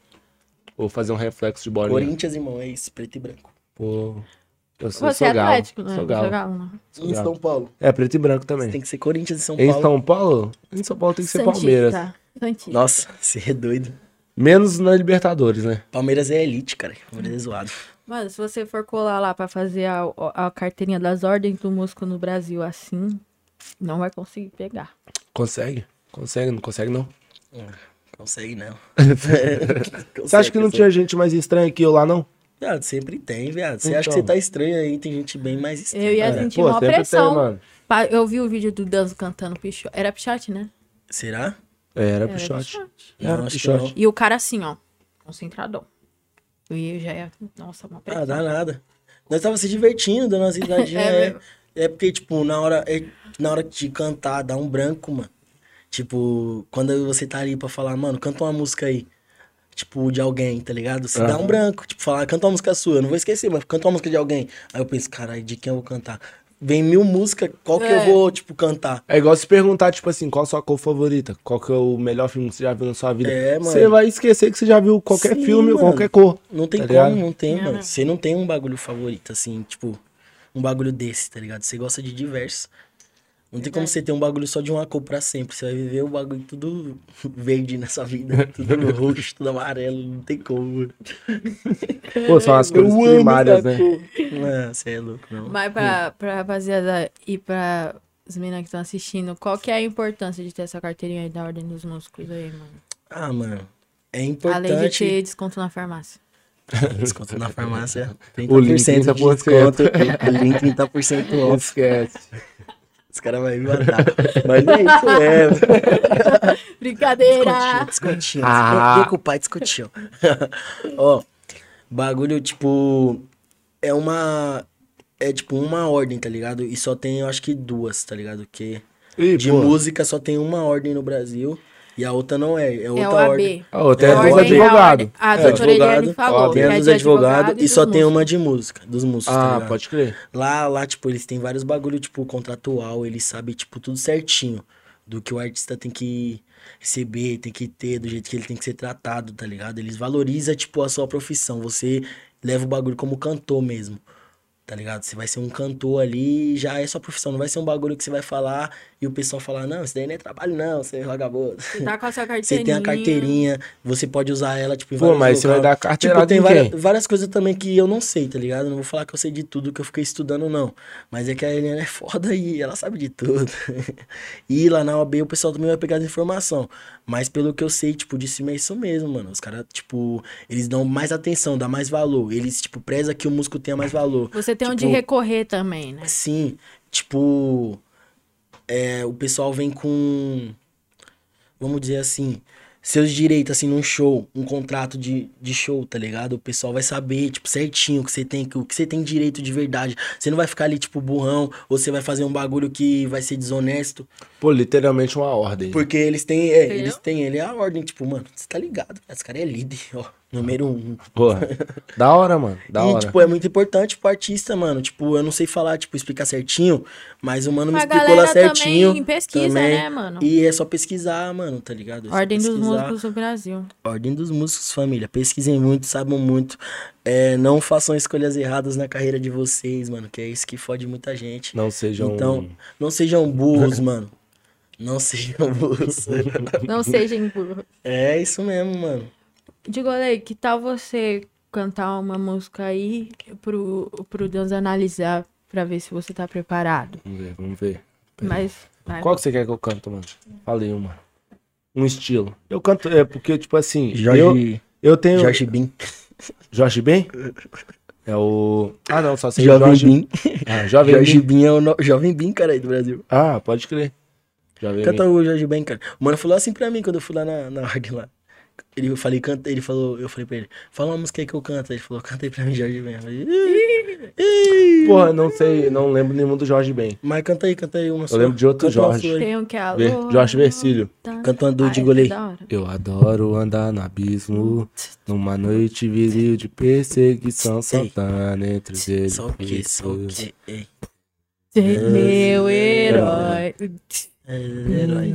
Ou fazer um reflexo de bolinha?
Corinthians, irmão, é isso, preto e branco.
Pô, eu sou,
Você
sou
é
galo.
atlético, né?
Sou
Você é
galo.
galo, né?
sou
Em
galo.
São Paulo.
É preto e branco
Você
também.
tem que ser Corinthians e São
Em
Paulo.
São Paulo? Em São Paulo tem que ser
Santista.
Palmeiras.
Santista.
Nossa, você é doido.
Menos na Libertadores, né?
Palmeiras é elite, cara. Palmeiras é zoado.
Mano, se você for colar lá pra fazer a, a carteirinha das ordens do músico no Brasil assim, não vai conseguir pegar.
Consegue? Consegue, não consegue não. [LAUGHS]
Consegue, não.
Você acha que não tinha gente mais estranha que eu lá, não?
Viado, sempre tem, viado. Você acha que
Então.
você tá estranho aí, tem gente bem mais estranha. né?
Eu ia
É.
sentir
Pô,
uma
sempre tem,
pressão.
mano.
Pa- Eu vi o vídeo do Danzo cantando picho. Era pichote, né?
Será?
É, Era
Era
pichote.
pichote.
Não,
Era
acho que
pichote.
E o cara assim, ó, concentradão. E eu já ia. Nossa, uma
Ah,
pressão.
dá nada. Nós tava se divertindo, dando
[LAUGHS]
umas risadinhas.
É
é,
mesmo.
é porque, tipo, na hora, é- na hora de cantar, dá um branco, mano. Tipo, quando você tá ali pra falar, mano, canta uma música aí. Tipo, de alguém, tá ligado? Se dá um
Aham.
branco, tipo, falar, canta uma música sua, eu não vou esquecer, mas canta uma música de alguém. Aí eu penso, caralho, de quem eu vou cantar? Vem mil músicas, qual que
É.
eu vou, tipo, cantar?
É igual se perguntar, tipo assim, qual sua cor favorita? Qual que é o melhor filme que você já viu na sua vida?
É, mano.
Você vai esquecer que você já viu qualquer
Sim,
filme ou
mano.
qualquer cor.
Não tem
Tá
como,
ligado?
não tem,
É, né?
mano. Você não tem um bagulho favorito, assim, tipo, um bagulho desse, tá ligado? Você gosta de diversos. Não tem como você ter um bagulho só de uma cor pra sempre. Você vai viver o bagulho tudo [LAUGHS] verde na
[LAUGHS]
sua vida, tudo roxo, tudo amarelo, não tem como.
Pô, são as
Eu
coisas
amo
primárias,
essa
né?
cor. Não, você é louco, não.
Mas
Hum.
pra, pra rapaziada e pra as meninas que estão assistindo, qual que é a importância de ter essa carteirinha aí da Ordem dos Músicos aí, mano?
Ah, mano. É
Além de
importante.
ter desconto na farmácia.
[LAUGHS] Desconto na farmácia. 30%
O link
de
30%.
desconto. O link 30% off.
Esquece.
Os caras vão me matar. Mas é isso mesmo.
Brincadeira!
Discotinho, discotinho.
Ah.
Ah. pai discotinho. [LAUGHS] Ó, bagulho, tipo, é uma. É tipo uma ordem, tá ligado? E só tem, eu acho que duas, tá ligado? Que
Ih,
de
pô.
música só tem uma ordem no Brasil e a outra não é. É
É
outra
o AB.
ordem.
A outra é
A
do
ordem-
advogado. Ah,
A, ordem- a
É,
doutora
advogado,
Eliane falou.
ó,
que
Tem
é
a
de
dos advogados e
dos
só tem um
músicos.
uma de música, dos músicos, tá
Ah,
ligado?
pode crer.
Lá, lá, tipo, eles têm vários bagulho, tipo, contratual, eles sabem, tipo, tudo certinho do que o artista tem que receber, tem que ter, do jeito que ele tem que ser tratado, tá ligado? Eles valorizam, tipo, a sua profissão. Você leva o bagulho como cantor mesmo, tá ligado? Você vai ser um cantor ali, já é sua profissão. Não vai ser um bagulho que você vai falar e o pessoal falar, não, isso daí não é trabalho, não, você é vagabundo.
Você tá com a sua carteirinha.
Você tem a carteirinha, você pode usar ela, tipo, em
Pô,
vários
mas você vai
locais.
dar carteirada
Tipo, tem
em
várias,
quem?
várias coisas também que eu não sei, tá ligado? Não vou falar que eu sei de tudo que eu fiquei estudando, não. Mas é que a Eliana é foda e ela sabe de tudo. [LAUGHS] e lá na OAB o pessoal também vai pegar as informação. Mas pelo que eu sei, tipo, de cima é isso mesmo, mano. Os caras, tipo, eles dão mais atenção, dá mais valor. Eles, tipo, prezam que o músico tenha mais valor.
Você tem onde
Tipo-
recorrer também, né?
Sim, assim, tipo, é, o pessoal vem com, vamos dizer assim, seus direitos, assim, num show, um contrato de, de show, tá ligado? O pessoal vai saber, tipo, certinho o que você tem, que- o que você tem direito de verdade. Você não vai ficar ali, tipo, burrão, ou você vai fazer um bagulho que vai ser desonesto.
Pô, literalmente uma ordem.
Porque eles têm, é,
Entendeu?
eles têm, ele é a ordem, tipo, mano, você tá ligado, esse cara é líder, [LAUGHS] ó. Número um.
Porra. da hora, mano. Da
e,
hora.
tipo, é muito importante pro artista, mano. Tipo, eu não sei falar, tipo, explicar certinho, mas o mano me
A
explicou lá
galera
certinho.
também pesquisa,
também.
né, mano?
E é só pesquisar, mano, tá ligado? É só
Ordem dos
pesquisar.
Músicos do Brasil.
Ordem dos músicos, família. Pesquisem muito, saibam muito. É, não façam escolhas erradas na carreira de vocês, mano. Que é isso que fode muita gente.
Não seja um-
Então, não sejam [LAUGHS] burros, mano. Não sejam [LAUGHS] burros.
Não seja burro.
é isso mesmo, mano.
Digo, Ale, que tal você cantar uma música aí pro, pro Deus analisar pra ver se você tá preparado?
Vamos ver, vamos ver.
É.
Mas. vai.
Qual que você quer que eu canto, mano? Falei uma. Um estilo. Eu canto, é porque, tipo assim. Eu,
Jorge,
eu tenho.
Jorge Bin.
Jorge Ben? É o. Ah, não, só sei
Jovem
Jorge.
Bin.
Ah, Jovem
Jorge
Ben.
Bin é o no... Jovem Bin, cara, aí do Brasil.
Ah, pode crer. Jovem
Canta
Ben.
o Jorge Ben, cara. O mano falou assim pra mim quando eu fui lá na, [LAUGHS] na ordem lá. Ele, eu falei, canta, ele falou, eu falei pra ele, fala uma música aí que eu canto. Ele falou, canta aí pra mim, Jorge Ben. Eu falei, "Ih, ih."
Porra, não sei, não lembro nenhum do Jorge Ben.
Mas canta aí, canta aí uma sua.
lembro de outro
Canta uma
Jorge.
sua aí.
Tem um que é a
Ver-
lua
Jorge Vercílio.
tá-
Canta uma do
Ah, essa
Digolei.
é da hora.
Eu adoro andar no abismo, numa noite viril de perseguição,
Sei.
saltando entre os dedos.
Só que, só que, ei.
Ser meu herói.
É, herói.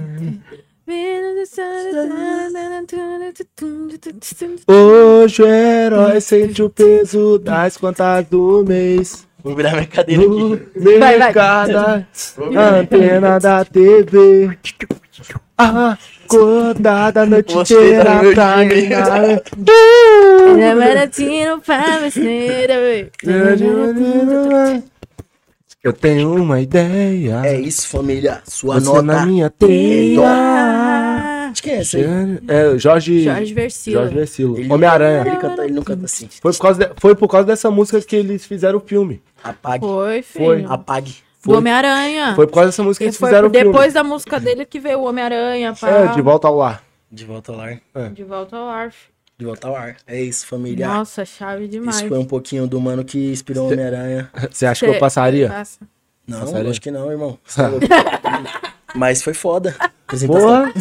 Hoje o herói sente o peso das contas do mês.
Vou virar minha cadeira
No
aqui.
Vai, vai.
mercado, na antena da TV. Acordada a noite
Você tá
inteira
meu
pra
time.
ganhar.
Era baratinho pra besteira, véi.
Eu tenho uma ideia.
É isso, família. Sua
Você
nota.
na minha teia.
Ah,
Acho que é essa aí.
É, o Jorge.
Jorge Vercillo.
Jorge Vercillo.
Ele- Ele,
Homem-Aranha.
canta, ele não canta assim.
Foi por, causa de- foi por causa dessa música que eles fizeram o filme.
Apague.
Foi, filho.
Foi.
Apague.
Do Homem-Aranha.
Foi por causa dessa
Ah.
música que
E
eles
foi
fizeram o filme.
depois da música dele que veio o Homem-Aranha. pá.
É, de volta ao lar.
De volta ao lar.
De volta ao ar. fi.
De volta ao ar. É isso, família.
Nossa, chave demais.
Isso foi um pouquinho do mano que inspirou o Homem-Aranha.
Você acha que
Cê-
eu passaria?
Passa.
Não,
Passaria?
acho que não, irmão. Você
Ah.
é louco. Mas foi foda. Apresentação.
Porra!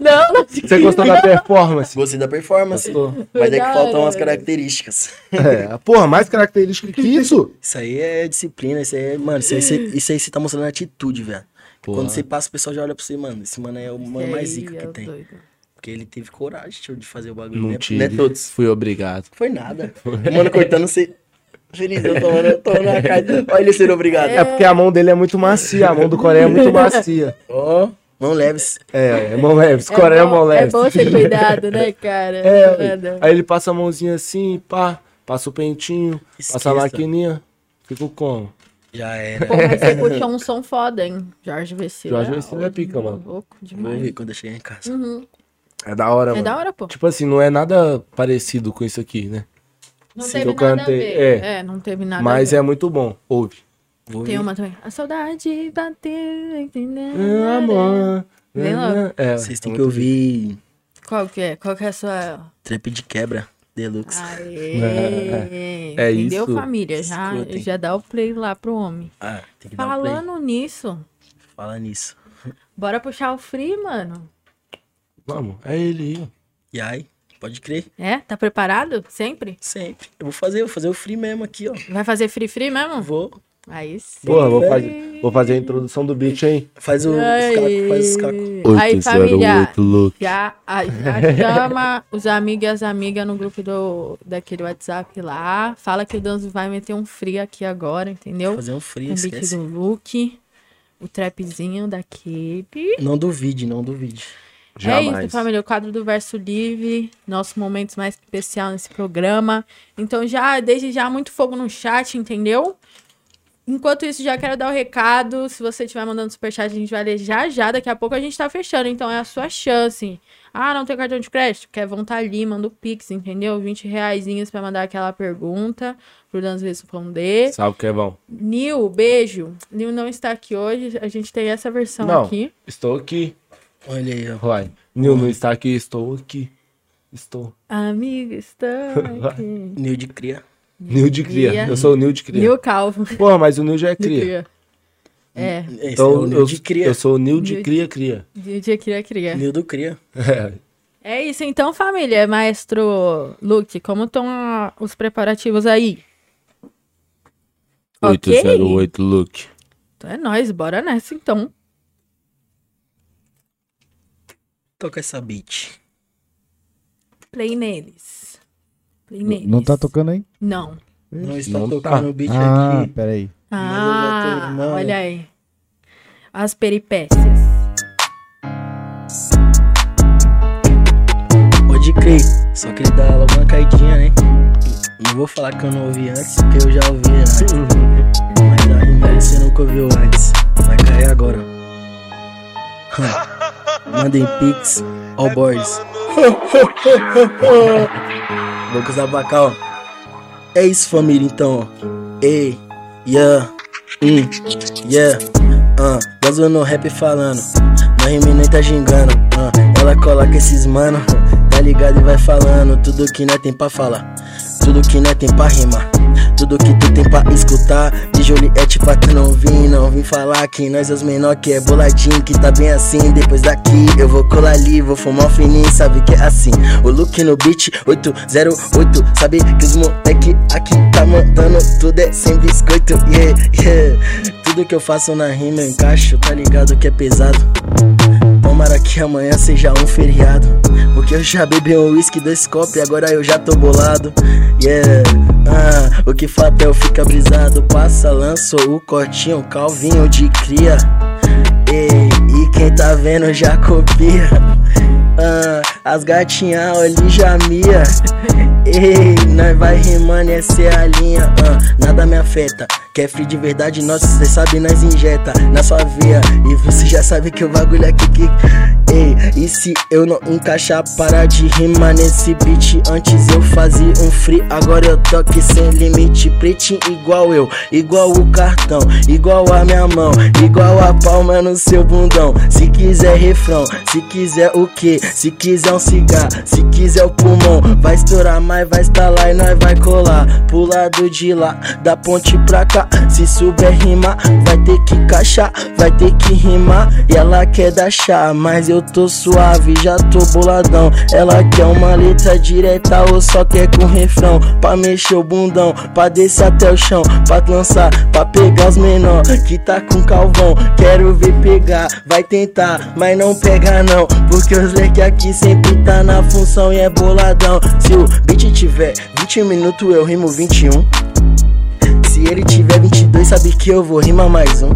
Não, não.
Você gostou da performance?
Gostei da performance. Mas é que
Da
faltam
hora,
as
velho.
características.
É, porra, mais característica que isso?
Isso aí é disciplina, isso aí é, mano, isso aí, você- isso aí você tá mostrando atitude, velho. Quando você passa, o pessoal já olha pra você, mano, esse mano é o mano mais zica
Ei,
que
eu
tem.
doido.
Porque ele teve coragem tio, de fazer o bagulho,
Não
né?
tive.
Não é todos.
Fui obrigado. [LAUGHS]
Foi nada. O mano cortando você. Felizão, tomando, tomando a carta. Olha ele sendo obrigado.
É porque a mão dele é muito macia, a mão do Coreia
[LAUGHS]
é muito macia.
Ó, mão leves.
É, é mão leve,
É
Coreia é
bom-
mão leve.
É bom ser cuidado, né, cara?
É,
Mano.
aí ele passa a mãozinha assim, pá, passa o pentinho, passa
Esqueça.
a maquininha, fico como?
Já era.
Pô, mas você puxou um som foda, hein? Jorge Vecino.
É. Jorge Vecino é pica, mano.
Louco
Vou
demais.
ver quando eu chegar em casa.
Uhum.
É da hora,
É
mano.
da hora, pô.
Tipo assim, não é nada parecido com isso aqui, né?
Não
Sim,
teve
eu
nada
cantei,
a ver.
é.
É. não teve nada
Mas
a ver.
é muito bom, ouve.
Vou
Tem
ver.
uma também. A saudade bateu, entendeu?
Ah, Amor.
Vem logo.
É,
Vocês
é
têm que
muito
ouvir
Qual que é? Qual que é a sua...
Trap de Quebra Deluxe.
Aê!
É
Entendeu,
isso.
família? Já,
Escutem.
já dá o play lá pro homem.
Ah, tem que dar um play.
Falando nisso,
Fala nisso.
bora puxar o free, mano.
Vamos, é ele aí.
E aí, pode crer.
É? Tá preparado? Sempre?
Sempre. Eu vou fazer, vou fazer o free mesmo aqui, ó.
Vai fazer free free mesmo?
Vou.
Aí sim.
Porra, vou fazer, vou fazer a introdução do beat, hein?
Faz o, os cacos, faz os cacos.
Aí, família,
look.
já, a- já chama os amigos e as amigas no grupo do, daquele WhatsApp lá. Fala que o Danzo vai meter um free aqui agora, entendeu?
Fazer um free,
Com o beat
esquece.
do Luke, o trapzinho daquele.
Não duvide, não duvide.
É isso,
Jamais.
família. O quadro do Verso Livre, nosso momento mais especial nesse programa. Então, já, desde já, muito fogo no chat, entendeu? Enquanto isso, já quero dar o recado. Se você estiver mandando superchat, a gente vai ler já já. Daqui a pouco a gente tá fechando. Então, é a sua chance. Ah, não tem cartão de crédito? Quer vão tá ali, manda o Pix, entendeu? 20 reaisinhos pra mandar aquela pergunta pro Danzo responder.
Salve, Kevão.
Nil, beijo. Nil não está aqui hoje. A gente tem essa versão
Não.
aqui.
Estou aqui.
Olha aí, ó.
Vai. Nil não está aqui, estou aqui. Estou.
Amiga,
[LAUGHS]
está aqui.
Nil de cria.
Nil de
Cria.
cria. Eu sou o Nil de cria.
Nil Calvo.
Porra, mas o Nil já é
Nil
cria.
Cria. É,
Esse é
Então,
o Nil
eu,
de cria.
eu sou o Nil de [LAUGHS]
Nil-
cria, cria.
Nil de Cria Cria.
Nil do cria.
É.
É isso então, família. Maestro Luke, como estão ah, os preparativos aí? Ok?
808 Luke.
Então é nóis, bora nessa então.
Toca essa beat.
Play neles. Play
N-
neles.
Não tá tocando aí?
Não.
Não está
Não
tocando
tá.
o beat
Ah,
aqui.
peraí.
Mas
Ah,
eu já tô- não.
olha aí. As peripécias.
Pode crer. Só que ele dá logo uma caidinha, né? Não vou falar que eu não ouvi antes, porque eu já ouvi antes. Mas a rima aí você nunca ouviu antes. Vai cair agora. Mandem pix, all boys. Lucas Abacal. É isso, família, então. ó. Ei, yeah, hum, yeah, ah. Uh, no rap falando. Na rima nem tá gingando. ah. ela coloca esses mano, tá ligado e vai falando. Tudo que nós tem pra falar, tudo que nós tem pra rimar. Tudo que tu tem pra escutar De Juliette pra tu não vir Não vim falar que nós é os menor que é boladinho Que tá bem assim, depois daqui Eu vou colar ali, vou fumar um fininho Sabe que é assim, o look no beat 808, sabe que os moleque Aqui tá mandando Tudo é sem biscoito, yeah, yeah Tudo que eu faço na rima eu encaixo Tá ligado que é pesado Tomara que amanhã seja um feriado. Porque eu já bebi um whisky, dois copos e agora eu já tô bolado. Yeah, ah, o que fato é eu fica brisado. Passa, lança o cortinho, calvinho de cria. Ei, e quem tá vendo já copia. Ah, as gatinhas ali já mia. Ei, nós vai rimando, essa é a linha. ah, nada me afeta. Quer free de verdade, nossa, cê sabe, nós injeta na sua veia. E você já sabe que o bagulho é que. que- Ei, e se eu não encaixar, para de rimar nesse beat. Antes eu fazia um free, agora eu toque sem limite. Pretinho igual eu, igual o cartão, igual a minha mão, igual a palma no seu bundão. Se quiser refrão, se quiser o que? Se quiser um cigarro, se quiser o pulmão, vai estourar, mas vai estar lá e nós vai colar. Pro lado de lá, da ponte pra cá. Se souber rimar, vai ter que encaixar, vai ter que rimar. E ela quer dar chá, mas eu tô suave, já tô boladão. Ela quer uma letra direta ou só quer com refrão. Pra mexer o bundão, pra descer até o chão, pra lançar, pra pegar os menor que tá com calvão. Quero ver pegar, vai tentar, mas não pega não. Porque os leque aqui sempre tá na função e é boladão. Se o beat tiver 20 minutos, eu rimo 21. Se ele tiver 22, sabe que eu vou rimar mais um.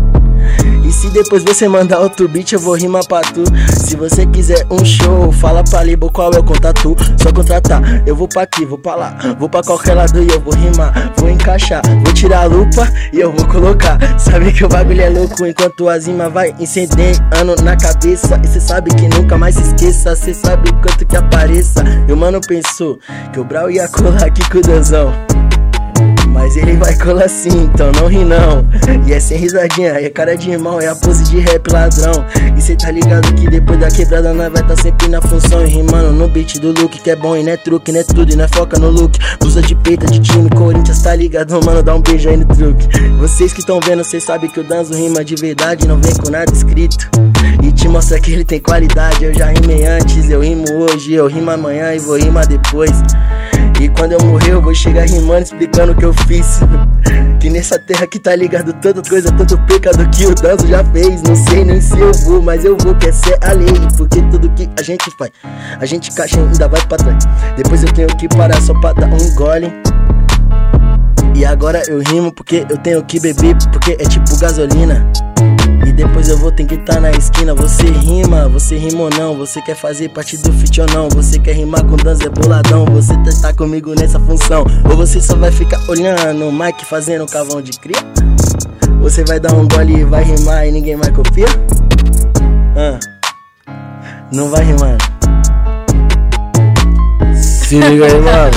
E se depois você mandar outro beat, eu vou rimar pra tu. Se você quiser um show, fala pra Libo qual é o contato. Só contratar, eu vou pra aqui, vou pra lá, vou pra qualquer lado e eu vou rimar. Vou encaixar, vou tirar a lupa e eu vou colocar. Sabe que o bagulho é louco enquanto a zima vai incendiando na cabeça. E cê sabe que nunca mais se esqueça, cê sabe o quanto que apareça. E o mano pensou que o Brau ia colar aqui com o Danzão. Mas ele vai colar sim, então não ri não. E é sem risadinha, é cara de irmão, é a pose de rap ladrão. E cê tá ligado que depois da quebrada nós vai tá sempre na função. E rimando no beat do look, que é bom e não é truque, não é tudo, e não é foca no look. Blusa de peita de time, Corinthians tá ligado, mano, dá um beijo aí no truque. Vocês que tão vendo, cês sabem que o Danzo rima de verdade, não vem com nada escrito. E te mostra que ele tem qualidade, eu já rimei antes, eu rimo hoje, eu rimo amanhã e vou rimar depois. E quando eu morrer, eu vou chegar rimando, explicando o que eu fiz. [LAUGHS] Que nessa terra que tá ligado tanta coisa, tanto pecado que o Danzo já fez. Não sei nem se eu vou, mas eu vou, que essa é a lei. Porque tudo que a gente faz, a gente caixa e ainda vai pra trás. Depois eu tenho que parar só pra dar um gole. E agora eu rimo porque eu tenho que beber, porque é tipo gasolina. E depois eu vou ter que estar na esquina. Você rima, você rima ou não? Você quer fazer parte do feat ou não? Você quer rimar com dança é boladão? Você tá- tá comigo nessa função? Ou você só vai ficar olhando o Mike fazendo um cavão de cria? Você vai dar um gole e vai rimar e ninguém mais confia? Ah, não vai rimando.
Se liga aí, mano.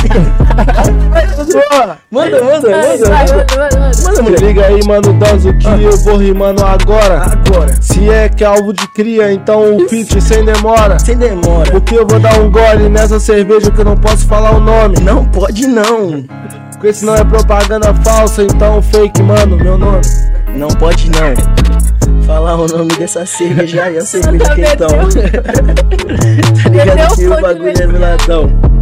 Manda, manda, manda, manda. Manda,
Se
mulher. Ah.
liga aí, mano, Danzo, que eu vou rimando agora.
Agora,
Se é que é alvo de cria, então o feat sem demora.
sem demora.
Porque eu vou dar um gole nessa cerveja que eu não posso falar o nome.
Não pode não.
Porque senão é propaganda falsa, então fake, mano, meu nome.
Não pode não. falar o nome dessa cerveja aí, eu sei muito
Santa
que então. [LAUGHS] tá
Meteu
ligado que
o
o
fone
bagulho é
mesmo.
miladão.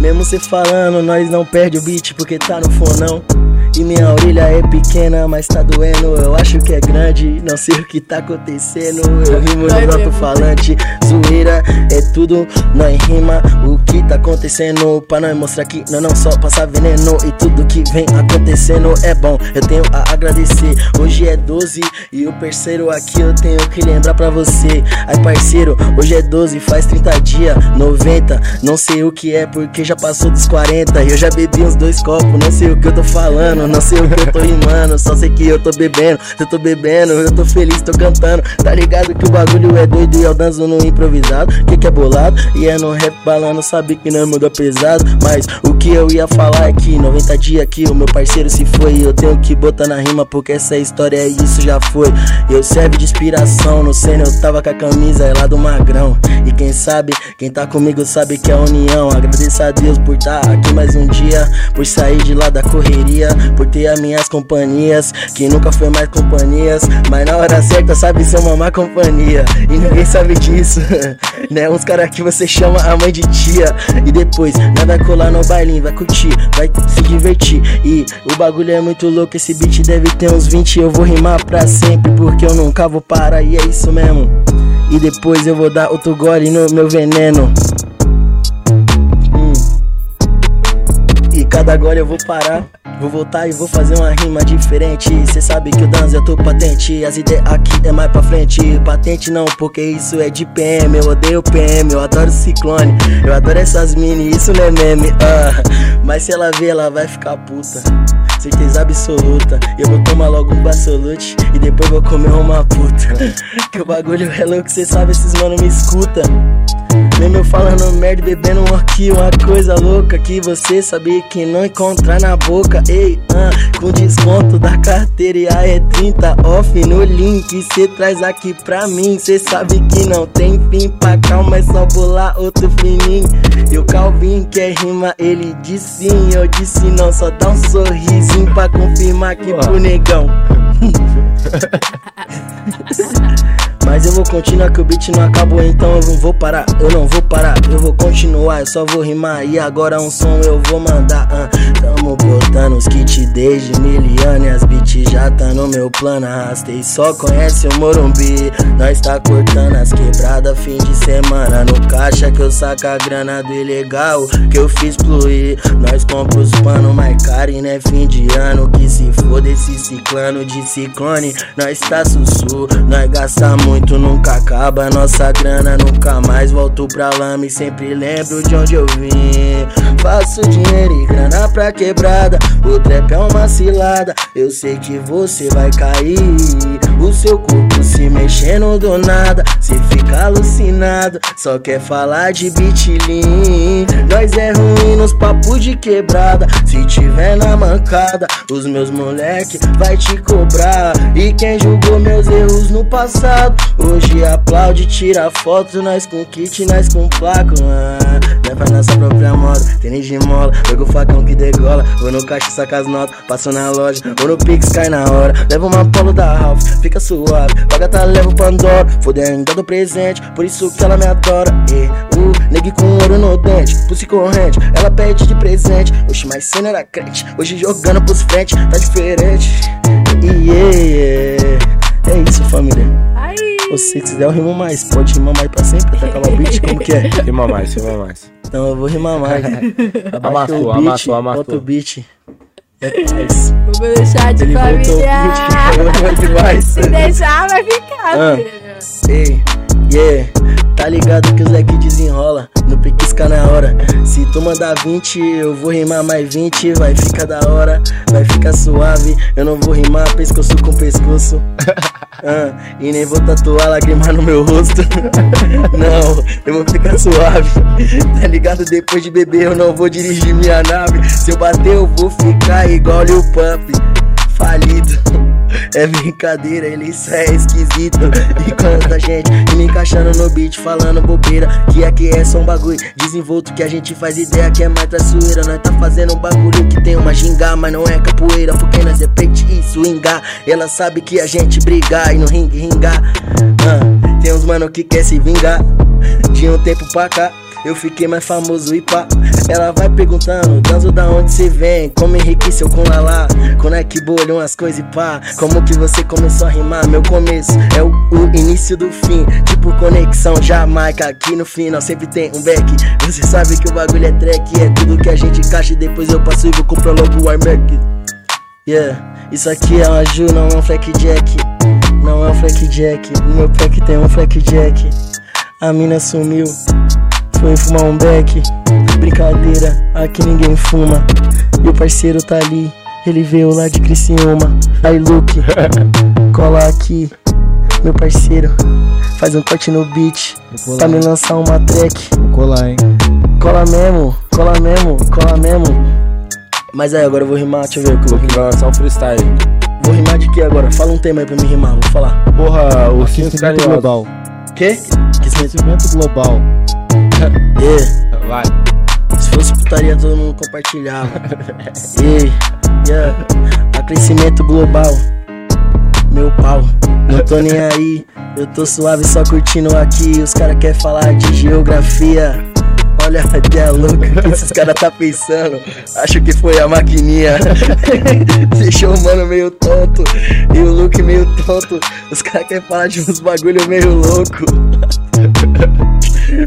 Mesmo cê falando, nós não perde o beat porque tá no fonão. E minha orelha é pequena, mas tá doendo. Eu acho que é grande, não sei o que tá acontecendo. Eu rimo
Vai
no
mesmo.
próprio falante. Zoeira é tudo, nós rima o que tá acontecendo. Pra nós mostrar que nós não só passa veneno. E tudo que vem acontecendo é bom, eu tenho a agradecer. Hoje é 12 e o parceiro aqui eu tenho que lembrar pra você. Aí, parceiro, hoje é 12, faz 30 dias, 90. Não sei o que é porque já passou dos 40. Eu já bebi uns dois copos, não sei o que eu tô falando, não sei o que eu tô rimando. Só sei que eu tô bebendo, eu tô bebendo, eu tô feliz, tô cantando. Tá ligado que o bagulho é doido e eu danço no improvisado. Que que é bolado? E é no rap balando, sabe que não muda pesado. Mas o que eu ia falar é que 90 dias que o meu parceiro se foi. Eu tenho que botar na rima porque essa história é isso, já foi. Eu serve de inspiração, no cena eu tava com a camisa lá do Magrão. E quem sabe, quem tá comigo sabe que é a união. Agradeço a Deus por estar aqui mais um dia, por sair de lá da correria, por ter as minhas companhias, que nunca foi mais companhias, mas na hora certa sabe ser uma má companhia. E ninguém sabe disso, [LAUGHS] né? Uns caras que você chama a mãe de tia, e depois nada colar no bailinho, vai curtir, vai se divertir. E o bagulho é muito louco, esse beat deve ter uns 20, eu vou rimar pra sempre, porque eu nunca vou parar, e é isso mesmo. E depois eu vou dar outro gole no meu veneno. Hum. E cada gole eu vou parar. Vou voltar e vou fazer uma rima diferente. Cê sabe que o danzo eu tô patente. As ideias aqui é mais pra frente. Patente não, porque isso é de PM. Eu odeio PM, eu adoro ciclone. Eu adoro essas mini, isso não é meme. ah. Mas se ela ver, ela vai ficar puta. Certeza absoluta. Eu vou tomar logo um basolute e depois vou comer uma puta. [LAUGHS] Que o bagulho é louco, cê sabe, esses mano me escuta. Mesmo eu falando merda, e bebendo um aqui, uma coisa louca que você sabia que não encontrar na boca. Ei, ah, com desconto da carteira e aí é 30 off no link. Cê traz aqui pra mim, cê sabe que não tem fim pra calma, é só bolar outro fininho. E o Calvin quer rima, ele disse sim, eu disse não, só dá um sorrisinho pra confirmar que pro negão. Mas eu vou continuar que o beat não acabou, então eu não vou parar, eu não vou parar, eu vou continuar, eu só vou rimar e agora um som eu vou mandar. ah. Tamo botando os kits desde miliane, as beats já tá no meu plano, arrastei só conhece o Morumbi. Nós tá cortando as quebradas fim de semana, no caixa que eu saco a grana do ilegal que eu fiz fluir. Nós compra os pano mais caro e né fim de ano que se foda esse ciclano de ciclone. Nós tá sussu, nós gasta muito, nunca acaba nossa grana, nunca mais volto pra lama e sempre lembro de onde eu vim. Faço dinheiro e grana pra quebrada, o trap é uma cilada, eu sei que você vai cair. O seu corpo se mexendo do nada, se fica alucinado, só quer falar de bitlin. Nós é ruim nos papos de quebrada, se tiver na mancada, os meus moleque vai te cobrar. E quem julgou meus erros no passado, hoje aplaude, tira foto, nós com kit, nós com placo. Ah, não pra nossa própria moda, tênis de mola, pega o facão que degola. Vou no caixa, saca as notas, passo na loja, vou no Pix, cai na hora. Leva uma polo da Ralph, fica suave, paga tá, leva o Pandora. Fodendo do presente, por isso que ela me adora. E o negue com ouro no dente, pulse corrente, ela pede de presente. Oxe, mas cena era crente, hoje jogando pros frente, tá diferente. E é isso, família.
Ai,
Ou se quiser, eu rimo mais. Pode rimar mais pra sempre até acabar o beat? Como que é?
Rima mais, rima mais.
Então eu vou
[LAUGHS]
rimar mais.
Amassou,
o
amassou, amassou.
Bota o beat. É nóis.
vou deixar de
Ele voltou o [LAUGHS] beat,
família.
falou demais.
Se deixar, vai ficar,
Ah.
filho.
[LAUGHS] Ei, yeah, tá ligado que o Zeke desenrola, no pequisca na hora. Se tu mandar 20, eu vou rimar mais 20, vai ficar da hora, vai ficar suave. Eu não vou rimar pescoço com pescoço. Ah, e nem vou tatuar lágrima no meu rosto. [LAUGHS] Não, eu vou ficar suave. Tá ligado? Depois de beber, eu não vou dirigir minha nave. Se eu bater, eu vou ficar igual o Pump, falido. É brincadeira, ele só é esquisito. Enquanto a gente me encaixando no beat, falando bobeira. Que aqui é só um bagulho desenvolto que a gente faz ideia que é mais traiçoeira. Nós tá fazendo um bagulho que tem uma ginga, mas não é capoeira. Porque nós é peito e swingar. Ela sabe que a gente brigar e no ringue ringar. Ah, tem uns mano que quer se vingar. De um tempo pra cá. Eu fiquei mais famoso e pá. Ela vai perguntando, Danzo da onde você vem? Como enriqueceu com Lala? Quando é que bolham as coisas e pá? Como que você começou a rimar? Meu começo é o, o início do fim. Tipo conexão Jamaica, aqui no final sempre tem um back. Você sabe que o bagulho é track, é tudo que a gente encaixa e depois eu passo e vou comprar logo o iMac. Yeah, isso aqui é uma Ju, não é um Fleck Jack. Não é um Fleck Jack. O meu pack tem um Fleck Jack. A mina sumiu, foi fumar um beck. Brincadeira, aqui ninguém fuma. E o parceiro tá ali, ele veio lá de Criciúma. Aí,
[LAUGHS]
Luke, cola aqui, meu parceiro. Faz um corte no beat,
Vou
pra
colar,
me lançar uma track.
vou colar, hein?
Cola mesmo, cola mesmo, cola mesmo. Mas aí, agora eu vou rimar, deixa eu ver o que eu vou
Vai
rimar.
lançar um freestyle.
Vou rimar de que agora? Fala um tema aí pra me rimar, vou falar.
Porra, o Cinto
Aquecimento
Carinhoso.
global.
Quê? Que
Aquecimento global.
yeah.
Vai.
Se fosse putaria, todo mundo compartilhava. Ei, yeah. Aquecimento global. Meu pau, não tô nem aí. Eu tô suave só curtindo aqui. Os cara quer falar de geografia. Olha até a louca que esses cara tá pensando. Acho que foi a maquininha. [LAUGHS] Deixou o mano meio tonto. E o look meio tonto. Os cara quer falar de uns bagulho meio louco.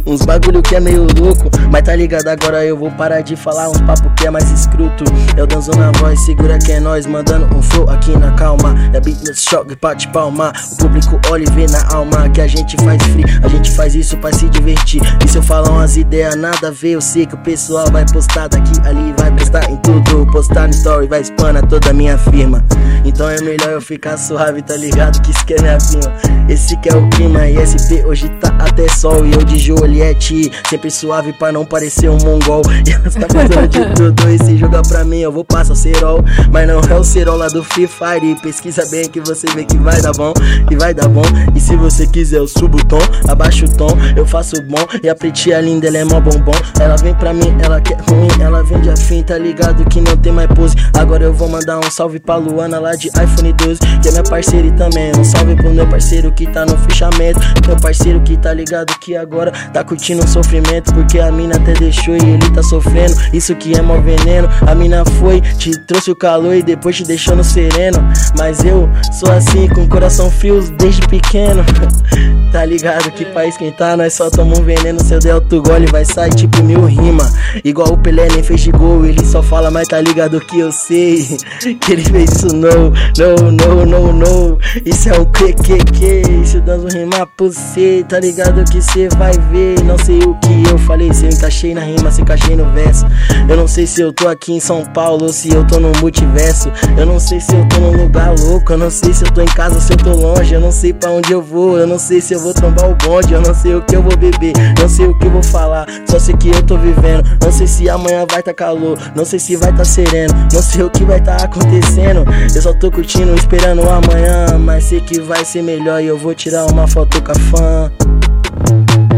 Uns bagulho que é meio louco, mas tá ligado agora eu vou parar de falar uns papo que é mais escruto. Eu danço na voz, segura que é nós, mandando um flow aqui na calma. É business shock, bate palma. O público olha e vê na alma que a gente faz free, a gente faz isso pra se divertir. E se eu falar umas ideias nada a ver, eu sei que o pessoal vai postar daqui, ali, vai prestar em tudo. Postar no story, vai spana toda a minha firma. Então é melhor eu ficar suave, tá ligado? Que isso que é minha firma. Esse que é o clima, ISP hoje tá até sol. E eu de Joliette, sempre suave pra não parecer um mongol. [LAUGHS] E elas tá fazendo de tudo e se jogar pra mim, eu vou passar o cerol. Mas não é o cerol lá do Free Fire. Pesquisa bem que você vê que vai dar bom, que vai dar bom. E se você quiser, eu subo o tom, abaixo o tom, eu faço o bom. E a pretinha linda, ela é mó bombom. Ela vem pra mim, ela quer ruim, ela vende afim, tá ligado que não tem mais pose. Agora eu vou mandar um salve pra Luana lá de iPhone 12, que é minha parceira e também. Um salve pro meu parceiro que tá no fechamento. Meu parceiro que tá ligado que agora tá curtindo o sofrimento. Porque a mina até deixou e ele tá sofrendo. Isso que é mó veneno. A mina foi, te trouxe o calor e depois te deixou no sereno. Mas eu sou assim, com o coração frio desde pequeno. [LAUGHS] Tá ligado que país quem tá, nós só toma um veneno. Seu delto gole vai sair tipo mil rima. Igual o Pelé nem fez de gol, ele só fala, mas tá ligado que eu sei. [LAUGHS] Que ele fez isso, não, não, não, não, não. Isso é um QQQ, isso danço rimar por cê. Tá ligado que cê vai ver. Não sei o que eu falei, se eu encaixei na rima, se eu encaixei no verso. Eu não sei se eu tô aqui em São Paulo ou se eu tô no multiverso. Eu não sei se eu tô num lugar louco, eu não sei se eu tô em casa ou se eu tô longe. Eu não sei pra onde eu vou, eu não sei se eu vou trombar o bonde. Eu não sei o que eu vou beber, não sei o que eu vou falar. Só sei que eu tô vivendo. Não sei se amanhã vai tá calor, não sei se vai tá sereno. Não sei o que vai tá acontecendo. Eu só tô curtindo, esperando o amanhã. Mas sei que vai ser melhor e eu vou tirar uma foto com a fã.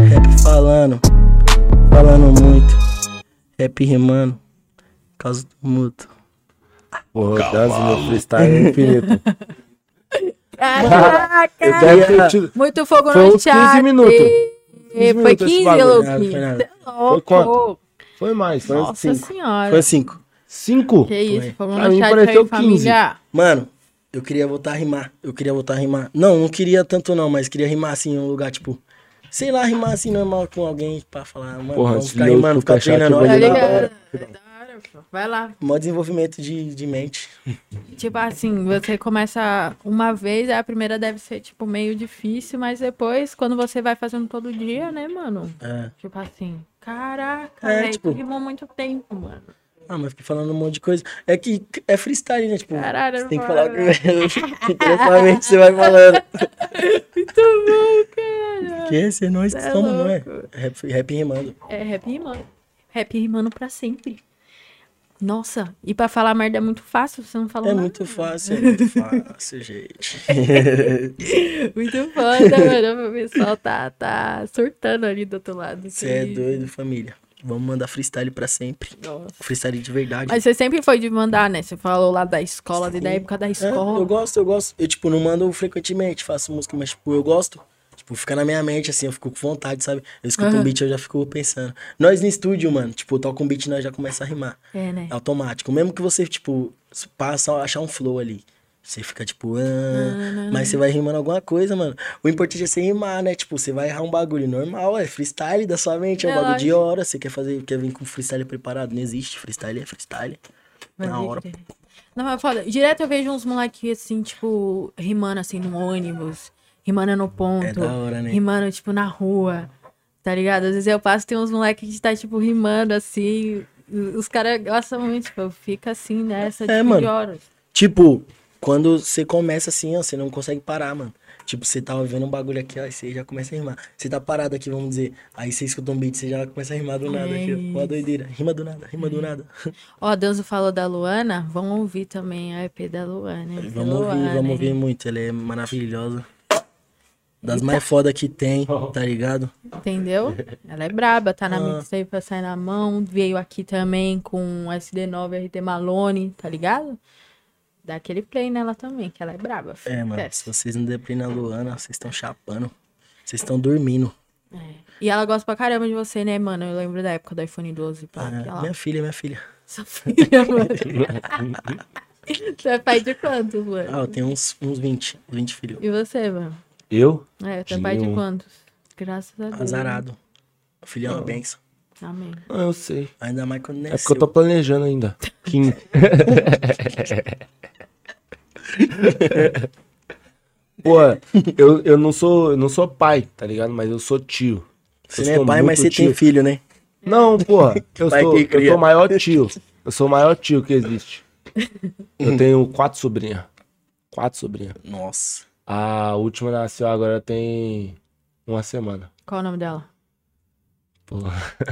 Rap falando, falando muito. Rap rimando, causa do mútuo.
Porra, dança no freestyle é [LAUGHS] infinito. Eu
Caraca!
deve ter tido...
Muito fogo
Foi
no
uns 15
chat.
minutos.
É, Foi
15 minutos esse
15,
bagulho,
Luke.
né?
Cê é
Foi quanto?
louco.
Foi mais. Foi
Nossa
cinco.
senhora.
Foi cinco.
Cinco?
Que isso,
Foi.
fogo
Pra
no
mim
chat
pareceu
aí,
15.
família.
Mano, eu queria voltar a rimar. Eu queria voltar a rimar. Não, não queria tanto não, mas queria rimar assim em um lugar, tipo... Sei lá, rimar assim normal com alguém pra falar, mano,
Porra,
vamos
se
ficar
eu
rimando,
ficar
ficar
chato,
treinando.
eu vou
Tá
olha
rimar.
lá.
ligado? É da hora, pô. Vai lá.
Mó desenvolvimento de, de mente.
Tipo assim, você começa uma vez, aí a primeira deve ser, tipo, meio difícil, mas depois, quando você vai fazendo todo dia, né, mano?
É.
Tipo assim, caraca,
É,
velho,
tipo-
tu rimou muito tempo, mano.
Ah, mas fiquei falando um monte de coisa. É que é freestyle, né? Tipo,
Caralho,
você tem que
mano.
falar [LAUGHS] o que Interessante, você vai falando.
[LAUGHS] Muito bom, cara.
Porque você não
Cê é
estamos, não é?
louco.
Rap, rap rimando.
É rap rimando. Rap rimando pra sempre. Nossa, e pra falar merda é muito fácil, você não falou
É
nada. né?
muito
[LAUGHS]
fácil, é muito fácil, gente.
Muito foda, [LAUGHS] mano. O pessoal tá, tá surtando ali do outro lado. assim.
Você é
Que-
doido, família. Vamos mandar freestyle pra sempre.
Nossa.
Freestyle de verdade.
Mas você sempre foi de mandar, né? Você falou lá da escola,
Sim.
da época da
É, eu
escola.
gosto, eu gosto. Eu, tipo, não mando frequentemente, faço música, mas, tipo, eu gosto. Tipo, fica na minha mente, assim, eu fico com vontade, sabe? Eu escuto
Aham.
um beat, eu já fico pensando. Nós no estúdio, mano, tipo, eu toco um beat, nós já começa a rimar.
É, né?
É automático. Mesmo que você, tipo, passa a achar um flow ali. Você fica, tipo, ah, mas você vai rimando alguma coisa, mano. O importante é você rimar, né? Tipo, você vai errar um bagulho normal, é freestyle da sua mente, é um
É,
bagulho de
lógico.
hora. Você quer fazer, quer vir com freestyle preparado. Não existe, freestyle é freestyle.
Vai
na
ver
hora.
que- Não, mas é foda. Direto eu vejo uns moleques assim, tipo, rimando assim no ônibus, rimando no ponto,
É da hora, né?
rimando, tipo, na rua. Tá ligado? Às vezes eu passo e tem uns moleques que tá, tipo, rimando assim. Os caras gostam muito, tipo, eu fico assim nessa, tipo, de
É, mano.
horas.
Tipo, quando você começa assim, ó, você não consegue parar, mano. Tipo, você tá vendo um bagulho aqui, ó, e você já começa a rimar. Você tá parado aqui, vamos dizer. Aí você escuta um beat, você já começa a rimar do nada aqui, ó. Uma doideira. Rima do nada, rima
Hum.
do nada. [LAUGHS]
Ó, Danzo falou da Luana, vamos ouvir também a EP da Luana. hein?
Vamos
Luana,
ouvir, vamos ouvir
hein?
muito. Ela é maravilhosa. Das mais foda
[LAUGHS]
que tem, tá ligado?
Entendeu? Ela é braba, tá na
Ah.
mixtape pra sair na mão. Veio aqui também com SD9 RT Malone, tá ligado? Dá aquele play nela também, que ela é braba. fi.
É, mano. Se
Esquece.
vocês não deprem na Luana, vocês estão chapando. Vocês estão dormindo.
É. E ela gosta pra caramba de você, né, mano? Eu lembro da época do iPhone 12, pá.
Ah,
que ela...
minha filha, minha filha.
Sua filha,
[LAUGHS]
mano. Você é pai de quantos, mano?
Ah, eu tenho uns, uns 20, 20 filhos.
E você, mano?
Eu?
É, você é pai
um.
de
Nenhum.
quantos? Graças a Deus.
Azarado. O filho é uma benção.
Amém.
Ah, eu sei.
Ainda mais quando
É porque eu tô
nasceu.
planejando ainda. Kim. [LAUGHS] Pô, eu, eu não sou eu não sou pai, tá ligado? Mas eu sou tio.
Você
Eu
não é
sou
pai, mas
muito
você tem
tio.
filho, né?
Não, porra. Eu
Pai
sou,
que
eu
cria.
sou o maior tio. Eu sou o maior tio que existe. Eu tenho quatro sobrinhas. Quatro sobrinhas.
Nossa.
A última nasceu agora tem uma semana.
Qual o nome dela?
Pô,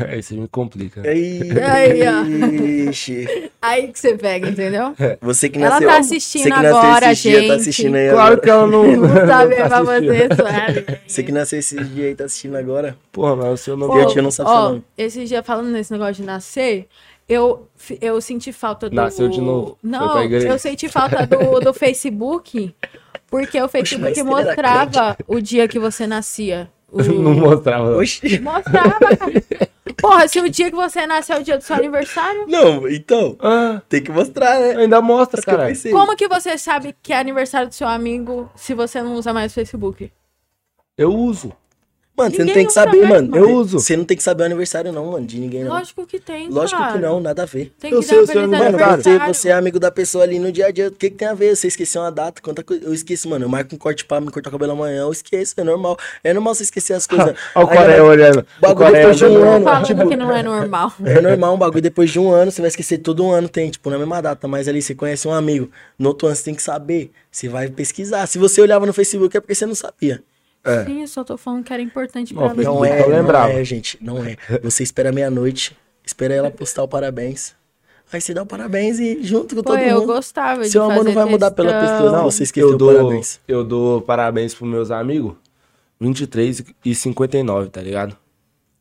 aí você me complica.
É,
Aí, ó.
Ixi.
Aí que você pega,
[LAUGHS]
entendeu?
Você que
Ela
nasceu.
tá
você
assistindo
que nasceu
agora,
esses dias, tá
gente.
assistindo aí
Claro
agora.
que ela [LAUGHS] não.
Não sabe
não tá
pra
assistindo.
você, suave.
Você que nasceu esses dias aí, tá assistindo agora.
Porra, mas o seu nome
Pô, E a tia não sabe seu nome.
Esse dia, falando nesse negócio de nascer, eu, eu senti falta do...
Nasceu de novo. Foi
Não,
pra igreja.
eu senti falta do, do Facebook, porque o Facebook
mas será que era
mostrava o dia que você nascia. O-
[LAUGHS] não
Hum.
mostrava. não.
Oxi.
Mostrava, cara. Porra, se o dia que você nasceu é o dia do seu aniversário,
Não, então,
Ah,
tem que mostrar, né?
ainda mostra,
Isso que eu
cara.
pensei.
como que você sabe que é aniversário do seu amigo se você não usa mais o Facebook?
Eu uso.
Mano, você não
Ninguém
tem que
usa
saber,
mais,
mano.
mano.
Eu uso.
Você não tem que saber o aniversário, não, mano, de ninguém, não.
Lógico que tem,
Lógico
cara.
que não, nada a ver.
Tem
Eu
que
sei
dar
o
um
seu
feliz
Mano,
Aniversário.
aniversário.
você, você é amigo da pessoa ali no dia a dia. O que, que tem a ver? Você esqueceu uma data, quanta coisa. Eu esqueço, mano. Eu marco um corte pra me cortar o cabelo amanhã. Eu esqueço, é normal. É normal você esquecer as [LAUGHS] coisas.
Olha o
Aí,
Coreia
mano,
olhando. O
bagulho
Coreia
foi de um
olhando.
ano.
Falando
Tipo,
que não é normal.
É normal um bagulho depois de um ano, você vai esquecer todo ano, tem, tipo, na mesma data, mas ali você conhece um amigo. No outro ano você tem que saber. Você vai pesquisar. Se você olhava no Facebook é porque você não sabia.
É.
Sim, eu só tô falando que era importante
Ó,
pra mim.
fez-
Não é,
Eu lembrava.
não é, gente, não é. Você espera meia-noite, espera ela postar o parabéns. Aí você dá o parabéns e junto com
Pô,
todo
eu
mundo.
gostava de
Seu amor não
fazer
vai mudar pela
textão.
pessoa, não. Você esqueceu
Eu
o
dou,
parabéns.
eu dou parabéns pros meus amigos. 23 e 59, tá ligado?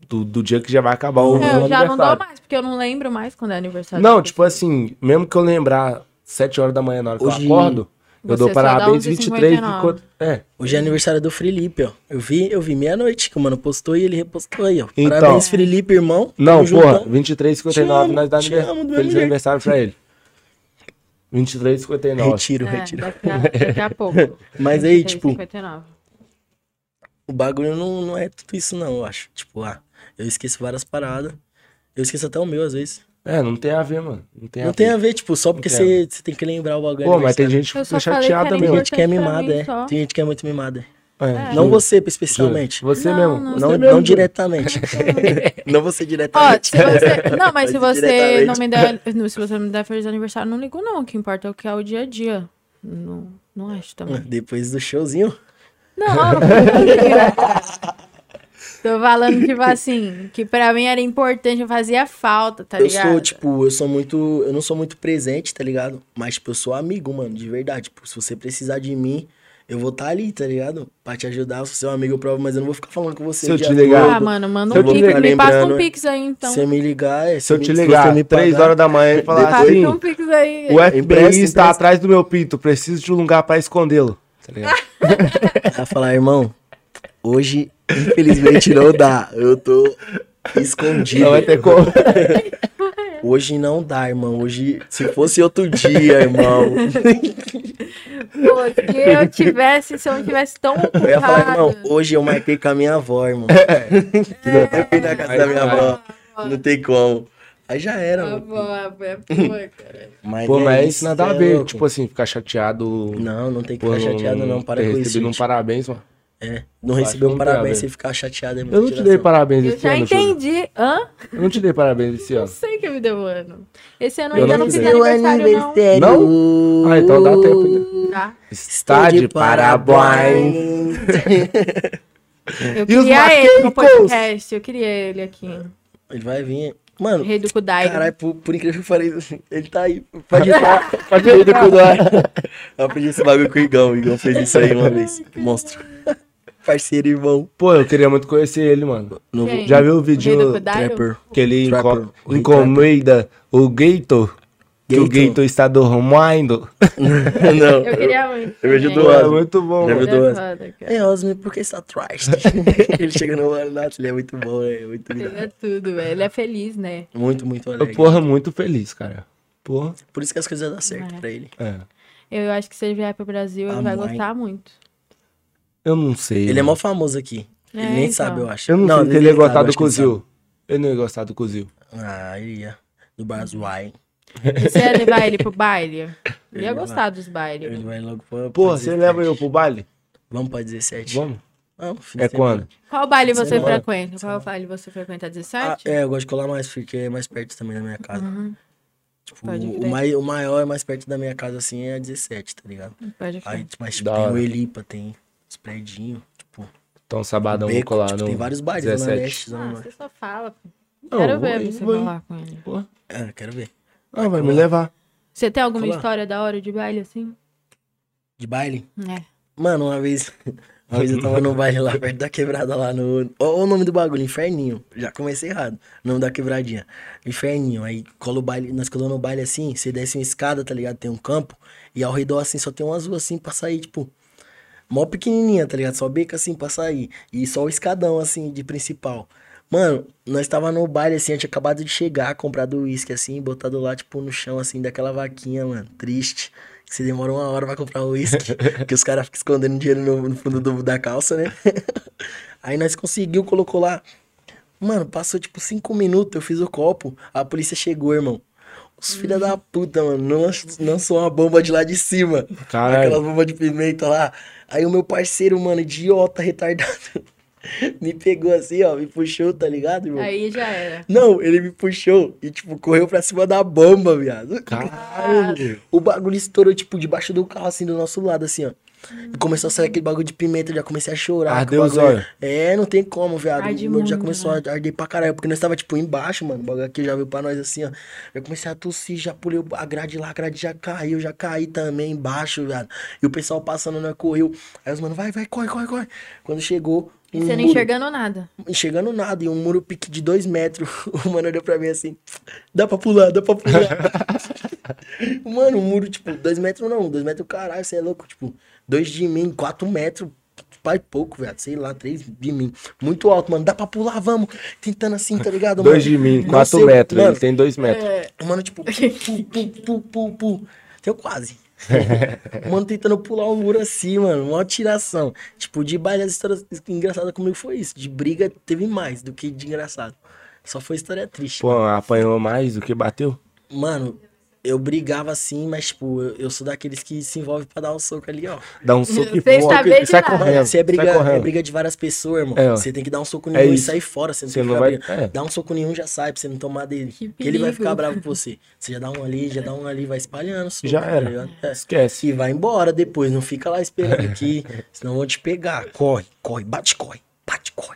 Do, do dia que já vai acabar
É,
o
eu já não dou
aniversário.
mais, porque eu não lembro mais quando é aniversário.
Não, tipo assim, mesmo que eu lembrar 7 horas da manhã na hora que
Hoje-
eu acordo, eu
Você
dou
só
parabéns
dá 11 e
23
59.
enquanto... É,
Hoje é aniversário do Felipe, ó. Eu vi, eu vi meia-noite que o mano postou e ele repostou aí, ó.
Então.
Parabéns, Felipe, irmão.
Não,
Tamo
porra,
juntão.
23
Te
59 nós dá
amo, te
aniversário.
amo do
Feliz
mesmo
aniversário pra ele. 23 59.
Retiro,
é,
retiro.
daqui, a,
[LAUGHS]
daqui a pouco.
Mas aí,
23,
tipo,
59.
o bagulho não, não é tudo isso, não, eu acho. Tipo, ah, eu esqueço várias paradas. Eu esqueço até o meu, às vezes.
É, não tem a ver, mano. Não tem a
não
ver.
tem a ver, tipo, só porque
Não tem
você você tem que lembrar o bagulho.
Pô, mas tem
aniversário.
gente que
Eu só
fica
falei que
chateada
era
mesmo.
Tem gente que é
Importante pra
mimada,
mim
é.
só.
Tem gente que é muito mimada.
É,
Não
juro,
você,
juro.
especialmente.
Você
Não,
mesmo.
não,
Você
Não,
mesmo,
não
juro.
[LAUGHS]
diretamente. [LAUGHS] não você
Ó,
diretamente.
se
[LAUGHS]
você... Não, mas se você
Diretamente.
não me der... não, Se você não me der feliz aniversário, não ligo não. O que importa é o que é o dia a dia. Não,
[LAUGHS]
não acho também.
Depois do showzinho.
Não, Tô falando, tipo assim, que pra mim era importante, fazia falta, tá
eu
ligado?
sou, tipo, eu sou muito. Eu não sou muito presente, tá ligado? Mas, tipo, eu sou amigo, mano, de verdade. Tipo, se você precisar de mim, eu vou estar ali, tá ligado? Pra te ajudar, eu sou seu um amigo, eu provo, mas eu não vou ficar falando com você.
Se
o
eu
dia
te ligar-
todo.
ah, mano, manda
eu
um
vou
pix,
ficar
me passa um
lembrando-
pix aí, então.
Se você me ligar, é,
Se eu te
me-
ligar
me
três
pagar,
holar da manhã e falar
Passa
assim,
um pix aí.
o FBI
Empresta,
está
empresta.
atrás do meu pinto, preciso de um lugar pra escondê-lo. Tá
[LAUGHS]
ligado?
Ela falar, irmão, hoje, infelizmente, não dá. Eu tô escondido.
Não vai ter como.
Hoje não dá, irmão. Hoje, se fosse outro dia, irmão.
Pô, se eu tivesse, se eu não tivesse tão
[LAUGHS] Eu ia falar, irmão,
ocupado.
hoje eu marquei com a minha avó, irmão.
É.
Eu fui na casa
Aí
da minha
vai.
avó. Não tem como. Aí já era,
Ah,
mano.
boa, boa, boa, tá
[LAUGHS]
cara.
[LAUGHS]
Mas
Pô,
é
mas isso nada a
é
ver.
louco.
Tipo assim, ficar chateado.
não, não tem que
por
ficar chateado, não. Para
ter
com isso.
recebido um
gente.
parabéns, mano.
É, não
acho
receber
que
um
não tem a
parabéns
ver.
e ficar chateado é muita
Eu não te dei
tiração.
parabéns
Eu
esse
já
ano, Júlio.
entendi. Hã?
Eu não te dei parabéns esse
Não
ano.
sei que me deu um ano. Esse ano
Eu
ainda
não
não, fiz
sei.
Meu
aniversário,
aniversário.
Não? Ah, então dá tempo ainda.
não. Tá?
Está de parabéns.
Eu
E os
queria ele no
maquinhos?
podcast. Eu queria ele aqui.
[LAUGHS] Ele vai vir. Mano,
Rei do Kudai.
caralho, por, por incrível que pareça, ele tá aí.
[LAUGHS]
Pode entrar.
Pode ir,
[LAUGHS] Eu aprendi esse bagulho com o Igão. O Igão fez isso aí uma vez. Monstro. Parceiro, irmão.
Pô, eu queria muito conhecer ele, mano.
Novo
Quem?
Já viu o
Rei do
vídeo
Kudai?
trapper.
que ele
Trapper.
enco- encomenda o Gator? Que o
Gator.
Gator está dormindo.
[LAUGHS] não.
Eu queria muito.
Eu vejo
também.
duas.
É muito bom,
Já
mano.
viu?
Ele é
duas.
foda, cara.
Ei, Osmi, por que está trash? [LAUGHS] ele chega no Ornato, ele é muito bom, é muito
Ele
legal.
é tudo, velho. Ele é feliz, né?
Muito, muito alegre.
Eu, porra, muito feliz, cara. Porra.
Por isso que as coisas dão certo
É.
pra ele.
É.
Eu acho que se ele vier pro Brasil, ele
A
vai
mãe.
gostar muito.
Eu não sei.
Ele é
mano.
mó famoso aqui.
É,
ele nem
então.
sabe, eu acho.
Eu não, sei se ele é ia
sabe,
gostar
eu
do
acho que ele
Cozil. Ele não é ia gostar do Cozil.
sabe. Ah, ele ia. Do Brasuai.
E se ele levar ele pro baile? Ele ia
Ele vai.
gostar dos bailes.
Ele vai logo pra.
Pô,
pra
você
17.
leva eu pro baile?
é Vamos pra 17.
Vamos?
Vamos, fim de
É
semana.
quando?
Qual baile você
Semana.
frequenta? Qual baile você frequenta?
Ah,
17?
é, eu gosto de colar mais, porque é mais perto também da minha casa.
Uhum,
Tipo,
Pode
o,
crer.
mai- o maior é mais perto da minha casa, assim, é a 17, tá ligado?
pode crer.
Aí, mas tipo,
Da
tem o
hora.
Elipa, tem os predinhos, tipo,
Então, sabadão, vou
beco,
colar
tipo,
no
tem vários bares, Zona
17.
Leste, Zona
Ah,
Norte.
você só fala. pô.
Não,
Quero
eu
ver
vou-
você
vou ir.
falar com ele.
Pô.
Ah, quero ver.
Ah, vai me
Colar.
levar.
Você tem alguma
Olá.
história da hora de baile assim?
De baile?
É.
Mano, uma vez, [LAUGHS] uma vez eu tava num baile lá perto da quebrada lá no. Olha o nome do bagulho, Inferninho. Já comecei errado. O nome da quebradinha. Inferninho. Aí cola o baile, nós colamos no baile assim, você desce uma escada, tá ligado? Tem um campo. E ao redor assim só tem umas ruas assim pra sair, tipo. Mó pequenininha, tá ligado? Só beca assim pra sair. E só o escadão assim de principal. Mano, nós tava no baile assim, eu tinha acabado de chegar, comprado uísque assim, botado lá, tipo, no chão assim, daquela vaquinha, mano. Triste. Que você demora uma hora pra comprar o uísque. [LAUGHS] que os caras ficam escondendo dinheiro no, no fundo do- da calça, né? [LAUGHS] Aí nós conseguiu, colocou lá. Mano, passou tipo cinco minutos, eu fiz o copo, a polícia chegou, irmão. Os filha da puta, mano, não lanç- lançou uma bomba de lá de cima. Aquela
Caralho.
bomba de pimenta lá. Aí o meu parceiro, mano, idiota, retardado, [LAUGHS] me pegou assim, ó, me puxou, tá ligado, irmão?
Aí já era.
Não, ele me puxou e, tipo, correu pra cima da bomba, viado.
Caralho.
O bagulho estourou, tipo, debaixo do carro, assim, do nosso lado, assim, ó. E começou a sair aquele bagulho de pimenta, eu já comecei a chorar. que
Ardeu
o
os
bagulho-
olhos.
É, não tem como, viado.
Arde
O meu já
muito, né?
começou a arder pra caralho, porque nós tava, tipo, embaixo, mano. O bagulho aqui já veio pra nós, assim, ó. Eu comecei a tossir, já pulei a grade lá, a grade já caiu, já caí também embaixo, viado. E o pessoal passando, nós correu. Aí os mano, vai, vai, corre, corre, corre. Quando chegou...
E
um
você não
muro-
enxergando
[LAUGHS]
nada.
enxergando nada, e um muro pique de dois metros. [LAUGHS] O mano olhou pra mim assim, dá pra pular, dá pra pular. [LAUGHS] mano, um muro, tipo, dois metros não, dois metros, caralho, você é louco, tipo, dois de mim, quatro metros, pai pouco, velho, sei lá, três de mim. Muito alto, mano, dá pra pular, vamos. Tentando assim, tá ligado, mano?
Dois de mim,
Não
quatro
sei-
metros.
mano,
Ele tem dois metros.
É.
Mano, tipo, pu, pu, pu, pu, pu. Deu quase. mano, tentando pular o muro assim, mano. Uma tiração. Tipo, de baile, as histórias engraçadas comigo foi isso. De briga, teve mais do que de engraçado. Só foi história triste.
Pô, apanhou mais do que bateu?
Mano, eu brigava assim, mas, tipo, eu, eu sou daqueles que se envolve pra dar um soco ali, ó.
Dá um soco e
Sem
voa.
saber de
Sai
tá nada.
correndo.
Você é briga,
sai
é
correndo.
briga de várias pessoas, irmão.
É, ó.
Você tem que dar um soco em
É
um e
isso.
sair fora. Você não
Você
tem que
não
ficar
vai-
brigando.
é.
Dá um soco em um já sai pra você não tomar dele.
Que
Porque ele vai ficar
perigo.
bravo com você. Você já dá um ali, já dá um ali, vai espalhando. soco,
Já
tá
era.
ligado? É.
Esquece.
E vai embora depois,
[LAUGHS]
não fica lá esperando que senão vão te pegar. Corre, corre, bate, corre, bate, corre.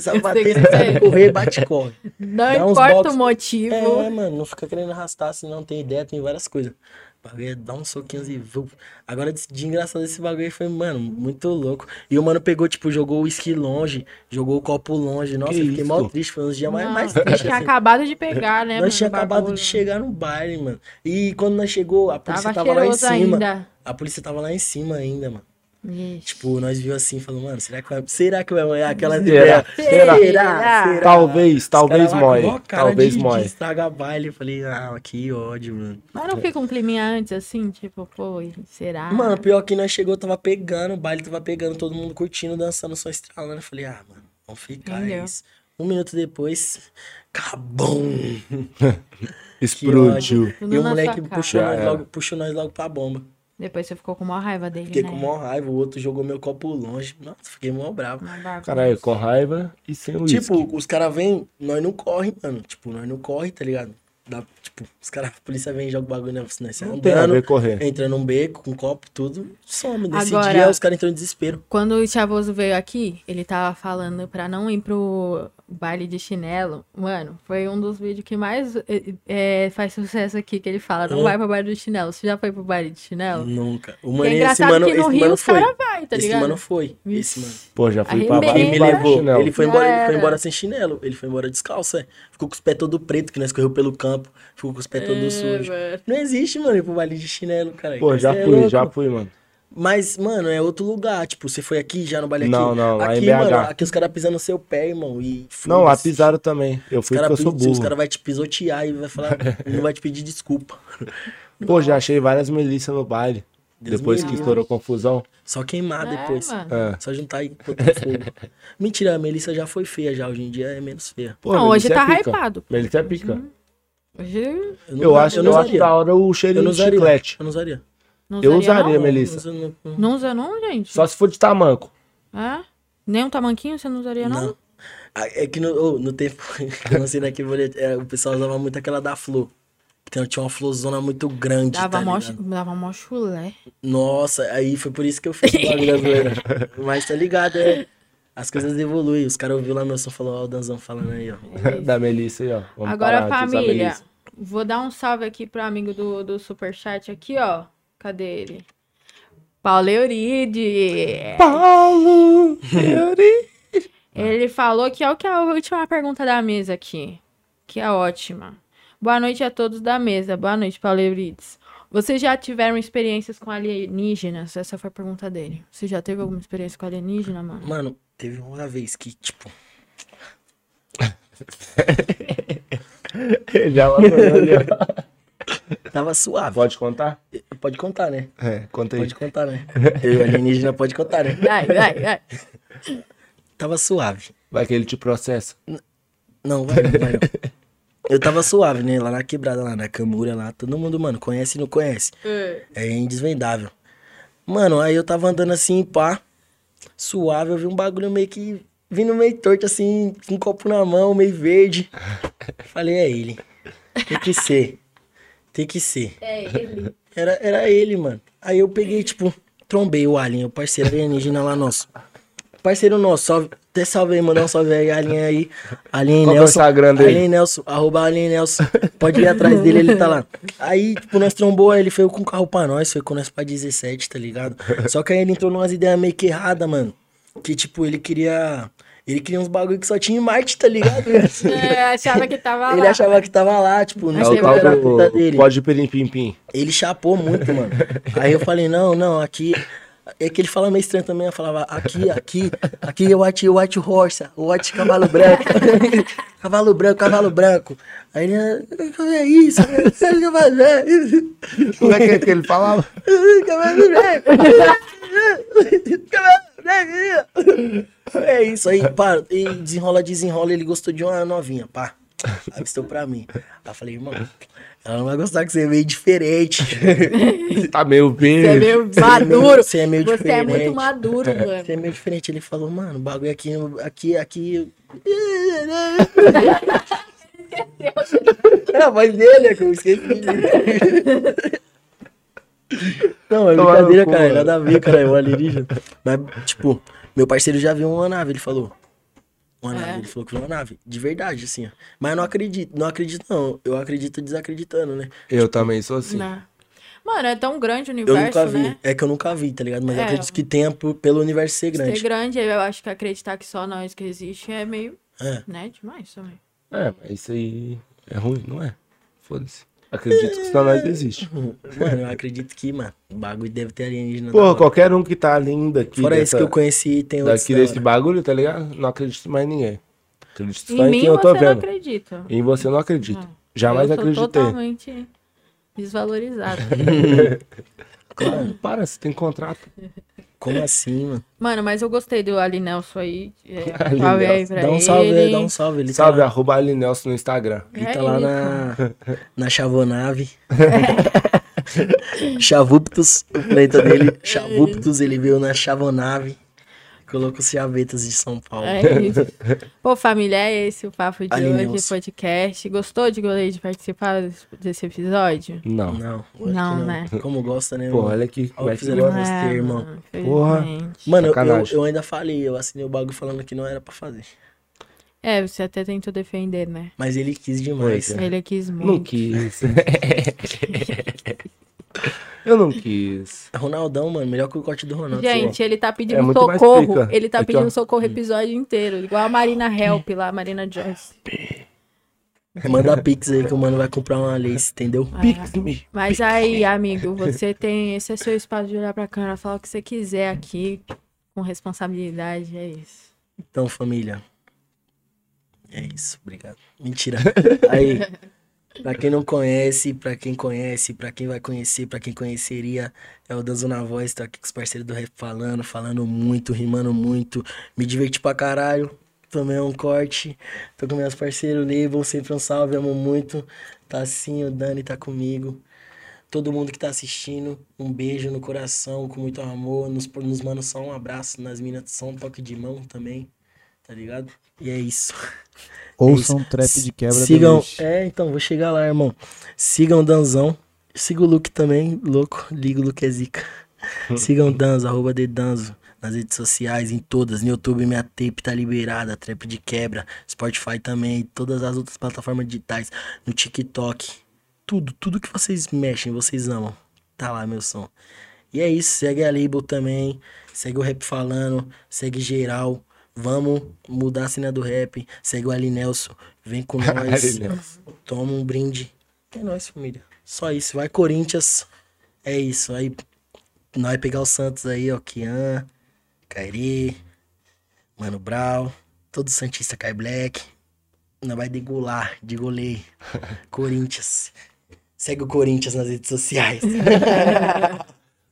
Sabe
sei [LAUGHS]
bater,
que sei.
sabe correr, bate
[LAUGHS]
e corre.
Não
tá Dá uns
importa
box-
o motivo.
É, mano, não fica querendo arrastar, se não tem ideia, tem várias coisas. O bagulho é dar um soquinho e vum. Agora, de, de engraçado, esse bagulho aí foi, mano, muito louco. E o mano pegou, tipo, jogou o uísque longe, jogou o copo longe. Nossa, eu fiquei
isso?
mal triste, foi um dos dias mais,
Não,
mais
a gente
tristes.
tinha
Assim.
acabado de pegar, né?
Nós
mano,
tinha
o
acabado
bagulho.
de chegar no baile, mano. E quando nós chegou, a polícia
Tava,
tava, lá em
cheiroso
cima.
ainda.
A polícia tava lá em cima ainda, mano.
Ixi.
Tipo, nós viu assim, falou, mano, será que vai, será que vai molhar aquela
Será?
Será? Será?
Talvez, talvez
Os caras lá
moe.
com maior cara
Talvez
de,
moe.
De estragar baile. Eu falei, ah, que ódio, mano.
Mas não fica um climinha antes, assim, tipo, pô, será?
é. Mano, pior que nós chegou, tava pegando, o baile tava pegando, todo mundo curtindo, dançando, só estralando. Eu falei, ah, mano, vamos ficar
Entendeu?
é isso. Um minuto depois,
[LAUGHS]
cabum!
Explodiu.
Tudo
e o
na
moleque
sua cara.
puxou
Já
nós,
era.
logo, puxou nós logo pra bomba.
Depois você ficou com maior raiva dele,
Fiquei
né?
com maior raiva, o outro jogou meu copo longe. Nossa, fiquei mó bravo.
Uma barba.
Caralho, com raiva e sem uísque.
Tipo, os caras vêm, nós não corre, mano. Tipo, nós não corre, tá ligado? Dá, tipo, os caras, a polícia vem e joga o bagulho, né? Nós saímos
não tem a
andando.
ver correr.
Entra num beco, com copo, tudo, some. Desse
Agora-
dia os caras entram em desespero.
Quando o Chavoso veio aqui, ele tava falando pra não ir pro baile de chinelo. Mano, foi um dos vídeos que mais eh, eh, faz sucesso aqui, que ele fala, não
Hum.
vai pro baile de chinelo. Você já foi pro baile de chinelo?
Nunca. O
Que
mano,
é
esse
engraçado
mano,
que no
esse
Rio
mano
os
foi.
caras vai, tá
esse
ligado?
mano foi. Esse mano.
Pô, já fui pra
Arrebenta.
baixo.
Ele me levou.
chinelo.
Ele foi
Já
embora, ele
era.
foi embora sem chinelo. Ele foi embora descalço, é. Ficou com os pés todo preto, que nós correu pelo campo. Ficou com os pés
É,
todo sujos. Não existe, mano, ir pro baile de chinelo, cara.
Pô, já
Cê é
fui,
louco.
já fui, mano.
Mas, mano, é outro lugar. Tipo, você foi aqui já no baile aqui?
Não, não, lá em
Aqui,
BH.
mano, aqui os caras pisam no seu pé, irmão. E
Não, lá
foda-se.
pisaram também. Eu fui
Os
porque eu
caras
sou burro.
os cara vai te pisotear e
[LAUGHS]
vai falar, não vai te pedir desculpa.
Pô, já achei várias milícias no baile.
Deus
Depois
me
que
livre.
estourou confusão.
Só queimar
É,
depois.
mano.
É.
Só juntar e botar fogo. Mentira, a Melissa já foi feia já. Hoje em dia é menos feia.
Pô,
Não, hoje
milícia é
tá
pica.
hypado. Uhum.
Milícia é pica.
Hoje
não-
Eu acho, eu
não
acho
usaria.
da hora o
Eu
cheirinho
não
de
usaria.
chiclete.
Eu não usaria.
não
Eu
usaria, não?
usaria,
Não
Melissa.
usa- não- não-
Não usa não, gente?
Só se for de tamanco.
[LAUGHS] É? Nem um tamanquinho você não usaria, não?
Não. Ah, É que no, ô, no tempo [LAUGHS] que eu não sei naquele boleto, é, o pessoal usava muito aquela da flor. Então, tinha uma florzona muito grande,
Dava,
tá
mó,
ligado?
dava mó chulé.
Nossa, aí foi por isso que eu fiz o bagulho da zoeira. Mas tá ligado, é. As coisas evoluem. Os caras ouviram lá meu som e falaram, ó, o Danzão falando aí, ó.
da Melissa aí, ó. Vamos
É Agora,
parar de usar
família,
Melissa.
vou dar um salve aqui pro amigo do, do Superchat aqui, ó. Cadê ele? Paulo Euride.
Paulo! Yuri.
[LAUGHS] Ele falou que é o que é a última pergunta da mesa aqui, que é ótima. Boa noite a todos da mesa. Boa noite, Paulo Eurides. Vocês já tiveram experiências com alienígenas? Essa foi a pergunta dele. Você já teve alguma experiência com alienígena,
[LAUGHS]
mano?
Mano, teve uma vez que, tipo,
[LAUGHS] Já é lá foi ele, ó.
tava suave.
Pode contar?
Pode contar, né?
É, conta aí.
Pode contar, né? Eu e o alienígena pode contar, né?
Vai, vai, vai.
Tava suave.
Vai que ele te processa.
Não, vai, não, vai. Não. Eu tava suave, né? Lá na quebrada, lá na Camura, lá. Todo mundo, mano, conhece e não conhece.
É.
É indesvendável. Mano, aí eu tava andando assim, pá, suave, eu vi um bagulho meio que vindo meio torto, assim, com um copo na mão, meio verde. Falei, é ele. Tem que ser. Tem que ser.
É ele.
Era, era ele, mano. Aí eu peguei, tipo, trombei o Alien, o parceiro alienígena lá nosso. Parceiro nosso, salve, até salve aí, mandar um salve aí, Alien aí. Alien
Qual que é o
Nelson.
Instagram dele?
Alien Nelson, arroba Alien Nelson. Pode ir atrás dele, ele tá lá. Aí, tipo, nós trombou, aí ele foi com o carro pra nós, foi com nós pra 17, tá ligado? Só que aí ele entrou numas ideias meio que erradas, mano. Que, tipo, ele queria. Ele queria uns bagulho que só tinha em Marte, tá ligado?
É, achava que [LAUGHS] tava
ele
lá. né?
achava que tava lá, tipo, não
É
sei
o
qual
tal
era a
do
fita dele.
pode pirim pim pim.
Ele chapou muito, mano. Aí eu falei, não, não, aqui. É que ele fala meio estranho também. Eu falava, aqui, aqui, aqui eu watch, eu watch horse, eu watch cavalo branco. [LAUGHS] cavalo branco, cavalo branco. Aí ele, "Ah, é isso, é isso, é cavalo branco.
Como é que, é que ele falava?
[LAUGHS] Cavalo branco. [LAUGHS] Cavalo branco. É isso aí, pá. E desenrola, desenrola. Ele gostou de uma novinha, pá. Avistou pra mim. Aí eu falei, irmão, ela não vai gostar que você é meio diferente.
[LAUGHS] Tá meio
Você é
bem.
meio
meio-
maduro.
você é meio
Você é muito
diferente.
maduro, mano.
Você é meio diferente. Ele falou, mano, o bagulho aqui,
[LAUGHS]
aqui, aqui. É a voz dele, é que eu esqueci. Não, é
Tomar no
brincadeira,
cu,
cara.
mano.
Nada a ver, cara. É um alienígena. Mas, tipo, meu parceiro já viu uma nave, ele falou. Uma
É.
nave, ele falou que virou uma nave. De verdade, assim, ó. Mas eu não acredito, não acredito, não. Eu acredito desacreditando, né?
Eu também sou assim.
né? Mano, é tão grande o
Eu
universo,
nunca vi.
né?
É que eu nunca vi, tá ligado? Mas eu
É.
acredito que tenha por- pelo universo ser grande.
Ser grande, aí eu acho que acreditar que só nós que existe é meio,
É.
né, demais também.
É, mas isso aí é ruim, não é? Foda-se. Uhum. Acredito que só nós existe.
Mano, eu acredito que, mano, o bagulho deve ter alienígena.
Porra,
da hora.
qualquer um que tá lindo aqui.
Fora esse
dessa-
que eu conheci, tem outros.
Daqui
da
desse
hora.
bagulho, tá ligado? Não acredito mais em ninguém. Acredito só
Em
em,
mim
quem eu
você
tô
não
vendo.
acredita.
Em você eu não acredito.
Não.
Jamais
eu sou
acreditei.
totalmente desvalorizada.
[LAUGHS]
Claro, para, você tem contrato.
Como assim, mano?
Mano, mas eu gostei do Ali Nelson aí. É,
Ali
salve aí
Nelson.
pra
Dá um
ele.
salve, dá um salve. Ele
Salve,
tá lá,
arroba Ali Nelson no Instagram.
ele
É
tá lá
isso.
na, na Chavonave. [LAUGHS] Chavuptus, o planeta dele.
É.
Chavuptus, ele veio na Chavonave. Colocou os chavetas de São Paulo.
É isso. Pô, família, é esse o papo de
Ali
hoje,
Nelson.
podcast. Gostou de goleiro de participar desse- desse episódio?
Não.
Não, acho que
Não, né?
Como gosta, né?
Pô,
mano?
olha aqui. é
Olha o que
Mas,
fizeram.
agora-
gostei, irmão.
mano,
Porra.
infelizmente.
Mano, eu- eu,
é Sacanagem.
eu ainda falei, eu assinei o bagulho falando que não era pra fazer.
É, você até tentou defender, né?
Mas ele quis demais.
Pois É.
Ele quis muito.
não quis. [LAUGHS] eu não quis. [LAUGHS]
Ronaldão, mano, melhor que o corte do Ronaldo.
Gente, ele tá pedindo
É muito mais
socorro.
pica.
Ele tá
Aqui,
pedindo
ó.
socorro o episódio inteiro. Igual a Marina Help lá, a Marina Joyce.
Manda pix aí que o mano vai comprar uma lace, entendeu?
Pix me.
Mas aí,
[LAUGHS]
amigo, você tem. Esse é seu espaço de olhar pra câmera, falar o que você quiser aqui, com responsabilidade, é isso.
Então, família. É isso, obrigado. Mentira. Aí, pra quem não conhece, pra quem conhece, pra quem vai conhecer, pra quem conheceria, é o Danzo na Voz, tô aqui com os parceiros do Rap falando, falando muito, rimando muito. Me diverti pra caralho. Tomei um corte. Tô com meus parceiros Label, sempre um salve, amo muito. Tá assim, o Dani tá comigo. Todo mundo que tá assistindo, um beijo no coração, com muito amor. Nos, nos manos só um abraço, nas minas só um toque de mão também, tá ligado? E é isso. [LAUGHS]
Ouçam um trap de quebra do
Sigam.
Lush.
É, então, vou chegar lá, irmão. Sigam o Danzão. Siga o Luke também, louco. Liga o Luke é zica. Sigam o Danzo, arroba de Danzo. Nas redes sociais, em todas. No YouTube, minha tape tá liberada. Trap de quebra. Spotify também. e Todas as outras plataformas digitais. No TikTok. Tudo, tudo que vocês mexem, vocês amam. Tá lá, meu som. E é isso. Segue a label também. Segue o Rap Falando. Segue geral. Vamos mudar a cena do rap. Segue o Ali Nelson. Vem com nós.
Ali Nelson.
Toma um brinde. É nóis, família. Só isso. Vai, Corinthians. É isso. Aí nós pegar o Santos aí, ó. Kian, Kairi, Mano Brau, todo Santista Kai Black. Nós vai degolar, degolei. Corinthians. Segue o Corinthians nas redes sociais.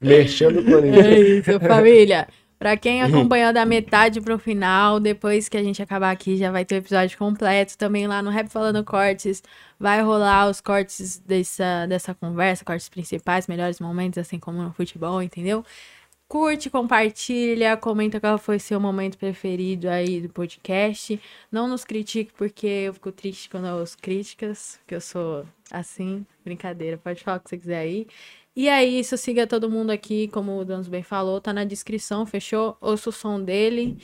Mexendo com
É
ninguém.
isso, família. Pra quem acompanhou da metade pro final, depois que a gente acabar aqui, já vai ter o episódio completo. Também lá no Rap Falando Cortes, vai rolar os cortes dessa, dessa conversa, cortes principais, melhores momentos, assim como no futebol, entendeu? Curte, compartilha, comenta qual foi seu momento preferido aí do podcast. Não nos critique, porque eu fico triste quando eu ouço críticas, que eu sou assim, brincadeira. Pode falar o que você quiser aí. E é isso, siga todo mundo aqui, como o Danos bem falou, tá na descrição, fechou? Ouça o som dele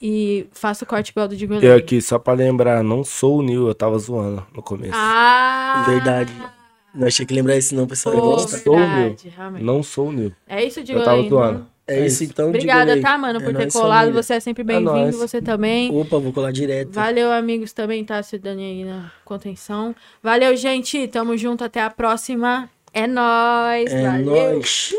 e faça o corte igual do de
Eu
goleiro.
aqui, só pra lembrar, não sou o Nil, eu tava zoando no começo.
[LAUGHS] Ah!
Verdade. Não achei que lembrar isso, não, pessoal. Eu
Pô,
gosto.
gostou, meu?
verdade, realmente.
Não sou o Nil.
É isso, de
Eu tava zoando.
É isso então,
Obrigada,
Digolei.
tá, mano, por
É
ter
nóis,
colado.
família.
Você é sempre
É
bem-vindo,
nóis.
você também.
Opa, vou colar direto.
Valeu, amigos, também, tá? Se dando aí na contenção. Valeu, gente. Tamo junto. Até a próxima. É nóis.
é
valeu.
nóis.